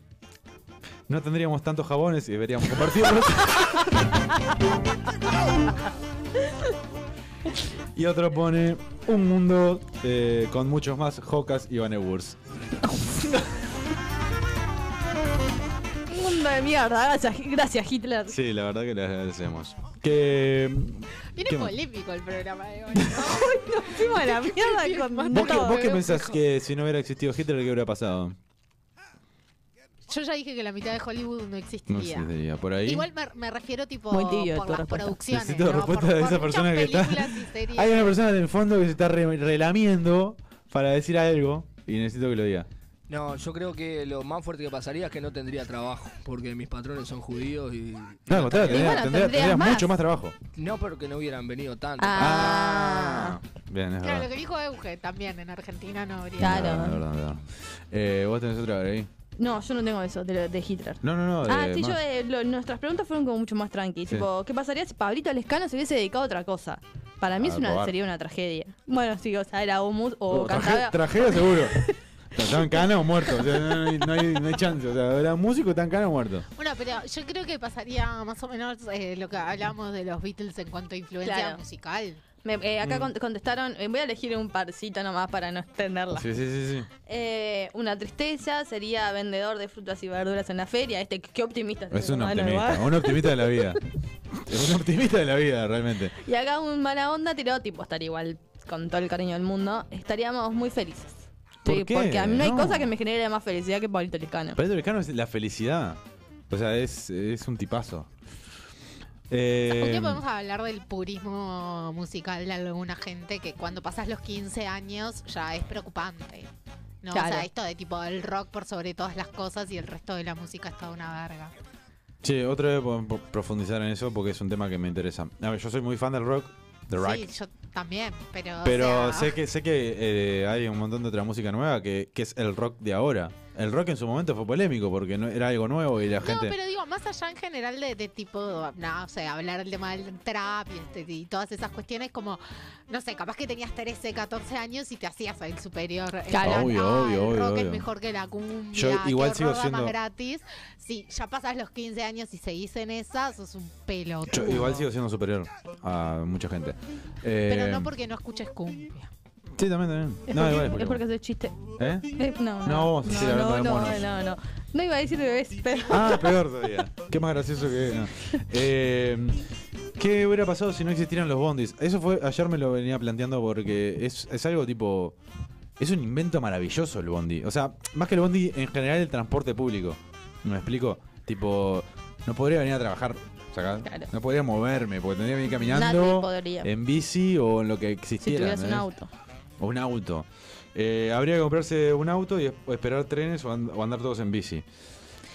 Speaker 4: No tendríamos tantos jabones y deberíamos compartirlos. y otro pone. Un mundo eh, con muchos más Hokas y Banewurs.
Speaker 3: Un mundo de mierda. Gracias, gracias Hitler.
Speaker 4: Sí, la verdad que les agradecemos. Que.
Speaker 5: Viene
Speaker 4: ¿qué más?
Speaker 5: polémico el programa
Speaker 4: [LAUGHS]
Speaker 5: de hoy.
Speaker 3: Encima
Speaker 5: [LAUGHS]
Speaker 3: la mierda con
Speaker 4: ¿Vos, qué,
Speaker 3: todo.
Speaker 4: vos qué pensás que si no hubiera existido Hitler, qué hubiera pasado?
Speaker 5: Yo ya dije que la mitad de Hollywood no
Speaker 4: No
Speaker 5: existiría.
Speaker 4: sé, diría, por ahí.
Speaker 5: Igual me, me refiero tipo
Speaker 3: Muy tibio
Speaker 5: por
Speaker 3: tu
Speaker 5: las
Speaker 3: respuesta.
Speaker 5: producciones.
Speaker 4: Necesito
Speaker 5: ¿no?
Speaker 4: respuesta
Speaker 5: Por-
Speaker 4: de
Speaker 5: por
Speaker 4: esa
Speaker 5: muchas
Speaker 4: persona que está- [LAUGHS]
Speaker 5: películas y series.
Speaker 4: Hay una persona del fondo que se está re- relamiendo para decir algo y necesito que lo diga.
Speaker 16: No, yo creo que lo más fuerte que pasaría es que no tendría trabajo, porque mis patrones son judíos y...
Speaker 4: No, al contrario, tendría-
Speaker 16: bueno,
Speaker 4: tendría-
Speaker 16: tendrías
Speaker 4: tendrías
Speaker 16: más.
Speaker 4: mucho más trabajo.
Speaker 16: No, pero que no hubieran venido tanto.
Speaker 4: Ah. Bien, es
Speaker 5: Claro,
Speaker 4: verdad.
Speaker 5: lo que dijo Euge también en Argentina no habría.
Speaker 4: Es verdad, es verdad, es verdad. Eh, ¿Vos tenés otra ahí?
Speaker 3: No, yo no tengo eso de, de Hitler.
Speaker 4: No, no, no.
Speaker 3: Ah,
Speaker 4: de
Speaker 3: sí, yo,
Speaker 4: más.
Speaker 3: eh, lo- nuestras preguntas fueron como mucho más tranqui.
Speaker 4: Sí.
Speaker 3: Tipo, ¿qué pasaría si Pablito Lescano se hubiese dedicado a otra cosa? Para mí
Speaker 4: A
Speaker 3: es una,
Speaker 4: robar.
Speaker 3: sería una tragedia. Bueno, sí, o sea, era humus o
Speaker 4: Oh, traje-
Speaker 3: cantaba.
Speaker 4: tragedia
Speaker 5: [LAUGHS]
Speaker 4: seguro. Estaban cana o muerto. O sea, no, hay- no hay, no hay chance. O sea, era músico tan cana o muerto.
Speaker 5: Bueno, pero yo creo que pasaría más o menos eh, lo que hablábamos de los Beatles en cuanto a influencia
Speaker 3: Claro.
Speaker 5: musical.
Speaker 3: Me- eh, acá
Speaker 4: Mm.
Speaker 3: cont- contestaron, eh, voy a elegir un parcito nomás para no extenderla.
Speaker 4: Sí, sí, sí. sí.
Speaker 3: Eh, una tristeza sería vendedor de frutas y verduras en la feria. Este, qué optimista.
Speaker 4: Es un
Speaker 3: Bueno,
Speaker 4: optimista.
Speaker 3: igual.
Speaker 4: Un optimista de la [LAUGHS] vida. Es un optimista de la vida, realmente.
Speaker 3: [LAUGHS] Y acá un mala onda tiró, tipo, estaría igual con todo el cariño del mundo. Estaríamos muy felices.
Speaker 4: ¿Por
Speaker 3: Sí,
Speaker 4: qué?
Speaker 3: Porque a mí no, hay
Speaker 4: No.
Speaker 3: cosa que me genere más felicidad que Pablito Lescano.
Speaker 4: Pablito Lescano este es la felicidad. O sea, es, es un tipazo. Eh,
Speaker 5: Un día podemos hablar del purismo musical de alguna gente que cuando pasas los 15 años ya es preocupante. ¿no? O
Speaker 3: Claro.
Speaker 5: sea, esto de tipo el rock por sobre todas las cosas y el resto de la música es toda una verga.
Speaker 4: Sí, otra vez podemos po- profundizar en eso porque es un tema que me interesa. A ver, yo soy muy fan del rock, del rock,
Speaker 5: Sí, yo también, pero. o
Speaker 4: pero
Speaker 5: sea,
Speaker 4: sé que sé que eh, hay un montón de otra música nueva que, que es el rock de ahora. El rock en su momento fue polémico porque no era algo nuevo y la gente.
Speaker 5: No, pero digo, más allá en general de, de tipo, no, o sea, hablar el tema del trap y, este- y todas esas cuestiones, como, no sé, capaz que tenías 13, 14 años y te hacías el superior. en
Speaker 4: Claro.
Speaker 5: plan,
Speaker 4: Obvio,
Speaker 5: "Ah,
Speaker 4: obvio,
Speaker 5: el
Speaker 4: obvio,
Speaker 5: rock es
Speaker 4: obvio.
Speaker 5: mejor que la cumbia,
Speaker 4: Yo igual
Speaker 5: que
Speaker 4: sigo
Speaker 5: roba
Speaker 4: siendo-
Speaker 5: más gratis. Si ya pasas los 15 años y seguís en esa, sos un
Speaker 4: Yo
Speaker 5: pelotudo.
Speaker 4: igual sigo siendo superior a mucha gente.
Speaker 5: Pero
Speaker 4: Eh,
Speaker 5: no porque no escuches cumbia.
Speaker 4: Sí, también, también.
Speaker 3: Es
Speaker 4: no,
Speaker 3: porque,
Speaker 4: igual
Speaker 3: es
Speaker 4: porque-
Speaker 3: porque soy chiste.
Speaker 4: ¿Eh?
Speaker 3: Eh, no,
Speaker 4: No, vamos a seguir
Speaker 3: no,
Speaker 4: hablando de
Speaker 3: no,
Speaker 4: monos.
Speaker 3: no, no. No iba a decir bebés, pero. [LAUGHS]
Speaker 4: Ah, peor todavía. Qué más gracioso que. no. Eh, ¿Qué hubiera pasado si no existieran los bondis? Eso fue. Ayer me lo venía planteando porque es, es algo tipo. Es un invento maravilloso el bondi. O sea, más que el bondi, en general el transporte público. ¿Me explico? Tipo, no podría venir a trabajar. ¿sacás? No podría moverme porque tendría que venir
Speaker 3: Nadie
Speaker 4: caminando
Speaker 3: podría.
Speaker 4: en ¿eh? bici o en lo que
Speaker 3: si
Speaker 4: existiera.
Speaker 3: tuvieras un
Speaker 4: ¿entendés?
Speaker 3: auto.
Speaker 4: O un auto. Eh, habría que comprarse un auto y es- o esperar trenes o, and- o andar todos en bici.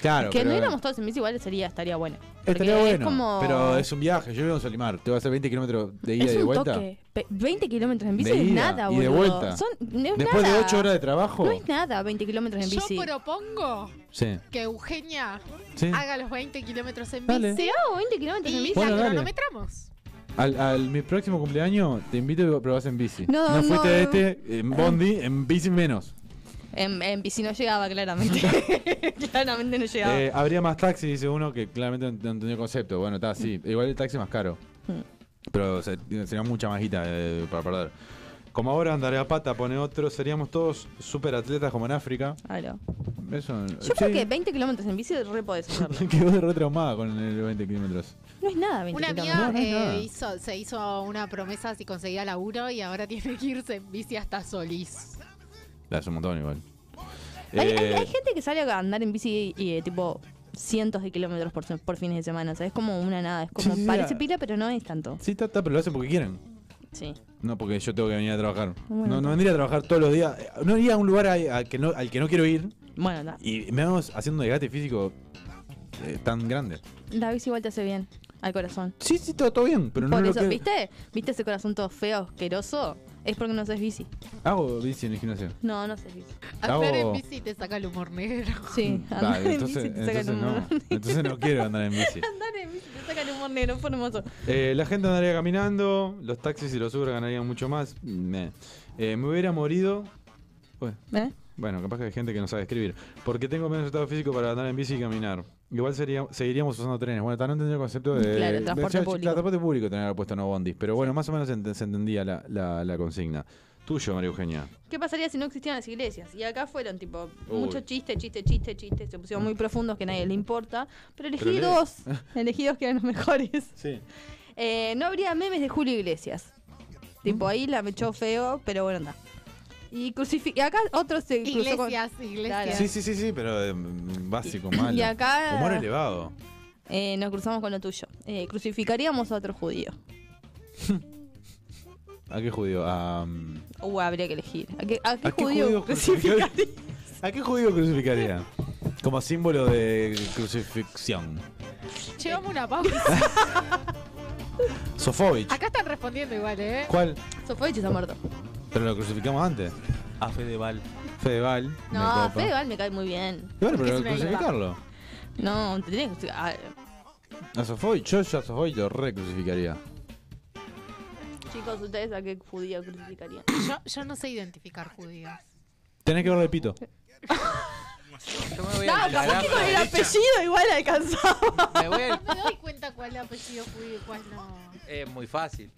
Speaker 4: Claro.
Speaker 3: que no
Speaker 4: pero-
Speaker 3: éramos todos en bici igual sería, estaría bueno.
Speaker 4: Estaría
Speaker 3: Porque
Speaker 4: bueno,
Speaker 3: Es como...
Speaker 4: pero es un viaje. Yo vivo en Solimar. Te vas a hacer 20 kilómetros de ida y
Speaker 3: es
Speaker 4: de
Speaker 3: un
Speaker 4: vuelta.
Speaker 3: toque. Pe- 20 kilómetros en bici
Speaker 4: De
Speaker 3: es
Speaker 4: ida
Speaker 3: nada,
Speaker 4: y de
Speaker 3: boludo.
Speaker 4: vuelta.
Speaker 3: Son, no es
Speaker 4: Después
Speaker 3: nada.
Speaker 4: de 8 horas de trabajo.
Speaker 3: No es nada 20 kilómetros en
Speaker 5: Yo
Speaker 3: bici.
Speaker 5: propongo
Speaker 4: Sí.
Speaker 5: que Eugenia
Speaker 4: Sí.
Speaker 5: haga los 20 kilómetros en
Speaker 4: Dale.
Speaker 5: bici.
Speaker 4: Sí,
Speaker 3: hago 20 kilómetros
Speaker 5: y
Speaker 3: en
Speaker 4: bici. Bueno,
Speaker 5: la
Speaker 4: dale.
Speaker 5: cronometramos.
Speaker 4: Al, al- mi próximo cumpleaños te invito, pero vas en bici.
Speaker 3: No, no.
Speaker 4: fuiste de este, en Bondi, en bici menos.
Speaker 3: En, en bici no llegaba,
Speaker 4: [LAUGHS]
Speaker 3: claramente. [LAUGHS] claramente no llegaba.
Speaker 4: Eh, habría más taxis, dice uno, que claramente no, no entendió el concepto. Bueno, está así. Igual el taxi es más caro.
Speaker 3: Hmm.
Speaker 4: Pero se- sería mucha majita eh, para perder. Como ahora andaré a pata, pone otro. Seríamos todos super atletas como en África.
Speaker 3: Claro.
Speaker 4: Eso, eh,
Speaker 3: Yo creo que 20 kilómetros en bici re podés
Speaker 4: [LAUGHS]
Speaker 3: hacerlo.
Speaker 4: Quedó re traumada con el 20 kilómetros.
Speaker 3: No es nada 20
Speaker 5: Una
Speaker 3: kilómetros.
Speaker 5: amiga eh,
Speaker 4: nada.
Speaker 5: hizo, se hizo una promesa si conseguía laburo y ahora tiene que irse en bici hasta Solís.
Speaker 4: La hace un montón igual.
Speaker 3: Hay, hay-
Speaker 4: Eh,
Speaker 3: hay gente que sale a andar en bici y, eh, tipo cientos de kilómetros por, se- por fines de semana. O sea, es como una nada. Es como
Speaker 4: Sí, sí,
Speaker 3: parece
Speaker 4: sí.
Speaker 3: pila, pero no es tanto.
Speaker 4: Sí, está, está, pero lo hacen porque quieren.
Speaker 3: Sí.
Speaker 4: No, porque yo tengo que venir a trabajar.
Speaker 3: Bueno,
Speaker 4: no,
Speaker 3: está.
Speaker 4: no vendría a trabajar todos los días. Eh, No iría a un lugar a- a que no- al que no quiero ir.
Speaker 3: Bueno, da-
Speaker 4: Y me vamos haciendo un desgaste físico eh, tan grande.
Speaker 3: la bici igual te hace bien al corazón.
Speaker 4: Sí, sí, todo, todo bien, pero no
Speaker 3: por
Speaker 4: lo
Speaker 3: eso,
Speaker 4: que-
Speaker 3: ¿viste? ¿Viste ese corazón todo feo, asqueroso? Es porque no haces bici.
Speaker 4: Hago bici en el gimnasio.
Speaker 3: No, no haces bici.
Speaker 4: Hago-
Speaker 5: Andar en bici te saca el humor negro.
Speaker 3: Sí, andar
Speaker 4: Dale,
Speaker 3: en bici
Speaker 4: entonces,
Speaker 3: te saca el
Speaker 4: entonces
Speaker 3: humor.
Speaker 4: no, entonces no quiero andar en bici.
Speaker 3: [LAUGHS] Andar en bici te saca el humor negro, fue hermoso.
Speaker 4: Eh, la gente andaría caminando, los taxis y los Uber ganarían mucho más. Meh. Eh, me hubiera morido. Ué.
Speaker 3: ¿Eh?
Speaker 4: Bueno, capaz que hay gente que no sabe escribir. Porque tengo menos estado físico para andar en bici y caminar. Igual sería, seguiríamos usando trenes. Bueno, tan no entendí el concepto de.
Speaker 3: Claro,
Speaker 4: de-
Speaker 3: transporte
Speaker 4: de-
Speaker 3: público.
Speaker 4: claro, transporte público tener puesto no bondis. Pero bueno, más o menos ent- se entendía la, la- la consigna. Tuyo, María Eugenia.
Speaker 3: ¿Qué pasaría si no existieran las iglesias? Y acá fueron tipo
Speaker 4: Uy. Mm.
Speaker 3: mucho chiste, chiste, chiste, chiste. Se pusieron muy profundos que a nadie le importa. Pero elegí
Speaker 4: Pero lee.
Speaker 3: dos.
Speaker 4: [LAUGHS]
Speaker 3: Elegí dos que eran los mejores.
Speaker 4: Sí.
Speaker 3: Eh, no habría memes de Julio Iglesias. Tipo, ahí la me echó feo, pero bueno, anda. Y crucifi- acá otros se cruzó con-
Speaker 5: Iglesias, iglesias.
Speaker 4: Sí, sí, sí, sí, pero eh, mm, básico, malo.
Speaker 3: Y acá-
Speaker 4: Humor elevado.
Speaker 3: Eh, nos cruzamos con lo tuyo. Eh, crucificaríamos a otro judío.
Speaker 4: ¿A qué judío? A, mm,
Speaker 3: O Uh, habría que elegir. ¿A qué, a qué
Speaker 4: ¿A qué
Speaker 3: judío,
Speaker 4: judío
Speaker 3: crucificaría?
Speaker 4: ¿A qué judío crucificaría? Como símbolo de crucifixión.
Speaker 5: Llevamos una pausa.
Speaker 4: [LAUGHS] Sofovich.
Speaker 5: Acá están respondiendo igual, ¿eh?
Speaker 4: ¿Cuál?
Speaker 3: Sofovich está [LAUGHS] muerto.
Speaker 4: Pero lo crucificamos antes.
Speaker 7: A Fedeval.
Speaker 4: Fedeval. me
Speaker 3: No,
Speaker 4: copa.
Speaker 3: Fedeval me cae muy bien.
Speaker 4: Y Bueno, pero
Speaker 3: Porque es una
Speaker 4: crucificarlo.
Speaker 3: loca. No, te tenés que crucificar.
Speaker 4: A Sofovich, yo, yo a Sofovich lo recrucificaría.
Speaker 3: Chicos, ¿ustedes [LAUGHS] a qué judío crucificarían?
Speaker 5: Yo, yo no sé identificar judíos.
Speaker 4: Tenés que verlo de pito.
Speaker 3: No, capaz que con el apellido igual alcanzaba.
Speaker 7: Me voy al-
Speaker 5: No me doy cuenta cuál es apellido judío y cuál no.
Speaker 7: Es muy fácil.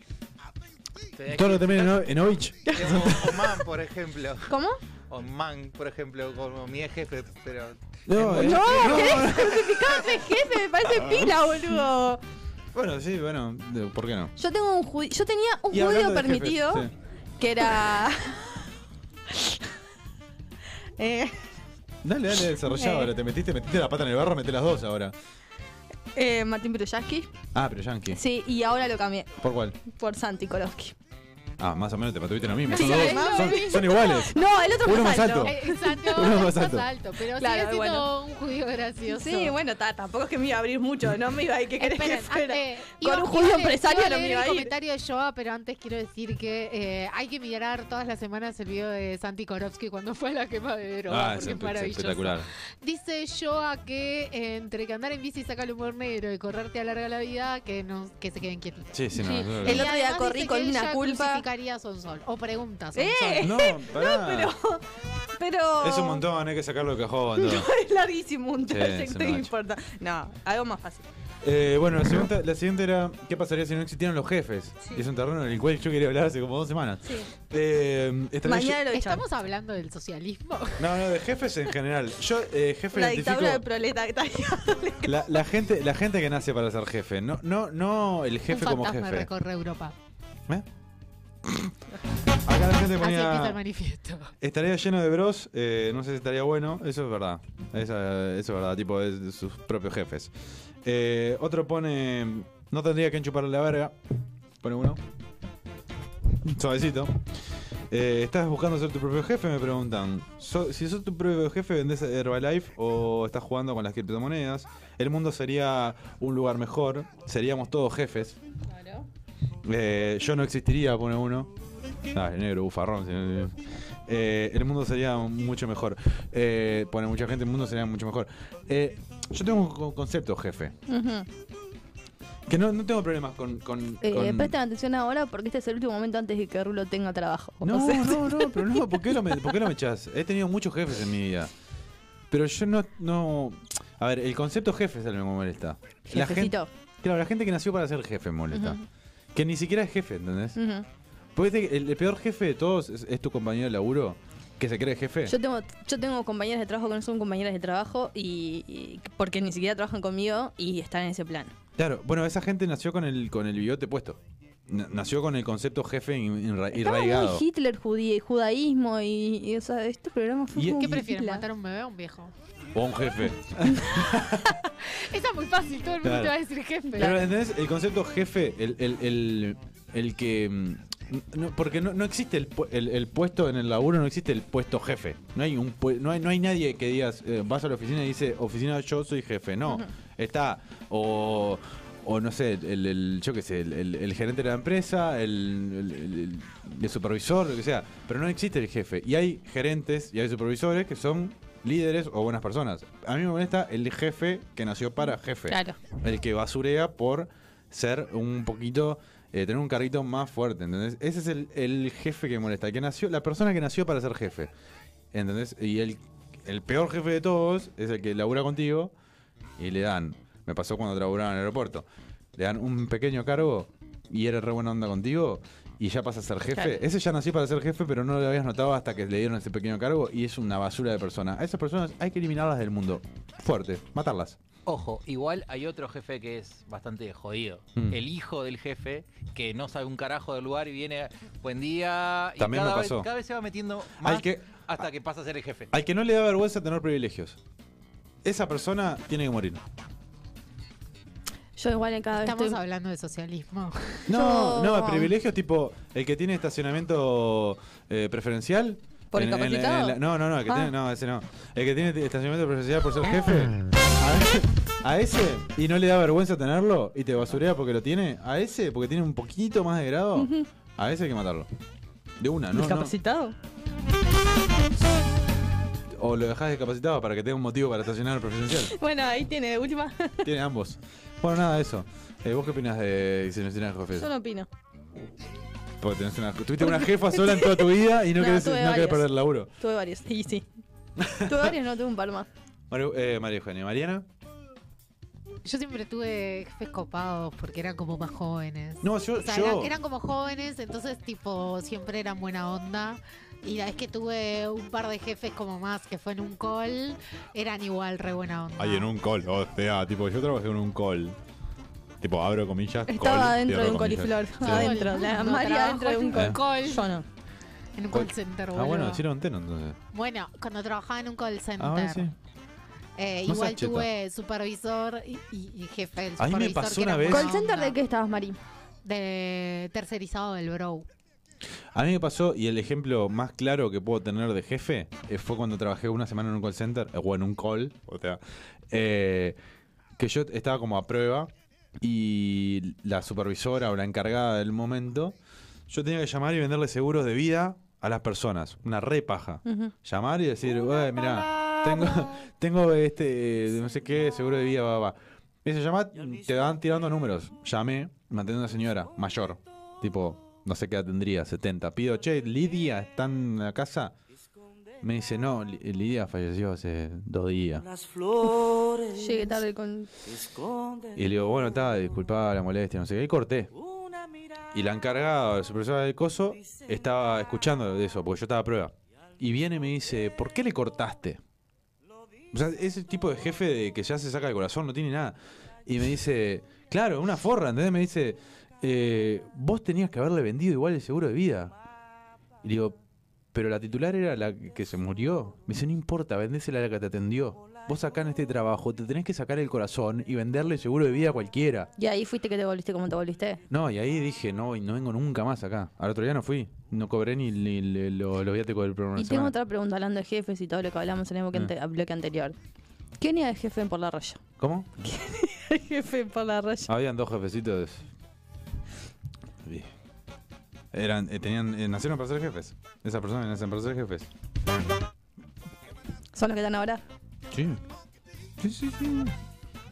Speaker 7: Te
Speaker 4: Todo lo termina en, o- en Ovich.
Speaker 7: O- Oman, por ejemplo.
Speaker 3: ¿Cómo?
Speaker 7: Oman, por ejemplo, como mi ex jefe, pero.
Speaker 4: No, eh,
Speaker 3: No, querés crucificarte, jefe, me parece
Speaker 4: Ah.
Speaker 3: pila, boludo.
Speaker 4: Bueno, sí, bueno, de- ¿por qué no?
Speaker 3: Yo tengo un judío, yo tenía un
Speaker 4: Y hablando
Speaker 3: judío
Speaker 4: de
Speaker 3: permitido
Speaker 4: jefes, sí.
Speaker 3: que era [LAUGHS] Eh,
Speaker 4: Dale, dale, desarrollá
Speaker 3: Eh.
Speaker 4: ahora. Te metiste, metiste la pata en el barro, meté las dos ahora.
Speaker 3: eh, Martín Piroyaski.
Speaker 4: Ah, pero Yankee.
Speaker 3: Sí, y ahora lo cambié
Speaker 4: ¿Por cuál?
Speaker 3: por Santi Koloski.
Speaker 4: Ah, más o menos te patuviste lo mismo.
Speaker 3: Sí,
Speaker 4: Son, dos-
Speaker 3: mami.
Speaker 4: son- son iguales.
Speaker 3: No, el otro
Speaker 4: Uno
Speaker 3: más
Speaker 4: más
Speaker 3: alto.
Speaker 4: alto.
Speaker 5: Eh, Exacto,
Speaker 4: Uno más
Speaker 5: más
Speaker 4: alto.
Speaker 5: alto. Pero
Speaker 3: Claro,
Speaker 5: sigue siendo
Speaker 3: bueno.
Speaker 5: un judío gracioso.
Speaker 3: Sí, bueno, ta, tampoco es que me iba a abrir mucho, no me iba a ir que querés que [LAUGHS]
Speaker 5: Esperen,
Speaker 3: fuera.
Speaker 5: ah, eh, iba-
Speaker 3: Con un
Speaker 5: iba
Speaker 3: judío
Speaker 5: a-
Speaker 3: empresario
Speaker 5: iba a
Speaker 3: no me
Speaker 5: leer
Speaker 3: iba a
Speaker 5: el
Speaker 3: ir.
Speaker 5: comentario de Joa, pero antes quiero decir que eh, hay que mirar todas las semanas el video de Santi Korovsky cuando fue a la quema de droga,
Speaker 4: Ah, es
Speaker 5: porque es
Speaker 4: espe- es
Speaker 5: maravilloso.
Speaker 4: espectacular.
Speaker 5: Dice Joa que eh, entre que andar en bici saca el humor negro y correrte alarga la vida, que no que se queden quietos.
Speaker 4: Sí, sí, no.
Speaker 3: Sí.
Speaker 4: no, no.
Speaker 3: El otro día corrí con una culpa.
Speaker 5: crucificaría son sol o preguntas son
Speaker 3: ¡Eh! [LAUGHS]
Speaker 5: sol.
Speaker 4: No, pará.
Speaker 3: Pero
Speaker 4: Es un montón, hay que sacarlo de cajón. todo.
Speaker 3: [LAUGHS] No, es larguísimo un
Speaker 4: Sí, es
Speaker 3: trayecto,
Speaker 4: una
Speaker 3: no
Speaker 4: bacha.
Speaker 3: importa. No, algo más fácil.
Speaker 4: Eh, bueno, la siguiente, la siguiente era: ¿qué pasaría si no existieran los jefes? Y es un terreno en el cual yo quería hablar hace como dos semanas.
Speaker 5: Sí.
Speaker 4: Eh, estaría
Speaker 3: Mañana lo echamos.
Speaker 5: Estamos hablando del socialismo.
Speaker 4: yo- No, no, de jefes en general. Yo, eh, jefe,
Speaker 3: La
Speaker 4: identifico
Speaker 3: dictadura del proletariado.
Speaker 4: la, la gente, la gente que nace para ser [LAUGHS] jefe. No, no, no el jefe
Speaker 5: un
Speaker 4: como
Speaker 5: fantasma
Speaker 4: jefe.
Speaker 5: recorre Europa.
Speaker 4: ¿Eh? Acá la gente
Speaker 5: Así empieza el
Speaker 4: ponía.
Speaker 5: manifiesto.
Speaker 4: [LAUGHS] Estaría lleno de bros, eh, no sé si estaría bueno. Eso es verdad. Esa- eso es verdad, tipo de, de sus propios jefes. Eh, otro pone. No tendría que enchuparle la verga. Pone uno. Suavecito. Eh, ¿Estás buscando ser tu propio jefe? Me preguntan. So- si sos tu propio jefe, ¿vendés Herbalife o estás jugando con las criptomonedas? El mundo sería un lugar mejor. Seríamos todos jefes. Eh, yo no existiría, pone uno. Ah, el negro, bufarrón. si no- Eh, el mundo sería mucho mejor. Eh, pone mucha gente, el mundo sería mucho mejor. Eh, yo tengo un co- concepto, jefe. Que no, no tengo problemas con. con-
Speaker 3: Eh,
Speaker 4: con-
Speaker 3: Presten atención ahora porque este es el último momento antes de que Rulo tenga trabajo.
Speaker 4: No,
Speaker 3: O sea, [LAUGHS]
Speaker 4: no, no, pero no, ¿por qué lo, me, por qué lo me echás? He tenido muchos jefes en mi vida. Pero yo no, no. A ver, el concepto jefe es el que me molesta. La gente,
Speaker 3: Jefecito.
Speaker 4: claro, la gente que nació para ser jefe me molesta.
Speaker 3: Ujú.
Speaker 4: Que ni siquiera es jefe, ¿entendés?
Speaker 3: Ujú.
Speaker 4: Porque viste Pues que el, el peor jefe de todos es, es tu compañero de laburo, que se cree jefe.
Speaker 3: Yo tengo, yo tengo compañeras de trabajo que no son compañeras de trabajo y, y- porque ni siquiera trabajan conmigo y están en ese plan.
Speaker 4: Claro, bueno, esa gente nació con el, con el bigote puesto. N- Nació con el concepto jefe in- inra-
Speaker 3: Estaba
Speaker 4: irraigado.
Speaker 3: muy Hitler, judí- judaísmo y, y, o sea, este programa fue
Speaker 4: Y-
Speaker 3: como
Speaker 4: ¿Qué
Speaker 3: un
Speaker 5: ¿Prefieres
Speaker 3: Hitler.
Speaker 5: matar a un bebé o a un viejo?
Speaker 4: O un jefe.
Speaker 5: Esa es muy fácil, todo el mundo
Speaker 4: Claro.
Speaker 5: te va a decir jefe.
Speaker 4: Pero ¿entendés? El concepto jefe, el, el, el, el que... mm, no- porque no, no existe el, pu- el- el puesto en el laburo, no existe el puesto jefe. No hay un pue- no hay, no hay nadie que digas, eh, vas a la oficina y dice, oficina yo soy jefe. No,
Speaker 15: Ujú.
Speaker 4: está o, o no sé, el, el- yo qué sé, el, el- el gerente de la empresa, el, el- el- el supervisor, lo que sea. Pero no existe el jefe. Y hay gerentes y hay supervisores que son líderes o buenas personas. A mí me molesta el jefe que nació para jefe.
Speaker 3: Claro.
Speaker 4: El que basurea por ser un poquito, eh, tener un carrito más fuerte, ¿entendés? Ese es el, el jefe que me molesta, el que nació, la persona que nació para ser jefe, ¿entendés? Y el, el peor jefe de todos es el que labura contigo y le dan, me pasó cuando laburaba en el aeropuerto, le dan un pequeño cargo y era re buena onda contigo y ya pasa a ser jefe.
Speaker 15: Claro.
Speaker 4: Ese ya nació para ser jefe, pero no lo habías notado hasta que le dieron ese pequeño cargo y es una basura de persona. A esas personas hay que eliminarlas del mundo. Fuerte, matarlas.
Speaker 17: Ojo, igual hay otro jefe que es bastante jodido.
Speaker 4: Mm.
Speaker 17: El hijo del jefe, que no sabe un carajo del lugar y viene, buen día. Y
Speaker 4: También me
Speaker 17: cada, vez-
Speaker 4: pasó.
Speaker 17: cada vez se va metiendo
Speaker 4: Al
Speaker 17: más
Speaker 4: que-
Speaker 17: hasta que pasa a ser el jefe.
Speaker 4: Al que no le da vergüenza tener privilegios. Esa persona tiene que morir.
Speaker 3: Yo igual en cada
Speaker 5: Estamos
Speaker 3: estoy-
Speaker 5: hablando de socialismo.
Speaker 4: No,
Speaker 3: Yo-
Speaker 4: no, privilegios tipo el que tiene estacionamiento eh, preferencial.
Speaker 3: ¿Por incapacitado?
Speaker 4: la- no, no, no, el que
Speaker 3: Ah.
Speaker 4: tiene, no, ese no. El que tiene estacionamiento preferencial por ser jefe,
Speaker 3: Ah.
Speaker 4: a ese, a ese, y no le da vergüenza tenerlo y te basurea porque lo tiene, a ese porque tiene un poquito más de grado,
Speaker 3: Ujú.
Speaker 4: a ese hay que matarlo. De una, Ah, ¿no? no
Speaker 3: ¿Discapacitado?
Speaker 4: o lo dejas discapacitado para que tenga un motivo para estacionar el preferencial.
Speaker 3: Bueno, ahí tiene, de última.
Speaker 4: Tiene ambos. Bueno, nada de eso. Eh, ¿Vos qué opinas de si no tienes jefes?
Speaker 3: Yo no opino.
Speaker 4: Porque tenés una, tuviste una
Speaker 3: [LAUGHS]
Speaker 4: jefa sola en toda tu vida y no,
Speaker 3: No,
Speaker 4: querés,
Speaker 3: tuve
Speaker 4: no querés
Speaker 3: varias.
Speaker 4: perder el laburo.
Speaker 3: Tuve varios. Y sí. Tuve varios, no tuve un par más.
Speaker 4: Mario- eh, María Eugenia, Mariana.
Speaker 5: Yo siempre tuve jefes copados porque eran como más jóvenes.
Speaker 4: No, yo-
Speaker 5: O sea,
Speaker 4: yo-
Speaker 5: Eran, eran como jóvenes, entonces, tipo, siempre eran buena onda. Y la vez que tuve un par de jefes como más que fue en un call, eran igual re buena onda.
Speaker 4: Ay, en un call, o sea, tipo, yo trabajé en un call. Tipo, abro comillas.
Speaker 3: Estaba adentro de un coliflor. Adentro. La
Speaker 5: No,
Speaker 3: María
Speaker 5: trabajo
Speaker 3: adentro de un
Speaker 5: en
Speaker 3: col.
Speaker 5: un call.
Speaker 3: Yo no.
Speaker 5: En un call center,
Speaker 4: Ah, bueno,
Speaker 5: boludo.
Speaker 4: hicieron teno entonces.
Speaker 5: Bueno, cuando trabajaba en un call center.
Speaker 4: Ah, bueno, sí.
Speaker 5: Eh,
Speaker 4: No
Speaker 5: igual
Speaker 4: seas cheta.
Speaker 5: tuve supervisor y, y- y jefe del
Speaker 4: A mí me
Speaker 5: supervisor.
Speaker 4: pasó
Speaker 5: que
Speaker 4: una
Speaker 5: era
Speaker 4: vez-
Speaker 5: buena
Speaker 3: ¿Call center de qué estabas, Mari?
Speaker 5: de tercerizado del bro.
Speaker 4: A mí me pasó, y el ejemplo más claro que puedo tener de jefe eh, fue cuando trabajé una semana en un call center, eh, o en un call, o sea, eh, que yo estaba como a prueba y la supervisora o la encargada del momento, yo tenía que llamar y venderle seguros de vida a las personas, una repaja.
Speaker 15: Ujú.
Speaker 4: Llamar y decir, "Ué, mirá, tengo, [LAUGHS] tengo este, eh, no sé qué, seguro de vida, va, va. Y se llama, te van tirando números. Llamé, me atendió una señora mayor, tipo, no sé qué edad tendría, 70. Pido, che, Lidia, ¿están en la casa? Me dice, no, Li- Lidia falleció hace dos días.
Speaker 3: Las flores. Llegué tarde con.
Speaker 4: Y le digo, bueno, está, disculpa la molestia, no sé qué. Y corté. Y la encargada, la supervisora del coso, estaba escuchando de eso, porque yo estaba a prueba. Y viene y me dice, ¿por qué le cortaste? O sea, ese tipo de jefe de que ya se saca el corazón, no tiene nada. Y me dice, claro, una forra, ¿entendés? Me dice, eh, vos tenías que haberle vendido igual el seguro de vida. Y le digo, pero la titular era la que se murió. Me dice, no importa, vendésela a la que te atendió. Vos acá en este trabajo te tenés que sacar el corazón y venderle el seguro de vida a cualquiera.
Speaker 3: Y ahí fuiste que te volviste como te volviste.
Speaker 4: No, y ahí dije, no, y no vengo nunca más acá. Al otro día no fui. No cobré ni, ni le- lo, lo viático del programa.
Speaker 3: Y tengo otra pregunta hablando de jefes y todo lo que hablamos en el bloque,
Speaker 4: Mm.
Speaker 3: ante- bloque anterior. ¿Quién era el jefe en por la raya?
Speaker 4: ¿Cómo?
Speaker 3: [LAUGHS] El jefe en por la raya.
Speaker 4: Habían dos jefecitos. Sí. Eran, eh, tenían, eh, nacieron para ser jefes. Esas personas nacen para ser jefes.
Speaker 3: ¿Son los que están ahora?
Speaker 4: Sí. Sí, sí, sí.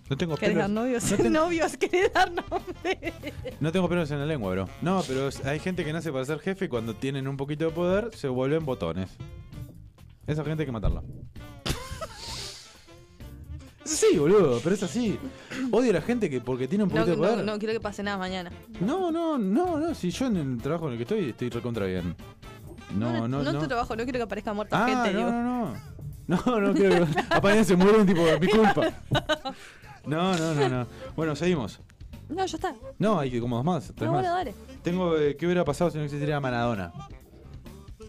Speaker 4: No tengo
Speaker 3: ¿Querés
Speaker 4: pelos.
Speaker 3: dar novios?
Speaker 4: No, te-
Speaker 3: [LAUGHS] ¿Novios? ¿Querés dar nombres?
Speaker 4: no tengo pelos en la lengua, bro. No, pero es- hay gente que nace para ser jefe y cuando tienen un poquito de poder se vuelven botones. Esa gente hay que
Speaker 3: [LAUGHS]
Speaker 4: matarla. Sí, boludo, pero es así. Odio a la gente que porque tiene un
Speaker 3: No,
Speaker 4: poquito de
Speaker 3: no,
Speaker 4: poder.
Speaker 3: no quiero que pase nada mañana.
Speaker 4: No, no, no, no. Si yo en el trabajo en el que estoy estoy recontra bien. No, no,
Speaker 3: No,
Speaker 4: no.
Speaker 3: es tu trabajo, no quiero que aparezca muerta
Speaker 4: Ah,
Speaker 3: gente.
Speaker 4: no,
Speaker 3: digo.
Speaker 4: no, no. No, no creo
Speaker 3: [LAUGHS]
Speaker 4: que. Apañan se muere un tipo, mi culpa. No, no, no, no. Bueno, seguimos.
Speaker 3: No, ya está.
Speaker 4: No, hay que como dos más, tres
Speaker 3: No,
Speaker 4: más.
Speaker 3: bueno, dale.
Speaker 4: Tengo eh, qué hubiera pasado si no existiera Maradona.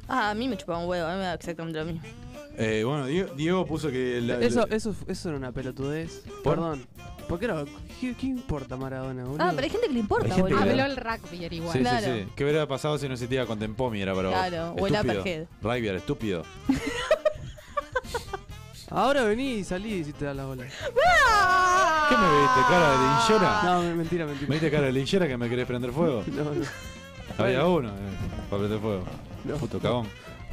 Speaker 3: Ah, a mí me chupaba un huevo, a mí me da exactamente lo mismo.
Speaker 4: Eh, bueno, Diego, Diego puso que la-
Speaker 6: Eso,
Speaker 4: la-
Speaker 6: eso, eso era una pelotudez.
Speaker 4: ¿Por?
Speaker 6: Perdón. ¿Por qué no? ¿Qué, qué importa Maradona, boludo?
Speaker 3: Ah, pero hay gente que le importa,
Speaker 4: Hay gente
Speaker 3: boludo.
Speaker 4: que le-
Speaker 5: Habló el rugby era igual.
Speaker 4: Sí, sí, sí. ¿Qué hubiera pasado si no existiera Contempomi era para vos?
Speaker 5: Claro, o el
Speaker 4: Estúpido.
Speaker 5: Upperhead.
Speaker 4: Rugby, estúpido.
Speaker 6: Ahora vení y salí y te da la bola.
Speaker 4: ¿Qué me viste? ¿Cara de linchera?
Speaker 6: No, me- mentira, mentira.
Speaker 4: Ah. ¿Me viste cara de linchera que me querés prender fuego?
Speaker 6: No, no.
Speaker 4: Había uno eh, para prender fuego. Puto cagón.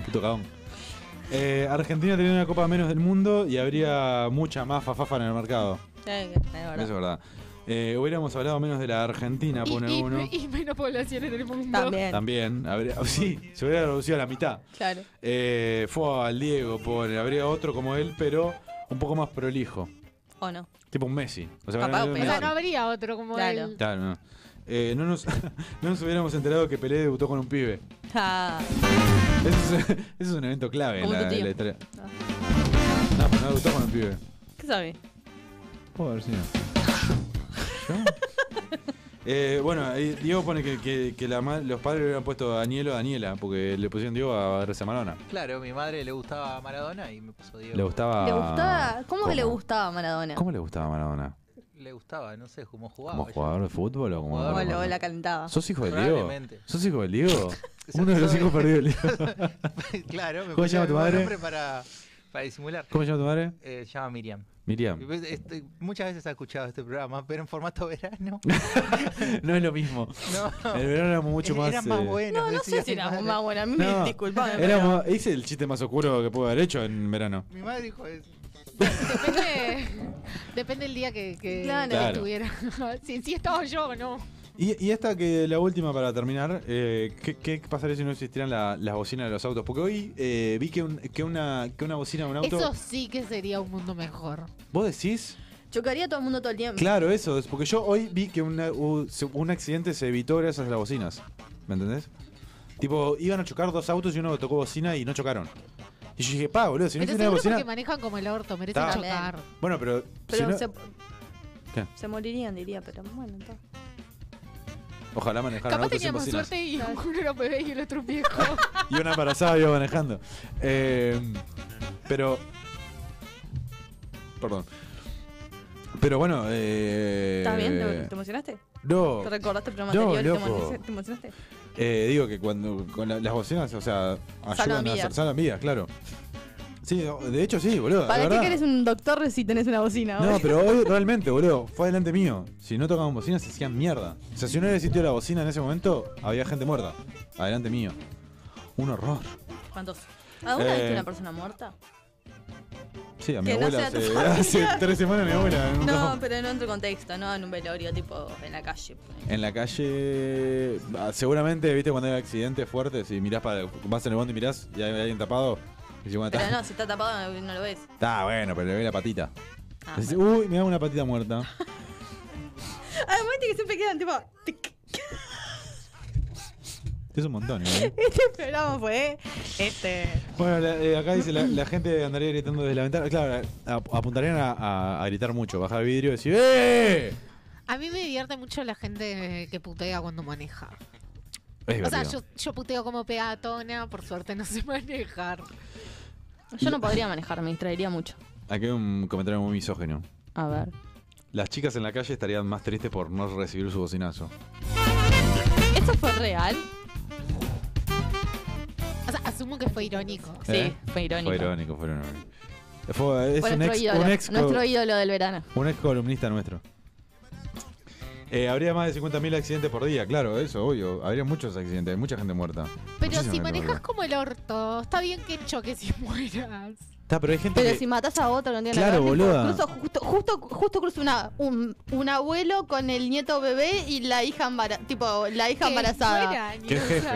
Speaker 4: Puto cagón. Eh, Argentina tenía una copa menos del mundo y habría mucha más fafafa en el mercado.
Speaker 3: Eh, es verdad.
Speaker 4: Eso es verdad. Eh, hubiéramos hablado menos de la Argentina,
Speaker 5: Y,
Speaker 4: pone
Speaker 5: y-
Speaker 4: uno.
Speaker 5: y menos población en el mundo.
Speaker 3: También.
Speaker 4: También. Habría, [LAUGHS] sí, se hubiera reducido a la mitad.
Speaker 3: Claro.
Speaker 4: Eh, fue al Diego, pone. Habría otro como él, pero un poco más prolijo.
Speaker 3: ¿O no?
Speaker 4: Tipo un Messi. O sea,
Speaker 3: Capaz,
Speaker 4: habrá-
Speaker 5: O sea, no habría otro como
Speaker 3: Claro.
Speaker 5: él.
Speaker 4: Claro, no. Eh, no, nos, [LAUGHS] no nos hubiéramos enterado que Pelé debutó con un pibe.
Speaker 3: Ah,
Speaker 4: Eso es, [LAUGHS] eso es un evento clave en
Speaker 3: Como
Speaker 4: la,
Speaker 3: tu tío.
Speaker 4: en la historia. No, pero no debutó con un pibe.
Speaker 3: ¿Qué sabe?
Speaker 4: Joder, sí. ¿Yo? Eh, bueno, ahí Diego pone que, que- que la ma- los padres le hubieran puesto Daniel o Daniela, porque le pusieron Diego a García Marona.
Speaker 17: Claro, mi madre le gustaba Maradona y me puso Diego.
Speaker 4: Le gustaba.
Speaker 3: ¿Le gustaba? ¿Cómo, que le gustaba a Maradona?
Speaker 4: ¿Cómo le gustaba Maradona?
Speaker 17: Le gustaba, no sé cómo jugaba.
Speaker 4: ¿Como jugador de fútbol o como.?
Speaker 3: O lo- la calentaba.
Speaker 4: ¿Sos hijo del Diego?
Speaker 17: Probablemente.
Speaker 4: ¿Sos hijo del [LAUGHS] Diego? [LAUGHS] Uno de los hijos perdidos del Diego. [LAUGHS]
Speaker 17: [LAUGHS] claro, me
Speaker 4: ¿Cómo se llama
Speaker 17: pusieron
Speaker 4: tu
Speaker 17: un
Speaker 4: madre?
Speaker 17: nombre para, para disimular.
Speaker 4: ¿Cómo se llama tu madre?
Speaker 17: Eh, se llama Miriam.
Speaker 4: Miriam.
Speaker 17: Y ves, este, muchas veces ha escuchado este programa, pero en formato
Speaker 4: [LAUGHS]
Speaker 17: verano.
Speaker 4: No es lo mismo.
Speaker 17: No.
Speaker 4: El verano era mucho
Speaker 17: Eh,
Speaker 4: más.
Speaker 17: eran más
Speaker 4: eh,
Speaker 17: buenos.
Speaker 3: No, no
Speaker 17: decía
Speaker 3: sé si
Speaker 17: mi
Speaker 3: era
Speaker 17: madre.
Speaker 3: más buena. A mí me
Speaker 4: No,
Speaker 3: disculpame, pero-
Speaker 4: éramos- hice el chiste más oscuro que pude haber hecho en verano.
Speaker 17: Mi madre dijo eso.
Speaker 5: Depende, depende el día que, que,
Speaker 3: Claro.
Speaker 5: que
Speaker 4: Claro.
Speaker 5: estuviera. [LAUGHS] si, si estaba yo o no.
Speaker 4: Y, y esta que la última para terminar, eh, ¿qué, qué pasaría si no existieran la- las bocinas de los autos? Porque hoy eh, vi que, un- que una, que una bocina de un auto...
Speaker 5: Eso sí que sería un mundo mejor.
Speaker 4: ¿Vos decís?
Speaker 3: Chocaría a todo el mundo todo el tiempo.
Speaker 4: Claro, eso. es Porque yo hoy vi que una- u- se- un accidente se evitó gracias a las bocinas. ¿Me entendés? Tipo, iban a chocar dos autos y uno tocó bocina y no chocaron. Y yo dije, pa, boludo, si no existiera
Speaker 5: pero seguro
Speaker 4: la bocina...
Speaker 5: porque manejan como el orto, merecen
Speaker 4: Está.
Speaker 5: chocar.
Speaker 4: Bueno, pero... si
Speaker 3: Pero
Speaker 4: no-
Speaker 3: se,
Speaker 4: ¿Qué?
Speaker 3: se morirían, diría, pero bueno, entonces.
Speaker 4: Ojalá manejaran
Speaker 5: Capaz
Speaker 4: autos sin
Speaker 5: teníamos
Speaker 4: bocinas.
Speaker 5: suerte y uno era un bebé y el otro un
Speaker 3: [LAUGHS]
Speaker 5: viejo.
Speaker 4: Y una embarazada iba manejando. Eh, pero. Perdón. Pero bueno, eh.
Speaker 3: ¿Estás bien? ¿Te, te emocionaste?
Speaker 4: No.
Speaker 3: ¿Te recordaste el programa
Speaker 4: Oh. No,
Speaker 3: anterior? y te
Speaker 4: loco.
Speaker 3: emocionaste- ¿Te emocionaste?
Speaker 4: Eh, digo que cuando con la- las bocinas, o sea, ayudan
Speaker 3: Salvan
Speaker 4: a
Speaker 3: vidas.
Speaker 4: hacer salvan vidas, claro. Sí, no, de hecho sí, boludo. de
Speaker 3: ¿Para qué
Speaker 4: verdad.
Speaker 3: que eres un doctor si tenés una bocina?
Speaker 4: No, pero
Speaker 3: [LAUGHS]
Speaker 4: hoy realmente, boludo, fue delante mío. Si no tocaban bocinas, se hacían mierda. O sea, si no hubiera existido la bocina en ese momento, había gente muerta. Adelante mío. Un horror.
Speaker 3: ¿Cuántos? ¿Alguna vez
Speaker 4: Eh,
Speaker 3: viste una persona muerta?
Speaker 4: Sí, a mi
Speaker 3: Que no
Speaker 4: abuela
Speaker 3: sea
Speaker 4: [LAUGHS]
Speaker 3: tu
Speaker 4: hace,
Speaker 3: familia.
Speaker 4: hace tres semanas mi abuela. en un
Speaker 3: No,
Speaker 4: cajón.
Speaker 3: pero en otro contexto, no en un velorio, tipo en la calle.
Speaker 4: En la calle, ah, seguramente, viste, cuando hay accidentes fuertes y mirás para. Vas en el bondi y mirás y hay alguien tapado. Y decís, bueno,
Speaker 3: [LAUGHS] Pero
Speaker 4: está,
Speaker 3: no, si está tapado no, no lo ves.
Speaker 4: está bueno, pero le ve la patita.
Speaker 3: Ah,
Speaker 4: Decís, uy, me da una patita muerta.
Speaker 3: Además, viste que siempre quedan tipo. tic.
Speaker 4: Es un montón, ¿eh?
Speaker 3: [LAUGHS] Este programa fue. Este.
Speaker 4: Bueno, la- eh, acá dice la, la gente andaría gritando desde la ventana. Claro, a- apuntarían a, a- a gritar mucho, bajar el vidrio y decir ¡Eh!
Speaker 5: A mí me divierte mucho la gente que putea cuando maneja.
Speaker 4: Es
Speaker 5: o sea,
Speaker 4: divertido.
Speaker 5: yo, yo puteo como peatona, por suerte no sé [LAUGHS] manejar.
Speaker 3: Yo no podría manejar, me distraería mucho.
Speaker 4: Aquí hay un comentario muy misógeno.
Speaker 3: A ver.
Speaker 4: Las chicas en la calle estarían más tristes por no recibir su bocinazo.
Speaker 3: ¿Eso fue real?
Speaker 5: O sea, asumo que fue irónico.
Speaker 4: ¿Eh?
Speaker 3: fue irónico.
Speaker 4: Fue irónico, fue irónico. Fue- es
Speaker 3: Fue
Speaker 4: un
Speaker 3: nuestro
Speaker 4: ex,
Speaker 3: ídolo.
Speaker 4: un ex co-
Speaker 3: nuestro ídolo del verano.
Speaker 4: un ex columnista nuestro. Eh, habría más de 50.000 accidentes por día, claro, eso, obvio. Habría muchos accidentes, hay mucha gente muerta.
Speaker 5: Pero
Speaker 4: Muchísima
Speaker 5: si
Speaker 4: gente
Speaker 5: manejas
Speaker 4: muerta.
Speaker 5: como el orto, está bien que choques y [LAUGHS] mueras.
Speaker 4: Está, pero hay gente
Speaker 3: Pero
Speaker 4: que-
Speaker 3: si matas a otro, no tiene
Speaker 4: Claro,
Speaker 3: nada que ver, tipo,
Speaker 4: boluda.
Speaker 3: Cruzo, justo, justo, justo cruzo una, un, un abuelo con el nieto bebé y la hija, embara- tipo, la hija embarazada.
Speaker 4: Qué jefe.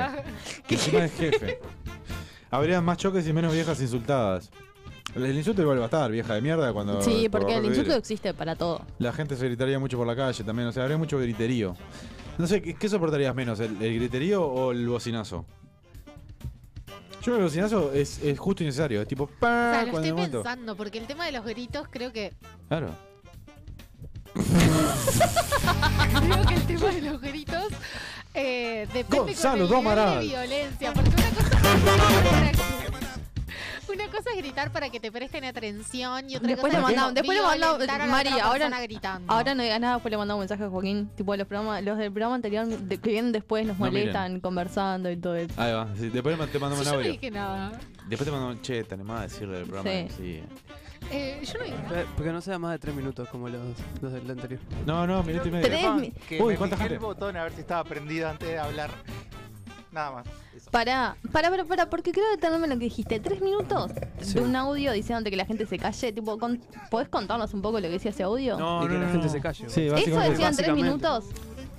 Speaker 4: Que encima es jefe. Habría más choques y menos viejas insultadas. El insulto igual va a estar, vieja de mierda, cuando...
Speaker 3: Sí,
Speaker 4: por
Speaker 3: porque
Speaker 4: bajar
Speaker 3: el
Speaker 4: vidrio.
Speaker 3: insulto existe para todo.
Speaker 4: La gente se gritaría mucho por la calle también, o sea, habría mucho griterío. No sé, ¿qué, qué soportarías menos, el, el griterío o el bocinazo? Yo creo que el bocinazo es, es justo y necesario, es tipo...
Speaker 5: O
Speaker 4: ¡pa!
Speaker 5: sea, lo
Speaker 4: Ah, cuando
Speaker 5: estoy
Speaker 4: el momento.
Speaker 5: pensando, porque el tema de los gritos creo que.
Speaker 4: Claro.
Speaker 5: creo que el tema de los gritos. Eh, depende
Speaker 4: Gonzalo
Speaker 5: con el nivel
Speaker 4: Domaral.
Speaker 5: de violencia. Porque una cosa. Una cosa es gritar para que te presten atención y otra
Speaker 3: Después le
Speaker 5: cosa es
Speaker 3: mandamos, después le mandamos,
Speaker 5: violentar a la
Speaker 3: Mari,
Speaker 5: otra
Speaker 3: ahora,
Speaker 5: persona gritando.
Speaker 3: ahora no digas nada, después le mandamos un mensaje a Joaquín, tipo los programas, los del programa anterior de- que vienen después nos
Speaker 4: No, miren.
Speaker 3: molestan conversando y todo eso.
Speaker 4: Ahí va, sí, después te mandamos
Speaker 5: Sí,
Speaker 4: un
Speaker 5: yo no
Speaker 4: audio.
Speaker 5: dije nada.
Speaker 4: Después te mandamos, che, te animás a decirle del programa.
Speaker 5: Sí.
Speaker 4: Sí.
Speaker 5: Eh, yo no dije nada.
Speaker 6: Eh, Porque no sea más de tres minutos como los, los del anterior.
Speaker 4: No, no, minuto y medio. Ah.
Speaker 17: Que
Speaker 4: Uy,
Speaker 17: me
Speaker 4: ¿cuánta
Speaker 17: fijé
Speaker 4: gente?
Speaker 17: el botón a ver si estaba prendido antes de hablar. Nada más.
Speaker 3: Pará, pará, pará, pará, porque creo detenerme en lo que dijiste. Tres minutos
Speaker 6: Sí.
Speaker 3: de un audio diciéndote que la gente se calle. Tipo, con- ¿podés contarnos un poco lo que decía ese audio?
Speaker 6: y que la gente se calle.
Speaker 4: Sí,
Speaker 3: ¿Eso
Speaker 4: básicamente.
Speaker 3: decían tres minutos?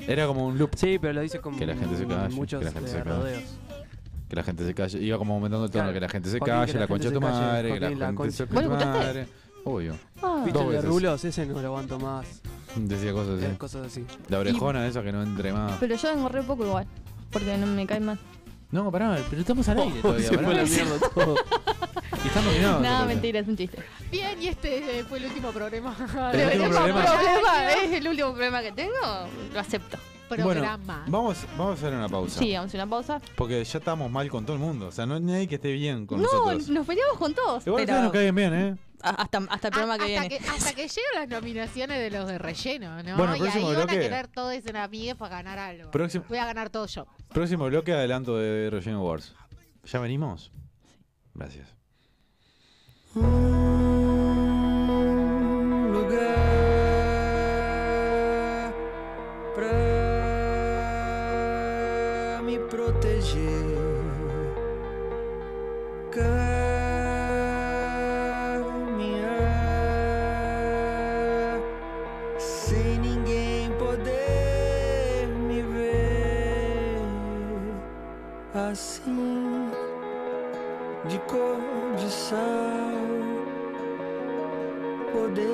Speaker 4: Era como un loop.
Speaker 6: Sí, pero lo dice como
Speaker 4: Que la gente se calle.
Speaker 6: muchos
Speaker 4: que la gente
Speaker 6: eh,
Speaker 4: se calle.
Speaker 6: rodeos.
Speaker 4: Que la gente se calle. Iba como aumentando el tono.
Speaker 6: Claro.
Speaker 4: Que la gente se
Speaker 6: Joaquín,
Speaker 4: calle,
Speaker 6: que la
Speaker 4: la concha de
Speaker 6: gente se
Speaker 4: tu
Speaker 6: calle,
Speaker 4: madre. que la
Speaker 6: Joaquín, la
Speaker 4: gente
Speaker 6: concha
Speaker 4: se
Speaker 6: de
Speaker 4: calle.
Speaker 6: tu
Speaker 4: tu
Speaker 6: madre.
Speaker 4: madre. Obvio.
Speaker 3: Ah.
Speaker 6: ¿Viste
Speaker 4: Dos
Speaker 6: el de
Speaker 4: veces.
Speaker 6: rulos? Ese no lo aguanto más.
Speaker 4: Decía cosas
Speaker 6: Eh,
Speaker 4: así.
Speaker 6: Cosas así.
Speaker 4: La orejona esa que no entre más.
Speaker 3: Pero yo vengo re poco igual, porque no me cae mal.
Speaker 4: No, pará, pero estamos al aire [LAUGHS]
Speaker 6: Oh,
Speaker 4: todavía.
Speaker 6: se
Speaker 4: pará.
Speaker 6: fue la mierda [LAUGHS] todo.
Speaker 4: Y estamos mirando.
Speaker 3: Nada, mentira, es un chiste.
Speaker 5: Bien, y este eh, fue el último programa.
Speaker 4: El último problema.
Speaker 3: problema, ¿Es el último problema que tengo? Lo acepto.
Speaker 4: Bueno, vamos, vamos a hacer una pausa.
Speaker 3: Sí, vamos a una pausa.
Speaker 4: Porque ya estamos mal con todo el mundo. O sea, no hay nadie que esté bien con
Speaker 3: no,
Speaker 4: nosotros.
Speaker 3: nos peleamos con todos.
Speaker 4: Igual
Speaker 3: pero
Speaker 4: ustedes nos caen bien, ¿eh?
Speaker 3: a- hasta, hasta el programa
Speaker 5: Ah, hasta,
Speaker 3: este que viene.
Speaker 5: Que, hasta que lleguen las nominaciones de los de relleno, ¿no?
Speaker 4: Bueno, el
Speaker 5: y ahí
Speaker 4: próximo
Speaker 5: van a
Speaker 4: bloque.
Speaker 5: querer todos en amigues para ganar algo.
Speaker 4: Próximo-
Speaker 5: Voy a ganar todo yo.
Speaker 4: Próximo bloque, adelanto de Relleno Wars. ¿Ya venimos? Gracias.
Speaker 18: lugar pra me proteger. Caminhar sem ninguém poder me ver assim de cor de sal poder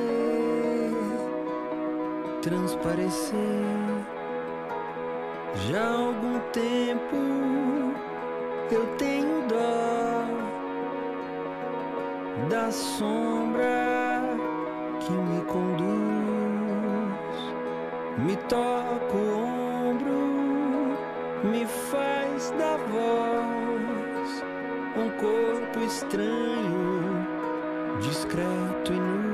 Speaker 18: transparecer. Já há algum tempo eu tenho dó da sombra que me conduz, me toca o ombro, me faz dar voz, um corpo estranho discreto e nu.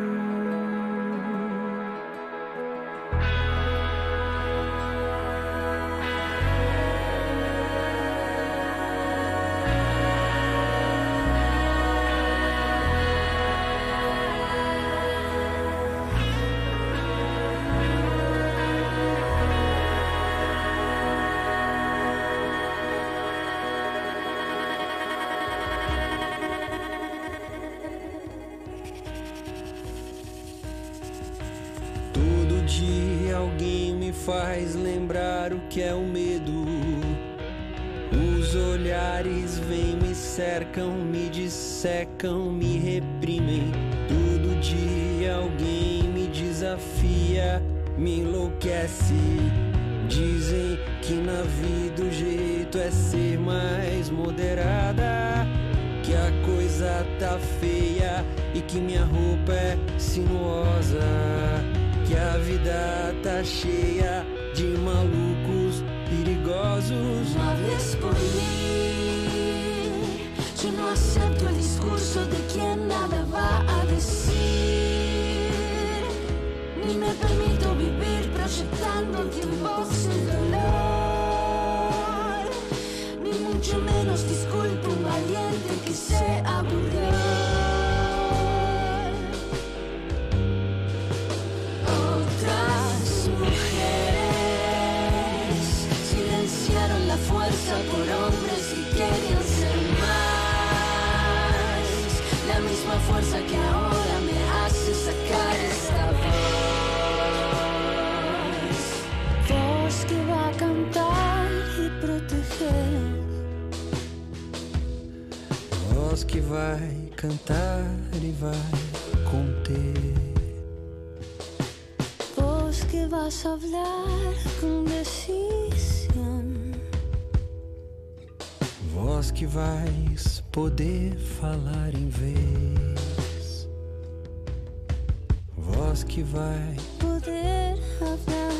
Speaker 18: Todo dia alguém me faz lembrar o que é o medo. Os olhares vêm, me cercam, me dissecam, me reprimem. Todo dia alguém me desafia, me enlouquece. Dizem que na vida o jeito é ser mais moderada. Que a coisa tá feia e que minha roupa é sinuosa. Que que a vida tá cheia de malucos perigosos.
Speaker 1: Uma vez por mim, yo no acepto el discurso de quien nada va a decir. Ni me permito vivir proyectando que en vos el dolor. Ni mucho menos disculpo un valiente que se aburrió. Otras mujeres silenciaron la fuerza por hombres que querían ser más. La misma fuerza que ahora me hace sacar esta voz. Voz que va a cantar y proteger.
Speaker 18: Voz que vai cantar e vai conter.
Speaker 1: Vos que vas a hablar con decisión.
Speaker 18: Voz que vais poder falar em vez. Voz que vai
Speaker 1: Poder hablar,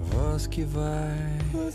Speaker 18: Voz que vai, voz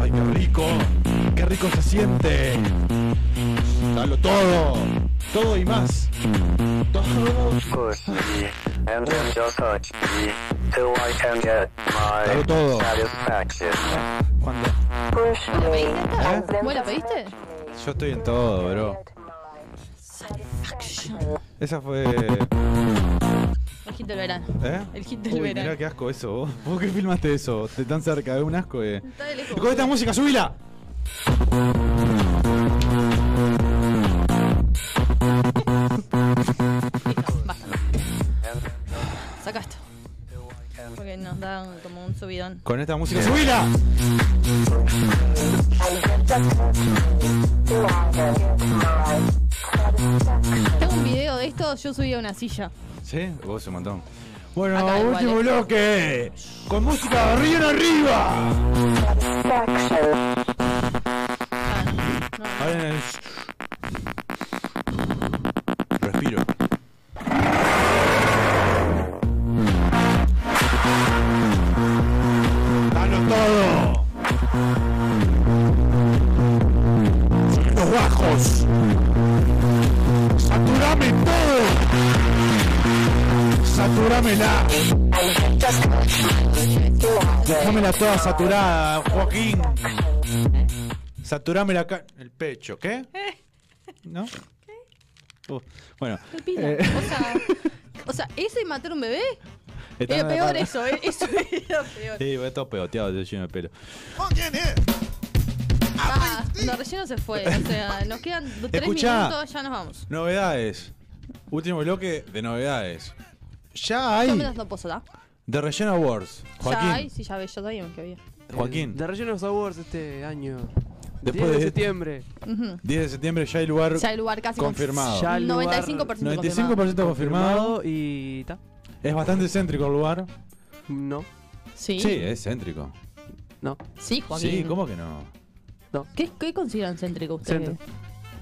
Speaker 4: ¡Ay, qué rico! ¡Qué rico se siente! ¡Dalo todo! Todo y más. Todo.
Speaker 19: Push me, and then just touch me, till I can get my
Speaker 4: Dalo todo.
Speaker 19: satisfaction.
Speaker 20: Push me, and
Speaker 4: ¿Eh?
Speaker 20: then
Speaker 3: ¿Vos la pediste?
Speaker 4: Yo estoy en todo, bro. Esa fue.
Speaker 3: El hit del verano.
Speaker 4: ¿Eh?
Speaker 3: El hit del
Speaker 4: Uy,
Speaker 3: verano.
Speaker 4: Mirá qué asco eso, vos. ¿Vos qué filmaste eso? De tan cerca, es un asco de.
Speaker 3: Está de lejos.
Speaker 4: Con esta música, subila.
Speaker 3: Saca esto. Porque nos da un- como un subidón.
Speaker 4: Con esta música, subila.
Speaker 3: Tengo un video de esto, yo subí a una silla.
Speaker 4: Sí, vos un montón. Bueno,
Speaker 3: Acá igual,
Speaker 4: último
Speaker 3: eh.
Speaker 4: bloque. Con música, ríen arriba. Ahora en el- Respiro. ¡Dalo todo!
Speaker 21: Los bajos. Saturame todo. Saturámela.
Speaker 4: Dejámela toda saturada, Joaquín. Saturámela acá. El pecho, ¿qué? ¿No? Uh, bueno.
Speaker 3: Pila.
Speaker 4: eh,
Speaker 3: O sea, o sea, ese matar un bebé
Speaker 4: está-
Speaker 3: era peor eso, eh, eso
Speaker 4: [LAUGHS]
Speaker 3: era
Speaker 4: [LAUGHS]
Speaker 3: peor.
Speaker 4: Sí, va todo pegoteado, yo lleno de pelo.
Speaker 3: Ah, no, relleno se fue. O sea, nos quedan tres
Speaker 4: Escuchá.
Speaker 3: minutos, ya nos vamos.
Speaker 4: Novedades. Último bloque de novedades. Ya hay
Speaker 3: Yo me las no puedo dar.
Speaker 4: The Relleno Awards.
Speaker 3: Ya
Speaker 4: Joaquín,
Speaker 3: hay, sí, ya ve, yo sabíamos que había.
Speaker 4: Joaquín.
Speaker 6: Eh, De Rellenos Awards este año.
Speaker 4: Después
Speaker 6: 10 de,
Speaker 4: de-
Speaker 6: septiembre.
Speaker 3: Ujú.
Speaker 4: 10 de septiembre ya hay lugar,
Speaker 3: Ya hay lugar casi
Speaker 4: confirmado.
Speaker 3: con- Ya hay lugar 95%
Speaker 4: 95% confirmado.
Speaker 6: Y está.
Speaker 4: Es bastante céntrico el lugar.
Speaker 6: No.
Speaker 3: Sí.
Speaker 4: Sí, es céntrico.
Speaker 6: No.
Speaker 3: Sí, Joaquín.
Speaker 4: Sí, ¿cómo que no?
Speaker 3: ¿Qué, qué consideran céntrico ustedes?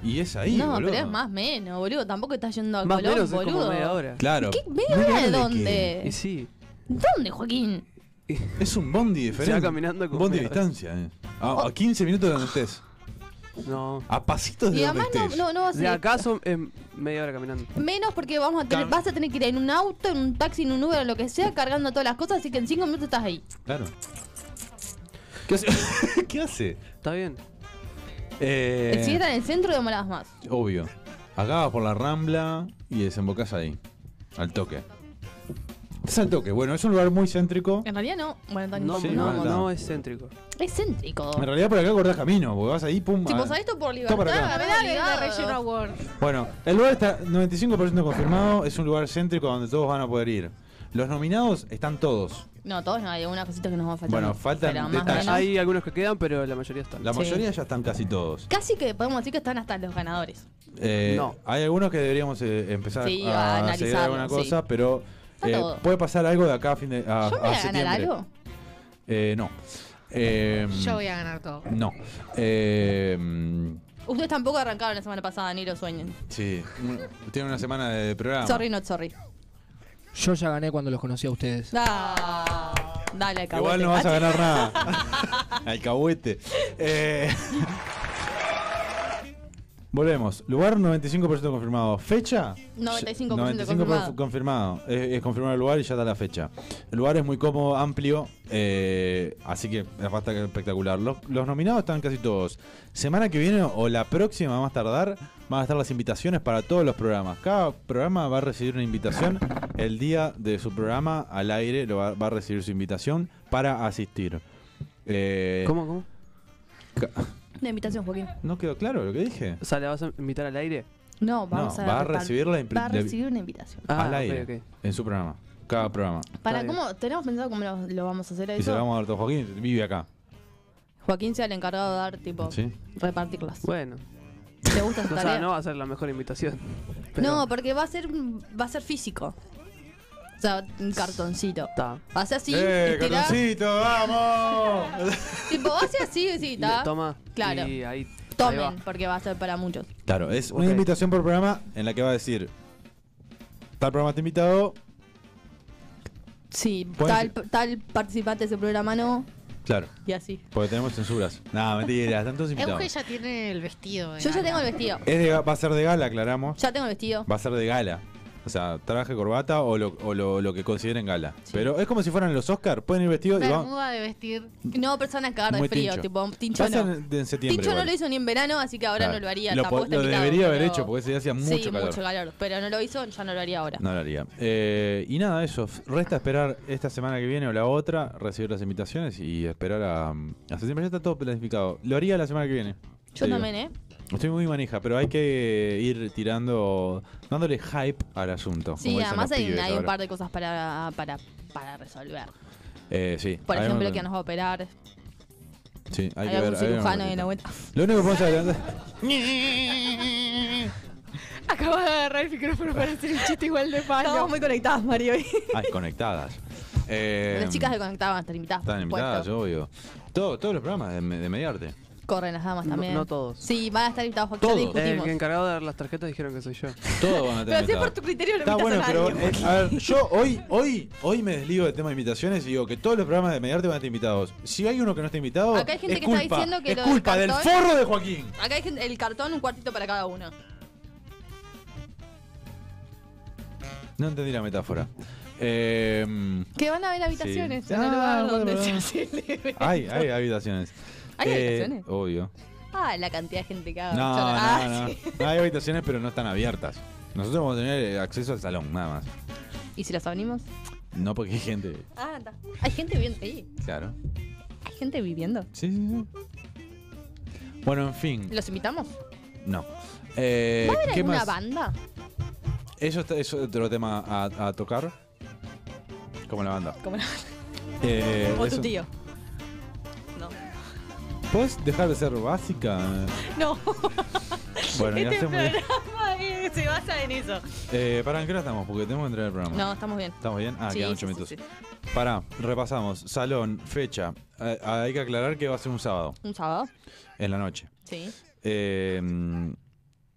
Speaker 4: Y es ahí,
Speaker 3: no,
Speaker 4: boludo.
Speaker 3: pero es más menos, boludo. Tampoco estás yendo a
Speaker 6: Más
Speaker 3: Colón,
Speaker 6: menos es como
Speaker 3: boludo.
Speaker 6: media hora.
Speaker 4: Claro.
Speaker 3: ¿Qué? ¿Media hora de dónde?
Speaker 6: Y sí.
Speaker 3: ¿Dónde, Joaquín?
Speaker 4: Es un bondi diferente.
Speaker 6: Se va caminando como
Speaker 4: bondi de
Speaker 6: media hora.
Speaker 4: distancia, eh. A,
Speaker 3: Oh.
Speaker 4: a 15 minutos de donde estés.
Speaker 6: No.
Speaker 4: A pasitos de
Speaker 3: Y
Speaker 4: donde
Speaker 3: además no-
Speaker 4: estés.
Speaker 3: no- no va a
Speaker 6: De
Speaker 3: ser-
Speaker 6: acá son eh, media hora caminando.
Speaker 3: Menos porque vamos a tener,
Speaker 6: Cam-
Speaker 3: vas a tener que ir en un auto, en un taxi, en un Uber, en lo que sea, cargando todas las cosas, así que en cinco minutos estás ahí.
Speaker 4: Claro. ¿Qué hace? [LAUGHS] ¿Qué hace?
Speaker 6: Está bien.
Speaker 4: Eh,
Speaker 6: Eh.
Speaker 3: Si estás en el centro, demorás más.
Speaker 4: Obvio. Acá vas por la Rambla y desembocas ahí. Al toque. Es al toque. Bueno, es un lugar muy céntrico.
Speaker 3: En realidad no. Bueno, Tony,
Speaker 6: No,
Speaker 4: Sí,
Speaker 6: no,
Speaker 4: Malta.
Speaker 6: no es céntrico.
Speaker 3: Es céntrico.
Speaker 4: En realidad por acá cortás camino, porque vas ahí, pum.
Speaker 3: Si
Speaker 4: a-
Speaker 3: vos sabés esto por
Speaker 4: Está por acá.
Speaker 3: libertad,
Speaker 5: Dale,
Speaker 3: dale,
Speaker 5: dale, Relleno Award.
Speaker 4: Bueno, el lugar está 95% confirmado, es un lugar céntrico donde todos van a poder ir. Los nominados están todos.
Speaker 3: No, todos no, hay algunas cositas que nos van a faltar.
Speaker 4: Bueno, faltan
Speaker 3: Pero más o
Speaker 4: detalles.
Speaker 3: menos.
Speaker 6: Hay algunos que quedan, pero la mayoría están.
Speaker 4: La mayoría ya están casi todos.
Speaker 3: Casi que podemos decir que están hasta los ganadores.
Speaker 4: Eh,
Speaker 6: No.
Speaker 4: Hay algunos que deberíamos eh, empezar
Speaker 3: Sí, a
Speaker 4: a, seguir
Speaker 3: analizarlo,
Speaker 4: alguna cosa,
Speaker 3: sí.
Speaker 4: pero
Speaker 3: Está
Speaker 4: eh,
Speaker 3: todo.
Speaker 4: puede pasar algo de acá a fin de. A,
Speaker 3: ¿Yo
Speaker 4: a
Speaker 3: voy a ganar
Speaker 4: septiembre.
Speaker 3: algo?
Speaker 4: Eh, no. Eh,
Speaker 5: Yo voy a ganar todo.
Speaker 4: No. Eh,
Speaker 3: Ustedes tampoco arrancaron la semana pasada, ni lo sueñen.
Speaker 4: sí. Tiene una semana de programa.
Speaker 3: Sorry, not sorry.
Speaker 16: Yo ya gané cuando los conocí a ustedes.
Speaker 3: Ah, dale, cabrón.
Speaker 4: Igual no vas a ganar nada. Alcahuete. Eh, Volvemos. Lugar 95% confirmado. Fecha.
Speaker 3: 95%
Speaker 4: 95%
Speaker 3: confirmado.
Speaker 4: confirmado. Es, es confirmado el lugar y ya está la fecha. El lugar es muy cómodo, amplio. eh, así que es bastante espectacular. Los, los nominados están casi todos. Semana que viene o la próxima, a más tardar, van a estar las invitaciones para todos los programas. Cada programa va a recibir una invitación. El día de su programa al aire lo va, va a recibir su invitación para asistir. Eh,
Speaker 6: ¿Cómo, cómo?
Speaker 3: [LAUGHS] Una invitación, Joaquín.
Speaker 4: ¿No quedó claro lo que dije?
Speaker 6: O sea, ¿la vas a invitar al aire?
Speaker 3: No, vamos
Speaker 4: No,
Speaker 3: a
Speaker 4: va a
Speaker 3: repart-
Speaker 4: recibir la impre-
Speaker 3: Va a
Speaker 4: la-
Speaker 3: recibir una invitación.
Speaker 6: Ah,
Speaker 4: al
Speaker 6: ok,
Speaker 4: aire.
Speaker 6: ok.
Speaker 4: En su programa. Cada programa.
Speaker 3: Para
Speaker 6: Está bien.
Speaker 3: cómo, tenemos pensado cómo lo, lo vamos a hacer a
Speaker 4: Y se
Speaker 3: eso.
Speaker 4: lo vamos a dar todo Joaquín, vive acá.
Speaker 3: Joaquín sea el encargado de dar, tipo,
Speaker 4: Sí.
Speaker 3: repartirlas.
Speaker 6: Bueno.
Speaker 3: ¿Te gusta esa
Speaker 6: O
Speaker 3: tarea?
Speaker 6: sea, no va a ser la mejor invitación.
Speaker 3: No, porque va a ser va a ser físico. O sea, un cartoncito.
Speaker 6: Está.
Speaker 3: Va a ser así,
Speaker 4: ¡Eh,
Speaker 3: estirá,
Speaker 4: cartoncito, vamos!
Speaker 3: tipo, va a ser así, sí, está.
Speaker 6: Toma.
Speaker 3: Claro.
Speaker 6: Y ahí,
Speaker 3: Tomen,
Speaker 6: ahí va.
Speaker 3: porque va a ser para muchos.
Speaker 4: Claro, es
Speaker 6: Ok.
Speaker 4: una invitación por programa en la que va a decir: Tal programa te ha invitado.
Speaker 3: Sí,
Speaker 4: Pueden
Speaker 3: tal, tal participante de ese programa no,
Speaker 4: Claro,
Speaker 3: y así.
Speaker 4: porque tenemos censuras. No, mentira, están
Speaker 3: [LAUGHS]
Speaker 4: todos
Speaker 5: Euge
Speaker 4: invitados.
Speaker 5: ya tiene el vestido. de
Speaker 3: Yo ya
Speaker 5: gala.
Speaker 3: tengo el vestido.
Speaker 4: Es de ga- va a ser de gala, aclaramos.
Speaker 3: Ya tengo el vestido.
Speaker 4: Va a ser de gala. O sea, traje, corbata o lo, o lo, lo que consideren gala. Pero es como si fueran los Oscar, pueden ir vestidos y van.
Speaker 5: Bermuda de vestir.
Speaker 3: No, personas que agarran
Speaker 4: Muy
Speaker 3: frío,
Speaker 4: tincho.
Speaker 3: tipo, tincho
Speaker 4: Pasa
Speaker 3: no.
Speaker 4: en, en septiembre.
Speaker 3: Tincho no
Speaker 4: igual.
Speaker 3: lo hizo ni en verano, así que ahora
Speaker 4: Claro.
Speaker 3: no lo haría.
Speaker 4: Lo,
Speaker 3: tampoco
Speaker 4: po-
Speaker 3: está
Speaker 4: lo
Speaker 3: invitado,
Speaker 4: debería haber
Speaker 3: pero-
Speaker 4: hecho, porque ese día hacía mucho
Speaker 3: sí,
Speaker 4: calor.
Speaker 3: mucho calor. Pero no lo hizo, ya no lo haría ahora.
Speaker 4: No lo haría. Eh, y nada, eso. F- Resta esperar esta semana que viene o la otra, recibir las invitaciones y esperar a, mm, a septiembre. Ya está todo planificado. Lo haría la semana que viene. te
Speaker 3: Yo
Speaker 4: digo.
Speaker 3: también, ¿eh?
Speaker 4: Estoy muy manija, pero hay que ir tirando, dándole hype al asunto. como
Speaker 3: Sí,
Speaker 4: dicen
Speaker 3: además
Speaker 4: los
Speaker 3: hay,
Speaker 4: pibes
Speaker 3: hay un
Speaker 4: ahora.
Speaker 3: par de cosas para, para, para resolver.
Speaker 4: Eh, sí,
Speaker 3: Por
Speaker 4: hay
Speaker 3: ejemplo,
Speaker 4: un-
Speaker 3: que nos va a operar.
Speaker 4: Sí, hay,
Speaker 3: Hay,
Speaker 4: que ver,
Speaker 3: algún
Speaker 4: hay que ver un
Speaker 3: cirujano
Speaker 4: ratito.
Speaker 3: en la vuelta.
Speaker 4: Lo único que podemos
Speaker 3: [LAUGHS]
Speaker 4: adelantar.
Speaker 5: Acabo de agarrar el micrófono para hacer un chiste igual de malo.
Speaker 3: Estamos muy conectadas, Mario. y-
Speaker 4: Ay, conectadas. Eh,
Speaker 3: Las chicas de Conectadas van a estar invitadas. por
Speaker 4: Están
Speaker 3: supuesto.
Speaker 4: invitadas, obvio. Todo, todos los programas de, de Mediarte.
Speaker 3: Corren las damas
Speaker 6: No-
Speaker 3: también.
Speaker 6: no todos.
Speaker 3: Sí, van a estar invitados porque ya
Speaker 4: Todos.
Speaker 6: El
Speaker 3: discutimos.
Speaker 6: que encargado de dar las tarjetas dijeron que soy yo.
Speaker 4: Todos van a
Speaker 3: Pero
Speaker 4: tener
Speaker 3: si es por
Speaker 4: invitados.
Speaker 3: tu criterio, no
Speaker 4: Está
Speaker 3: invitas
Speaker 4: bueno,
Speaker 3: a
Speaker 4: pero
Speaker 3: nadie.
Speaker 4: eh, a ver, yo hoy, hoy, hoy me desligo del tema de invitaciones y digo que todos los programas de Mediarte van a estar invitados. Si hay uno que no está invitado,
Speaker 3: Acá hay gente
Speaker 4: es
Speaker 3: que
Speaker 4: culpa,
Speaker 3: está diciendo que
Speaker 4: es
Speaker 3: lo del
Speaker 4: culpa del
Speaker 3: cartón-
Speaker 4: forro de Joaquín.
Speaker 3: Acá hay gente- el cartón, un cuartito para cada uno.
Speaker 4: No entendí la metáfora. Eh,
Speaker 3: Que van a haber habitaciones
Speaker 4: Sí.
Speaker 3: en el lugar
Speaker 4: Ah,
Speaker 3: donde
Speaker 4: bueno, bueno.
Speaker 3: se celebre.
Speaker 4: hay, hay habitaciones.
Speaker 3: ¿Hay
Speaker 4: Eh,
Speaker 3: habitaciones?
Speaker 4: Obvio.
Speaker 3: Ah, la cantidad de gente que haga.
Speaker 4: No, no,
Speaker 3: Ah,
Speaker 4: no.
Speaker 3: sí.
Speaker 4: No Hay habitaciones, pero no están abiertas. Nosotros vamos a tener eh, acceso al salón, nada más.
Speaker 3: ¿Y si las abrimos?
Speaker 4: No porque hay gente.
Speaker 3: Ah, está. Hay gente viviendo ahí.
Speaker 4: Claro.
Speaker 3: Hay gente viviendo.
Speaker 4: Sí, sí, sí. Bueno, en fin.
Speaker 3: ¿Los invitamos?
Speaker 4: No. Eh,
Speaker 3: ¿Va a haber
Speaker 4: ¿Qué
Speaker 3: alguna
Speaker 4: más?
Speaker 3: banda?
Speaker 4: Eso está- es otro tema a, a tocar. Como la banda.
Speaker 3: Como la-
Speaker 4: [LAUGHS] Eh,
Speaker 3: o
Speaker 4: eso.
Speaker 3: tu tío. No.
Speaker 4: ¿Puedes dejar de ser básica?
Speaker 3: No.
Speaker 4: Bueno, ya
Speaker 3: este
Speaker 4: hacemos.
Speaker 3: programa [LAUGHS] eh, se basa en eso.
Speaker 4: Eh, pará, ¿en qué hora estamos? Porque tenemos que entrar al programa.
Speaker 3: No, estamos bien.
Speaker 4: ¿Estamos bien? Ah,
Speaker 3: Sí,
Speaker 4: quedan
Speaker 3: sí,
Speaker 4: ocho
Speaker 3: sí,
Speaker 4: minutos.
Speaker 3: sí.
Speaker 4: Pará, repasamos. Salón, fecha. Eh, hay que aclarar que va a ser un sábado,
Speaker 3: ¿Un sábado?
Speaker 4: en la noche.
Speaker 3: Sí.
Speaker 4: Eh, mm,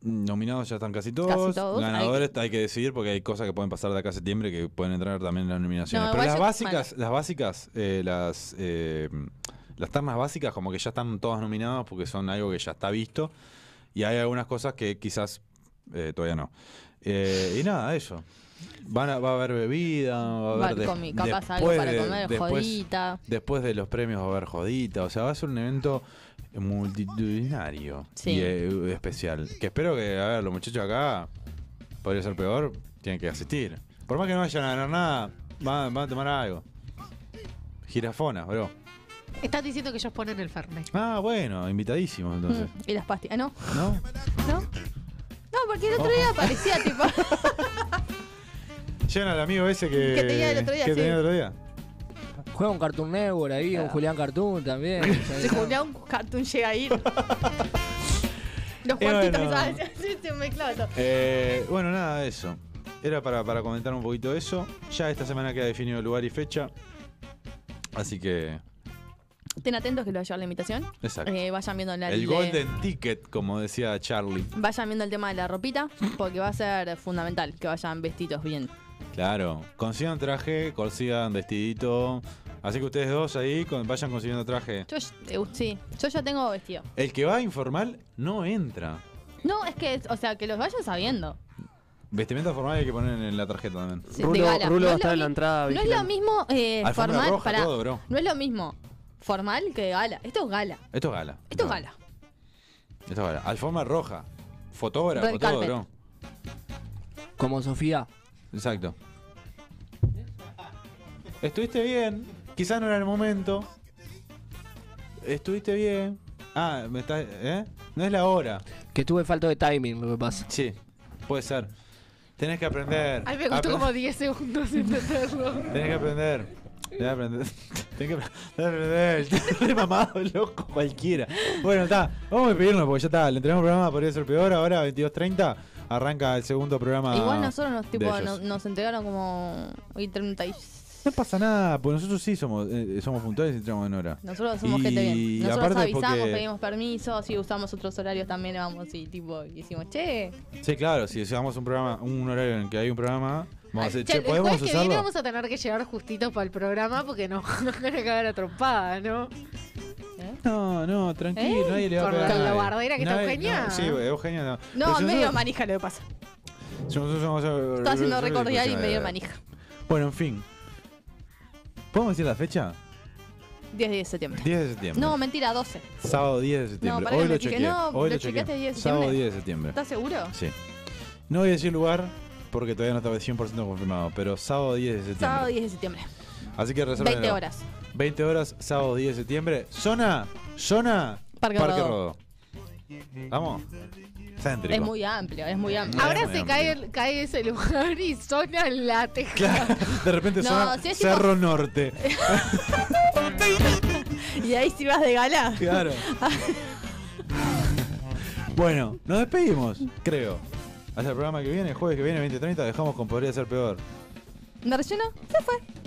Speaker 4: nominados ya están casi todos.
Speaker 3: todos,
Speaker 4: Ganadores hay que... decidir porque hay cosas que pueden pasar de acá a septiembre que pueden entrar también en las nominaciones.
Speaker 3: No,
Speaker 4: Pero
Speaker 3: igual
Speaker 4: las
Speaker 3: yo-
Speaker 4: básicas, las básicas, eh, las eh, las más básicas, como que ya están todas nominadas porque son algo que ya está visto. Y hay algunas cosas que quizás eh, todavía no. Eh, y nada, eso. Van a- va a haber bebida, va a
Speaker 3: Bar
Speaker 4: haber des-
Speaker 3: comi, capaz algo
Speaker 4: después
Speaker 3: para
Speaker 4: de-
Speaker 3: comer,
Speaker 4: después-
Speaker 3: jodita.
Speaker 4: Después de los premios va a haber jodita. O sea, va a ser un evento multitudinario
Speaker 3: Sí.
Speaker 4: y eh, especial. Que espero que, a ver, los muchachos acá, podría ser peor, tienen que asistir. Por más que no vayan a ganar nada, van, van a tomar algo. Girafonas, bro.
Speaker 5: Estás diciendo que ellos ponen el Fernet.
Speaker 4: Ah, bueno, invitadísimos entonces.
Speaker 3: Mm, Y las pastillas. Ah, no.
Speaker 4: ¿No?
Speaker 3: ¿No? No, porque el otro
Speaker 4: Oh.
Speaker 3: día aparecía,
Speaker 4: [LAUGHS]
Speaker 3: tipo.
Speaker 4: Llegan al amigo ese que,
Speaker 3: Que tenía el otro día,
Speaker 4: que
Speaker 3: sí.
Speaker 4: tenía el otro día.
Speaker 16: Juega un Cartoon Network ahí, un Julián Cartoon también.
Speaker 3: Se jubilaba un cartoon llega a ir.
Speaker 4: [LAUGHS]
Speaker 3: Los
Speaker 4: Eh,
Speaker 3: cuartitos
Speaker 4: bueno.
Speaker 3: [LAUGHS] ¿sabes? Sí, se mezclaba todo.
Speaker 4: Eh, bueno, nada de eso. Era para, para comentar un poquito eso. Ya esta semana queda definido lugar y fecha. Así que.
Speaker 3: Estén atentos que lo va a llevar la invitación.
Speaker 4: Exacto.
Speaker 3: Eh, vayan viendo la
Speaker 4: el
Speaker 3: le-
Speaker 4: Golden Ticket, como decía Charlie.
Speaker 3: Vayan viendo el tema de la ropita, porque va a ser fundamental que vayan vestidos bien.
Speaker 4: Claro. Consigan traje, consigan vestidito. Así que ustedes dos ahí con- vayan consiguiendo traje.
Speaker 3: Yo, eh, sí, yo ya tengo vestido.
Speaker 4: El que va informal no entra.
Speaker 3: No, es que, o sea, que los vayan sabiendo.
Speaker 4: Vestimenta formal hay que poner en la tarjeta también.
Speaker 3: Sí, de Rulo- gala. Rulo No va a es estar lo en la mi-
Speaker 4: entrada.
Speaker 3: No es lo mismo eh,
Speaker 4: Alfombra
Speaker 3: formal
Speaker 4: roja,
Speaker 3: pará.
Speaker 4: todo, bro.
Speaker 3: No es lo mismo formal que gala. Esto es gala.
Speaker 4: Esto es gala.
Speaker 3: Esto es gala.
Speaker 4: Esto es gala. Alfombra roja. Fotógrafo,
Speaker 3: Red
Speaker 4: todo,
Speaker 3: carpet.
Speaker 4: bro.
Speaker 16: Como Sofía.
Speaker 4: Exacto. Estuviste bien. Quizás no era el momento. Estuviste bien. Ah, me está, ¿eh? No es la hora.
Speaker 16: Que tuve falta de timing, lo que pasa.
Speaker 4: Sí, puede ser. Tenés que aprender.
Speaker 5: Ay, me costó
Speaker 4: Apre-
Speaker 5: como 10
Speaker 4: [LAUGHS]
Speaker 5: segundos entenderlo.
Speaker 4: Ah, Tenés que aprender. Tenés que aprender. [LAUGHS] Tenés que aprender. [LAUGHS] Tenés que aprender. Re mamado, loco, cualquiera. Bueno, está. Vamos a despedirnos porque ya está. Le entregamos el programa, podría ser peor. Ahora, 22.30, arranca el segundo programa.
Speaker 3: Igual nosotros nos, tipo,
Speaker 4: Ah, de ellos.
Speaker 3: nos, nos entregaron como y 30 y-
Speaker 4: No pasa nada, porque nosotros sí somos, eh, somos puntuales y entramos en hora.
Speaker 3: Nosotros somos
Speaker 4: Y
Speaker 3: gente bien. Nosotros
Speaker 4: aparte
Speaker 3: avisamos,
Speaker 4: porque-
Speaker 3: pedimos permisos y usamos otros horarios también, vamos, y tipo, y decimos, che,
Speaker 4: Sí, claro, si usamos un programa, un horario en el que hay un programa, vamos a decir,
Speaker 5: Che,
Speaker 4: che,
Speaker 5: el jueves
Speaker 4: ¿podemos
Speaker 5: que viene
Speaker 4: usarlo?
Speaker 5: vamos a tener que llegar justitos para el programa porque no [LAUGHS] nos van a cagar atropada, ¿no?
Speaker 4: No, no, tranquilo,
Speaker 5: ¿Eh?
Speaker 4: nadie le va a
Speaker 5: Con
Speaker 4: pegar.
Speaker 5: la
Speaker 4: a nadie.
Speaker 5: guardera que está
Speaker 4: Nadie-
Speaker 5: Eugenia.
Speaker 4: no, sí, Eugenia no. Pero
Speaker 3: no,
Speaker 4: si
Speaker 3: medio
Speaker 4: nosotros-
Speaker 3: manija lo que pasa.
Speaker 4: si nosotros somos-
Speaker 3: Está haciendo
Speaker 4: somos-
Speaker 3: recordial y medio manija.
Speaker 4: Bueno, en fin. ¿Podemos decir la fecha?
Speaker 3: 10 de septiembre.
Speaker 4: 10 de septiembre.
Speaker 3: No, mentira, 12.
Speaker 4: Sábado 10 de septiembre.
Speaker 3: No, pará
Speaker 4: Hoy
Speaker 3: que
Speaker 4: lo
Speaker 3: me fijé.
Speaker 4: chequeé.
Speaker 3: No,
Speaker 4: Hoy
Speaker 3: ¿lo
Speaker 4: lo
Speaker 3: chequeaste
Speaker 4: chequeé.
Speaker 3: 10 de
Speaker 4: Sábado
Speaker 3: septiembre?
Speaker 4: 10 de septiembre.
Speaker 3: ¿Estás seguro?
Speaker 4: Sí. No voy a decir lugar porque todavía no estaba 100% confirmado, pero sábado 10 de septiembre.
Speaker 3: Sábado 10 de septiembre.
Speaker 4: Así que reserva
Speaker 3: 20 horas.
Speaker 4: 20 horas, sábado 10 de septiembre. Zona, zona,
Speaker 3: Parque
Speaker 4: Rodo. Vamos. Céntrico.
Speaker 3: Es muy amplio, es muy amplio.
Speaker 5: Ahora
Speaker 4: Muy
Speaker 5: se
Speaker 4: amplio.
Speaker 5: cae, el- cae ese lugar y zona la teja.
Speaker 4: De repente
Speaker 5: No,
Speaker 4: zona
Speaker 5: si es tipo-
Speaker 4: Cerro Norte.
Speaker 3: y ahí si vas de gala. [LAUGHS]
Speaker 4: Claro. Bueno, nos despedimos, creo. Hasta el programa que viene, el jueves que viene, 20.30, dejamos con Podría Ser Peor.
Speaker 3: ¿Me relleno? Se fue.